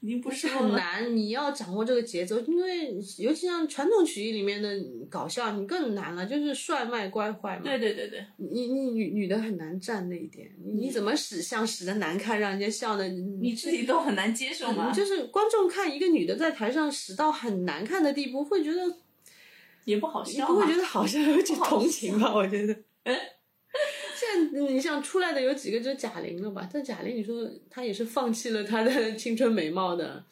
[SPEAKER 3] 已经不
[SPEAKER 2] 不是
[SPEAKER 3] 是
[SPEAKER 2] 很难，你要掌握这个节奏，因为尤其像传统曲艺里面的搞笑，你更难了，就是帅卖乖坏嘛。
[SPEAKER 3] 对对对对，
[SPEAKER 2] 你你女女的很难站那一点，你你怎么使相使得难看，让人家笑呢？你
[SPEAKER 3] 嗯你自己都很难接受嘛，
[SPEAKER 2] 嗯就是观众看一个女的在台上使到很难看的地步，会觉得
[SPEAKER 3] 也不好
[SPEAKER 2] 你
[SPEAKER 3] 笑
[SPEAKER 2] 不
[SPEAKER 3] 嘛
[SPEAKER 2] 会觉。得好笑，有点同情吧？我觉得。 现在你像出来的有几个就是贾玲了吧？但贾玲，你说她也是放弃了她的青春美貌
[SPEAKER 3] 啊
[SPEAKER 2] 的。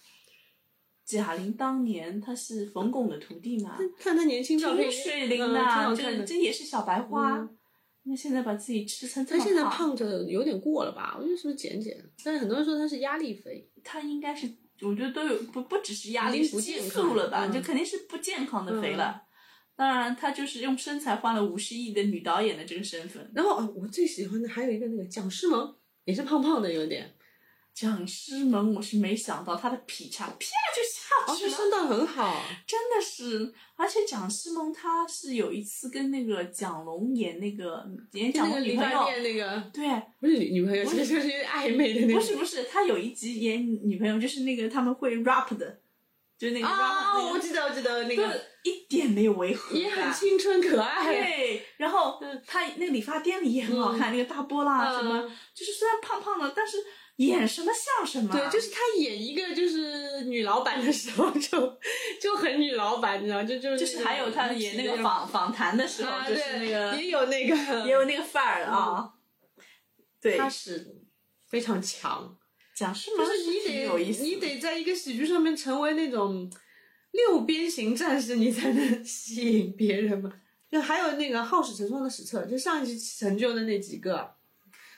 [SPEAKER 3] 贾玲当年她是冯巩的徒弟嘛，
[SPEAKER 2] 看她年轻照片，
[SPEAKER 3] 挺水灵
[SPEAKER 2] 嗯挺
[SPEAKER 3] 呐，
[SPEAKER 2] 好看
[SPEAKER 3] 这
[SPEAKER 2] 的。嗯
[SPEAKER 3] 这也是小白花。那现在把自己吃成这
[SPEAKER 2] 她
[SPEAKER 3] 么
[SPEAKER 2] 现在胖着有点过了吧？我觉得是不是减减？但是很多人说她是压力肥，
[SPEAKER 3] 他应该是，我觉得都有不不只是压
[SPEAKER 2] 已
[SPEAKER 3] 力，
[SPEAKER 2] 经不
[SPEAKER 3] 是激
[SPEAKER 2] 健
[SPEAKER 3] 素
[SPEAKER 2] 康
[SPEAKER 3] 了吧，
[SPEAKER 2] 嗯
[SPEAKER 3] 就肯定是不健康的肥了。当然，他就是用身材换了五十亿的女导演的这个身份，
[SPEAKER 2] 然后哦我最喜欢的还有一个那个蒋诗萌，也是胖胖的有点，
[SPEAKER 3] 蒋诗萌，我是没想到她的劈叉啪就下
[SPEAKER 2] 哦，
[SPEAKER 3] 去
[SPEAKER 2] 她
[SPEAKER 3] 了，
[SPEAKER 2] 身段很好，
[SPEAKER 3] 真的是。而且蒋诗萌她是有一次跟那个蒋龙演那个演
[SPEAKER 2] 就
[SPEAKER 3] 蒋
[SPEAKER 2] 那个
[SPEAKER 3] 龙女
[SPEAKER 2] 理
[SPEAKER 3] 朋
[SPEAKER 2] 发
[SPEAKER 3] 友，
[SPEAKER 2] 店那个
[SPEAKER 3] 对，
[SPEAKER 2] 不是女女朋友，其实就是有点暧昧的
[SPEAKER 3] 不
[SPEAKER 2] 那个。
[SPEAKER 3] 是不是，她有一集演女朋友，就是那个他们会 rap 的，就是那个 rap
[SPEAKER 2] 啊，
[SPEAKER 3] 的
[SPEAKER 2] 我
[SPEAKER 3] 那
[SPEAKER 2] 记得我记得那
[SPEAKER 3] 个，
[SPEAKER 2] 个
[SPEAKER 3] 就一点没有违和感，
[SPEAKER 2] 也很青春可爱，
[SPEAKER 3] 对，然后呃他那个理发店里也很好看，那个大波浪啊什么，
[SPEAKER 2] 嗯
[SPEAKER 3] 就是虽然胖胖的，但是演什么像什么。啊
[SPEAKER 2] 对，就是她演一个就是女老板的时候就 就很女老板，你知道，就就
[SPEAKER 3] 就是还有他演那个
[SPEAKER 2] 房，
[SPEAKER 3] 访访谈的时
[SPEAKER 2] 啊
[SPEAKER 3] 候，就是那个
[SPEAKER 2] 对，也有嗯那个
[SPEAKER 3] 也有那个范儿啊。对，
[SPEAKER 2] 她是非常强。
[SPEAKER 3] 讲是
[SPEAKER 2] 就
[SPEAKER 3] 不
[SPEAKER 2] 是你
[SPEAKER 3] 挺 有
[SPEAKER 2] 得
[SPEAKER 3] 意思的，
[SPEAKER 2] 你得在一个喜剧上面成为那种六边形战士，你才能 吸引别人嘛。就还有那个好事成双的史册，就上一期成就的那几个，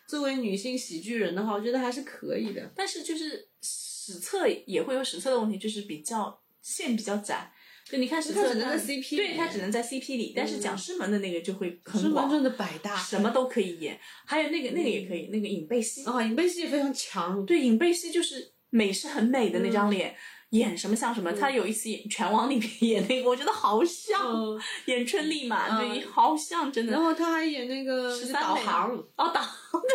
[SPEAKER 2] 作为女性喜剧人的话，我觉得还是可以的。
[SPEAKER 3] 但是就是史册也会有史册的问题，就是比较线比较窄。就你看史册它，
[SPEAKER 2] 它只能在 CP
[SPEAKER 3] 对，
[SPEAKER 2] 里嗯
[SPEAKER 3] 它只能在 CP 里。但是讲师门的那个就会很
[SPEAKER 2] 观
[SPEAKER 3] 广，
[SPEAKER 2] 众的百大，
[SPEAKER 3] 什么都可以演。还有那个那个也可以，那个尹贝希
[SPEAKER 2] 啊，尹贝希也非常 强，
[SPEAKER 3] 对，尹贝希就是美是很美的那
[SPEAKER 5] 嗯
[SPEAKER 3] 张脸，演什么像什么。她有一次演《拳王》里面演那个，我觉得好像、
[SPEAKER 2] 嗯
[SPEAKER 3] 演春丽嘛，
[SPEAKER 2] 嗯
[SPEAKER 3] 对，好像真的。
[SPEAKER 2] 然后他还演那个
[SPEAKER 3] 13
[SPEAKER 2] 导
[SPEAKER 3] 美
[SPEAKER 2] 航，
[SPEAKER 3] 哦，导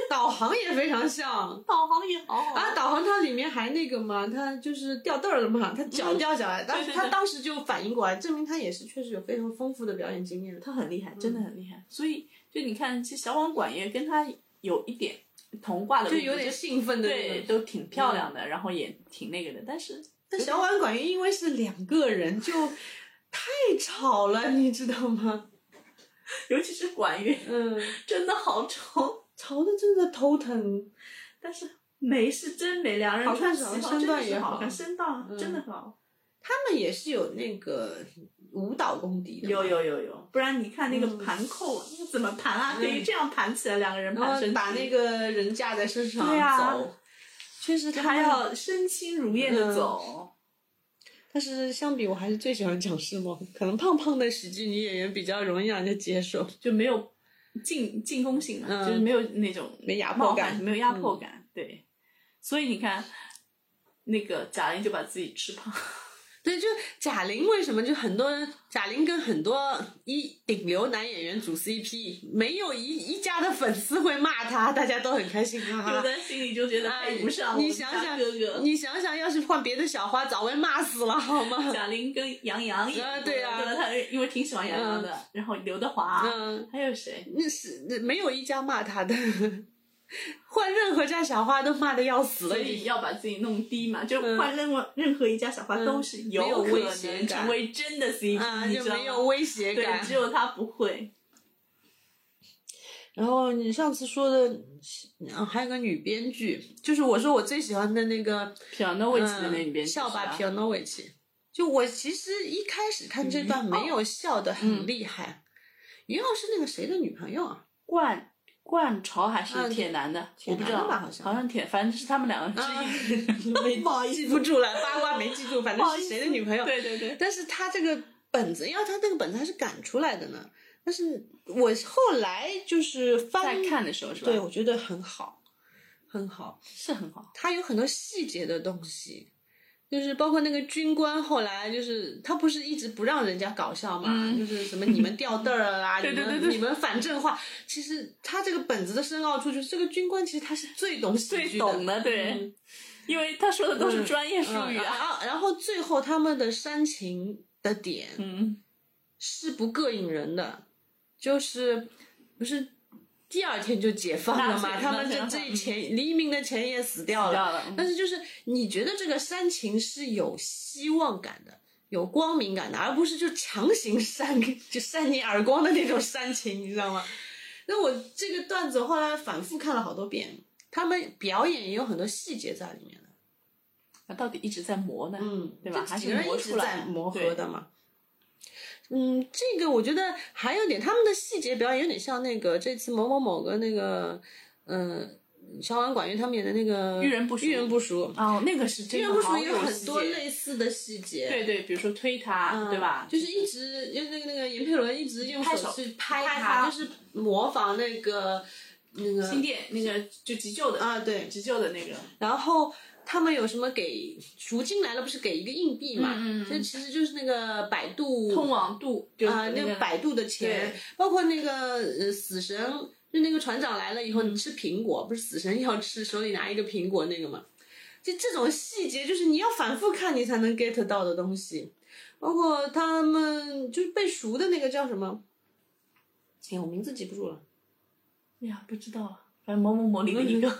[SPEAKER 2] 导航也非常像。
[SPEAKER 3] 导航也好好
[SPEAKER 2] 啊，导航它里面还那个嘛，它就是掉凳儿了嘛，它脚掉下来，但
[SPEAKER 3] 嗯
[SPEAKER 2] 是
[SPEAKER 3] 对对
[SPEAKER 2] 他
[SPEAKER 3] 对
[SPEAKER 2] 当时就反应过来，证明他也是确实有非常丰富的表演经验。
[SPEAKER 5] 嗯
[SPEAKER 3] 他很厉害，真的很厉害。所以就你看，其实小网管也跟他有一点童话的
[SPEAKER 5] 就
[SPEAKER 3] 路子，
[SPEAKER 5] 有点兴奋的那
[SPEAKER 3] 对，
[SPEAKER 5] 种。嗯
[SPEAKER 3] 都挺漂亮的，然后也挺那个的，但是
[SPEAKER 5] 但小婉管乐因为是两个人，就太吵了，你知道吗？
[SPEAKER 3] 尤其是管乐
[SPEAKER 5] 嗯，
[SPEAKER 3] 真的好丑，
[SPEAKER 5] 吵的真的头疼。
[SPEAKER 3] 但是梅是真美，两人
[SPEAKER 5] 好看
[SPEAKER 3] 穿旗
[SPEAKER 5] 是吧
[SPEAKER 3] 袍真
[SPEAKER 5] 身
[SPEAKER 3] 的
[SPEAKER 5] 段
[SPEAKER 3] 是
[SPEAKER 5] 也
[SPEAKER 3] 好
[SPEAKER 5] 好嗯
[SPEAKER 3] 看，身段真的很好。
[SPEAKER 5] 他们也是有那个舞蹈功底的嘛，
[SPEAKER 3] 有有有有，不然你看那
[SPEAKER 2] 嗯
[SPEAKER 3] 个盘扣，那个怎么盘啊？可以这样盘起来，两个人
[SPEAKER 5] 然
[SPEAKER 3] 盘
[SPEAKER 5] 后
[SPEAKER 3] 身体
[SPEAKER 5] 把那个人架在身上
[SPEAKER 3] 对啊
[SPEAKER 5] 走。确实，
[SPEAKER 3] 他要身轻如燕
[SPEAKER 2] 嗯
[SPEAKER 3] 的走，
[SPEAKER 2] 但是相比，我还是最喜欢蒋诗萌。可能胖胖的喜剧女演员比较容易让人家接受。
[SPEAKER 3] 就没有进进攻性了，
[SPEAKER 2] 嗯
[SPEAKER 3] 就是没有那种
[SPEAKER 2] 没压
[SPEAKER 3] 冒
[SPEAKER 2] 迫
[SPEAKER 3] 犯
[SPEAKER 2] 感嗯
[SPEAKER 3] 没有压迫感。对，所以你看，那个贾玲就把自己吃胖，
[SPEAKER 2] 对，就贾玲为什么就很多人，贾玲跟很多一顶流男演员组 CP，没有一一家的粉丝会骂她，大家都很开心，哈
[SPEAKER 3] 就
[SPEAKER 2] 哈。
[SPEAKER 3] 在心里就觉得配不上我
[SPEAKER 2] 啊哎你
[SPEAKER 3] 们
[SPEAKER 2] 想
[SPEAKER 3] 家
[SPEAKER 2] 想
[SPEAKER 3] 哥哥。
[SPEAKER 2] 你想想，要是换别的小花，早被骂死了，好吗？
[SPEAKER 3] 贾玲跟杨洋也
[SPEAKER 2] 啊对啊
[SPEAKER 3] 吧她因为挺喜欢杨洋的，然后刘德华，
[SPEAKER 2] 嗯
[SPEAKER 3] 还有谁？
[SPEAKER 2] 那是那没有一家骂她的，换任何家小花都骂的要死了
[SPEAKER 3] 所
[SPEAKER 2] 已经。
[SPEAKER 3] 以要把自己弄低嘛，就换任何任何一家小花都是
[SPEAKER 2] 嗯没有
[SPEAKER 3] 有可
[SPEAKER 2] 威胁
[SPEAKER 3] 能
[SPEAKER 2] 感
[SPEAKER 3] 成为真的 CP，、
[SPEAKER 2] 啊，
[SPEAKER 3] 你
[SPEAKER 2] 就
[SPEAKER 3] 知道
[SPEAKER 2] 没有
[SPEAKER 3] 吗？
[SPEAKER 2] 威胁
[SPEAKER 3] 对，
[SPEAKER 2] 感
[SPEAKER 3] 只。有他不会。
[SPEAKER 2] 然后你上次说的，啊，还有个女编剧，就是我说我最喜欢的那个
[SPEAKER 3] 皮尔诺维奇的那里边，
[SPEAKER 2] 嗯笑吧，
[SPEAKER 3] 吧
[SPEAKER 2] 皮尔诺维奇。就我其实一开始看这
[SPEAKER 3] 嗯
[SPEAKER 2] 段没
[SPEAKER 3] 哦
[SPEAKER 2] 有笑的很厉害，于、浩是那个谁的女朋友 啊？
[SPEAKER 3] 冠冠潮还是铁男的，
[SPEAKER 2] 铁
[SPEAKER 3] 我不知道，
[SPEAKER 2] 男吧好像
[SPEAKER 3] 铁，反正是他们两个之
[SPEAKER 2] 啊
[SPEAKER 3] 一。
[SPEAKER 2] 没记不住了，八卦没记住，反啊 正是谁的女朋友？嗯
[SPEAKER 3] 对对对，
[SPEAKER 2] 但是他这个本子，要他那个本子还是赶出来的呢。但是我后来就是翻
[SPEAKER 3] 在，看的时候是吧？
[SPEAKER 2] 对我觉得很好，很好。
[SPEAKER 3] 是很好。
[SPEAKER 2] 它有很多细节的东西，就是包括那个军官后来就是他不是一直不让人家搞笑嘛，就是什么你们掉凳儿 啦，
[SPEAKER 3] 嗯对对
[SPEAKER 2] 你们
[SPEAKER 3] 对对
[SPEAKER 2] 你们反正话，其实他这个本子的深奥处就是这个军官其实他是最懂喜
[SPEAKER 3] 最
[SPEAKER 2] 剧
[SPEAKER 3] 懂
[SPEAKER 2] 的。
[SPEAKER 3] 的，对，因为他说的都是专业术
[SPEAKER 2] 嗯
[SPEAKER 3] 语啊。
[SPEAKER 2] 啊，然后最后他们的煽情的点
[SPEAKER 3] 嗯，
[SPEAKER 2] 是不膈应人的，就是不是第二天就解放了
[SPEAKER 3] 那
[SPEAKER 2] 嘛？
[SPEAKER 3] 是
[SPEAKER 2] 他
[SPEAKER 3] 那
[SPEAKER 2] 们
[SPEAKER 3] 是
[SPEAKER 2] 这
[SPEAKER 3] 那是
[SPEAKER 2] 这前黎明的前夜死掉
[SPEAKER 3] 知
[SPEAKER 2] 了，
[SPEAKER 3] 道了。
[SPEAKER 2] 但是就是你觉得这个煽情是有希望感的，有光明感的，而不是就强行扇 就扇你耳光的那种煽情，你知道吗？那我这个段子后来反复看了好多遍，他们表演也有很多细节在里面的，
[SPEAKER 3] 那啊到底一直在磨呢？
[SPEAKER 2] 嗯，
[SPEAKER 3] 对吧？
[SPEAKER 2] 这
[SPEAKER 3] 还
[SPEAKER 2] 几
[SPEAKER 3] 是
[SPEAKER 2] 个人
[SPEAKER 3] 磨
[SPEAKER 2] 一直
[SPEAKER 3] 出来
[SPEAKER 2] 在磨合
[SPEAKER 3] 对
[SPEAKER 2] 的嘛。嗯，这个我觉得还有点他们的细节表演有点像那个这次某某某个那个，呃，小婉管乐他们演的那个
[SPEAKER 3] 遇人不淑
[SPEAKER 2] 遇人不淑，
[SPEAKER 3] 哦，那个是真
[SPEAKER 2] 因
[SPEAKER 3] 的
[SPEAKER 2] 为不熟
[SPEAKER 3] 好
[SPEAKER 2] 也
[SPEAKER 3] 有
[SPEAKER 2] 很
[SPEAKER 3] 细
[SPEAKER 2] 多
[SPEAKER 3] 节
[SPEAKER 2] 类似的细节，
[SPEAKER 3] 对对，比如说推他，
[SPEAKER 2] 嗯
[SPEAKER 3] 对吧？
[SPEAKER 2] 就是一直用那个那个严佩伦一直用
[SPEAKER 3] 拍手
[SPEAKER 2] 去拍
[SPEAKER 3] 拍
[SPEAKER 2] 他，
[SPEAKER 3] 他
[SPEAKER 2] 就是模仿那个那个
[SPEAKER 3] 新店那个就急救的
[SPEAKER 2] 啊对，嗯
[SPEAKER 3] 急救的那个，
[SPEAKER 2] 然后他们有什么给赎金来了不是给一个硬币嘛，
[SPEAKER 3] 嗯嗯嗯
[SPEAKER 2] 这其实就是那个百度
[SPEAKER 3] 通往度就是
[SPEAKER 2] 啊、那
[SPEAKER 3] 那
[SPEAKER 2] 个
[SPEAKER 3] 个
[SPEAKER 2] 百度的钱
[SPEAKER 3] 对，
[SPEAKER 2] 包括那个呃死神，就那个船长来了以后，
[SPEAKER 3] 嗯
[SPEAKER 2] 你吃苹果，不是死神要吃，手里拿一个苹果那个嘛，就这种细节，就是你要反复看你才能 get 到的东西，包括他们就是被赎的那个叫什么？哎，我名字记不住了。
[SPEAKER 3] 哎呀，不知道了，反正某某某里面一个，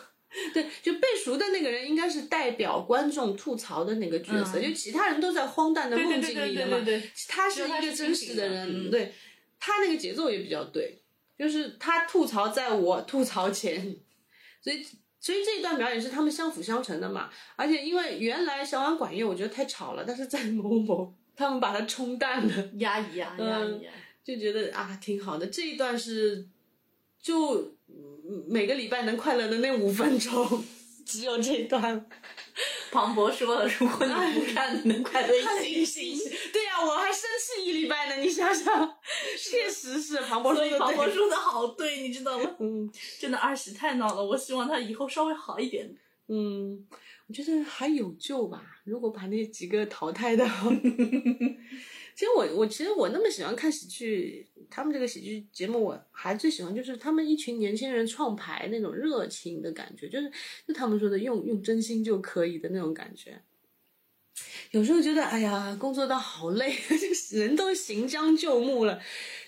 [SPEAKER 2] 对，就被赎的那个人应该是代表观众吐槽的那个角色，
[SPEAKER 3] 嗯
[SPEAKER 2] 就其他人都在荒诞的
[SPEAKER 3] 对 对
[SPEAKER 2] 梦
[SPEAKER 3] 对
[SPEAKER 2] 境
[SPEAKER 3] 对
[SPEAKER 2] 里的
[SPEAKER 3] 对
[SPEAKER 2] 嘛
[SPEAKER 3] 对。对，
[SPEAKER 2] 他是
[SPEAKER 3] 只有他
[SPEAKER 2] 一个
[SPEAKER 3] 是
[SPEAKER 2] 真
[SPEAKER 3] 清
[SPEAKER 2] 实
[SPEAKER 3] 醒
[SPEAKER 2] 的
[SPEAKER 3] 的
[SPEAKER 2] 人，
[SPEAKER 3] 嗯
[SPEAKER 2] 对他那个节奏也比较对，就是他吐槽在我吐槽前，所以所以这一段表演是他们相辅相成的嘛。而且因为原来小婉管乐我觉得太吵了，但是在某某他们把它冲淡了，
[SPEAKER 3] 压抑啊压
[SPEAKER 2] 嗯
[SPEAKER 3] 抑啊，
[SPEAKER 2] 就觉得啊挺好的。这一段是就嗯每个礼拜能快乐的那五分钟，只有这段。
[SPEAKER 3] 庞博说了，如果
[SPEAKER 2] 嗯
[SPEAKER 3] 你不看，能快乐一星星。
[SPEAKER 2] 对呀、我还生气一礼拜呢，你想想，确实是庞博说
[SPEAKER 3] 所
[SPEAKER 2] 的
[SPEAKER 3] 以庞博
[SPEAKER 2] 对。
[SPEAKER 3] 说的好对，你知道吗？
[SPEAKER 2] 嗯，
[SPEAKER 3] 真的二喜太闹了，我希望他以后稍微好一点。
[SPEAKER 2] 嗯，我觉得还有救吧。如果把那几个淘汰掉，其实我我其实我那么喜欢看喜剧，他们这个喜剧节目，我还最喜欢就是他们一群年轻人创牌那种热情的感觉，就是就他们说的用用真心就可以的那种感觉。 有时候觉得哎呀，工作到好累，人都行将就木了，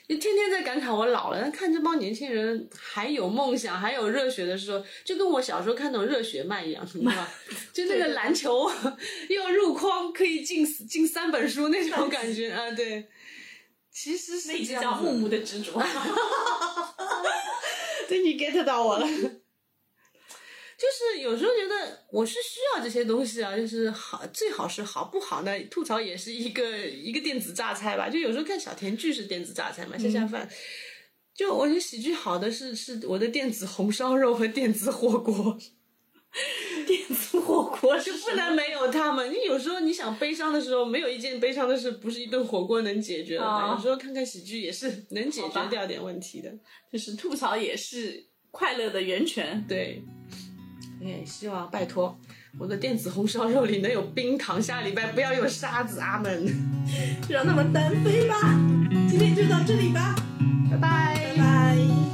[SPEAKER 2] 就天天在感慨我老了，但看这帮年轻人还有梦想，还有热血的时候，就跟我小时候看那种热血漫一样，你知道吗？就那个篮球 又入框，可以进进三本书那种感觉啊，对。其实是
[SPEAKER 3] 那已
[SPEAKER 2] 这
[SPEAKER 3] 经
[SPEAKER 2] 样
[SPEAKER 3] 叫
[SPEAKER 2] 子
[SPEAKER 3] 木木的执着。
[SPEAKER 2] 对你 get 到我了。 就是有时候觉得我是需要这些东西啊，就是好最好是好不好呢？吐槽也是一个一个电子榨菜吧。就有时候看小甜剧是电子榨菜嘛，下下饭。就我觉得喜剧好的是是我的电子红烧肉和电子火锅，
[SPEAKER 3] 电子火锅是
[SPEAKER 2] 就不能没有他们。你有时候你想悲伤的时候，没有一件悲伤的事不是一顿火锅能解决的吧？
[SPEAKER 3] 哦
[SPEAKER 2] 有时候看看喜剧也是能解
[SPEAKER 3] 好
[SPEAKER 2] 决
[SPEAKER 3] 吧
[SPEAKER 2] 掉点问题的。
[SPEAKER 3] 就是吐槽也是快乐的源泉。
[SPEAKER 2] 对，哎，希望拜托，我的电子红烧肉里能有冰糖，下礼拜不要有沙子，阿门，
[SPEAKER 3] 就让他们单飞吧。今天就到这里吧，
[SPEAKER 2] 拜拜
[SPEAKER 3] 拜拜。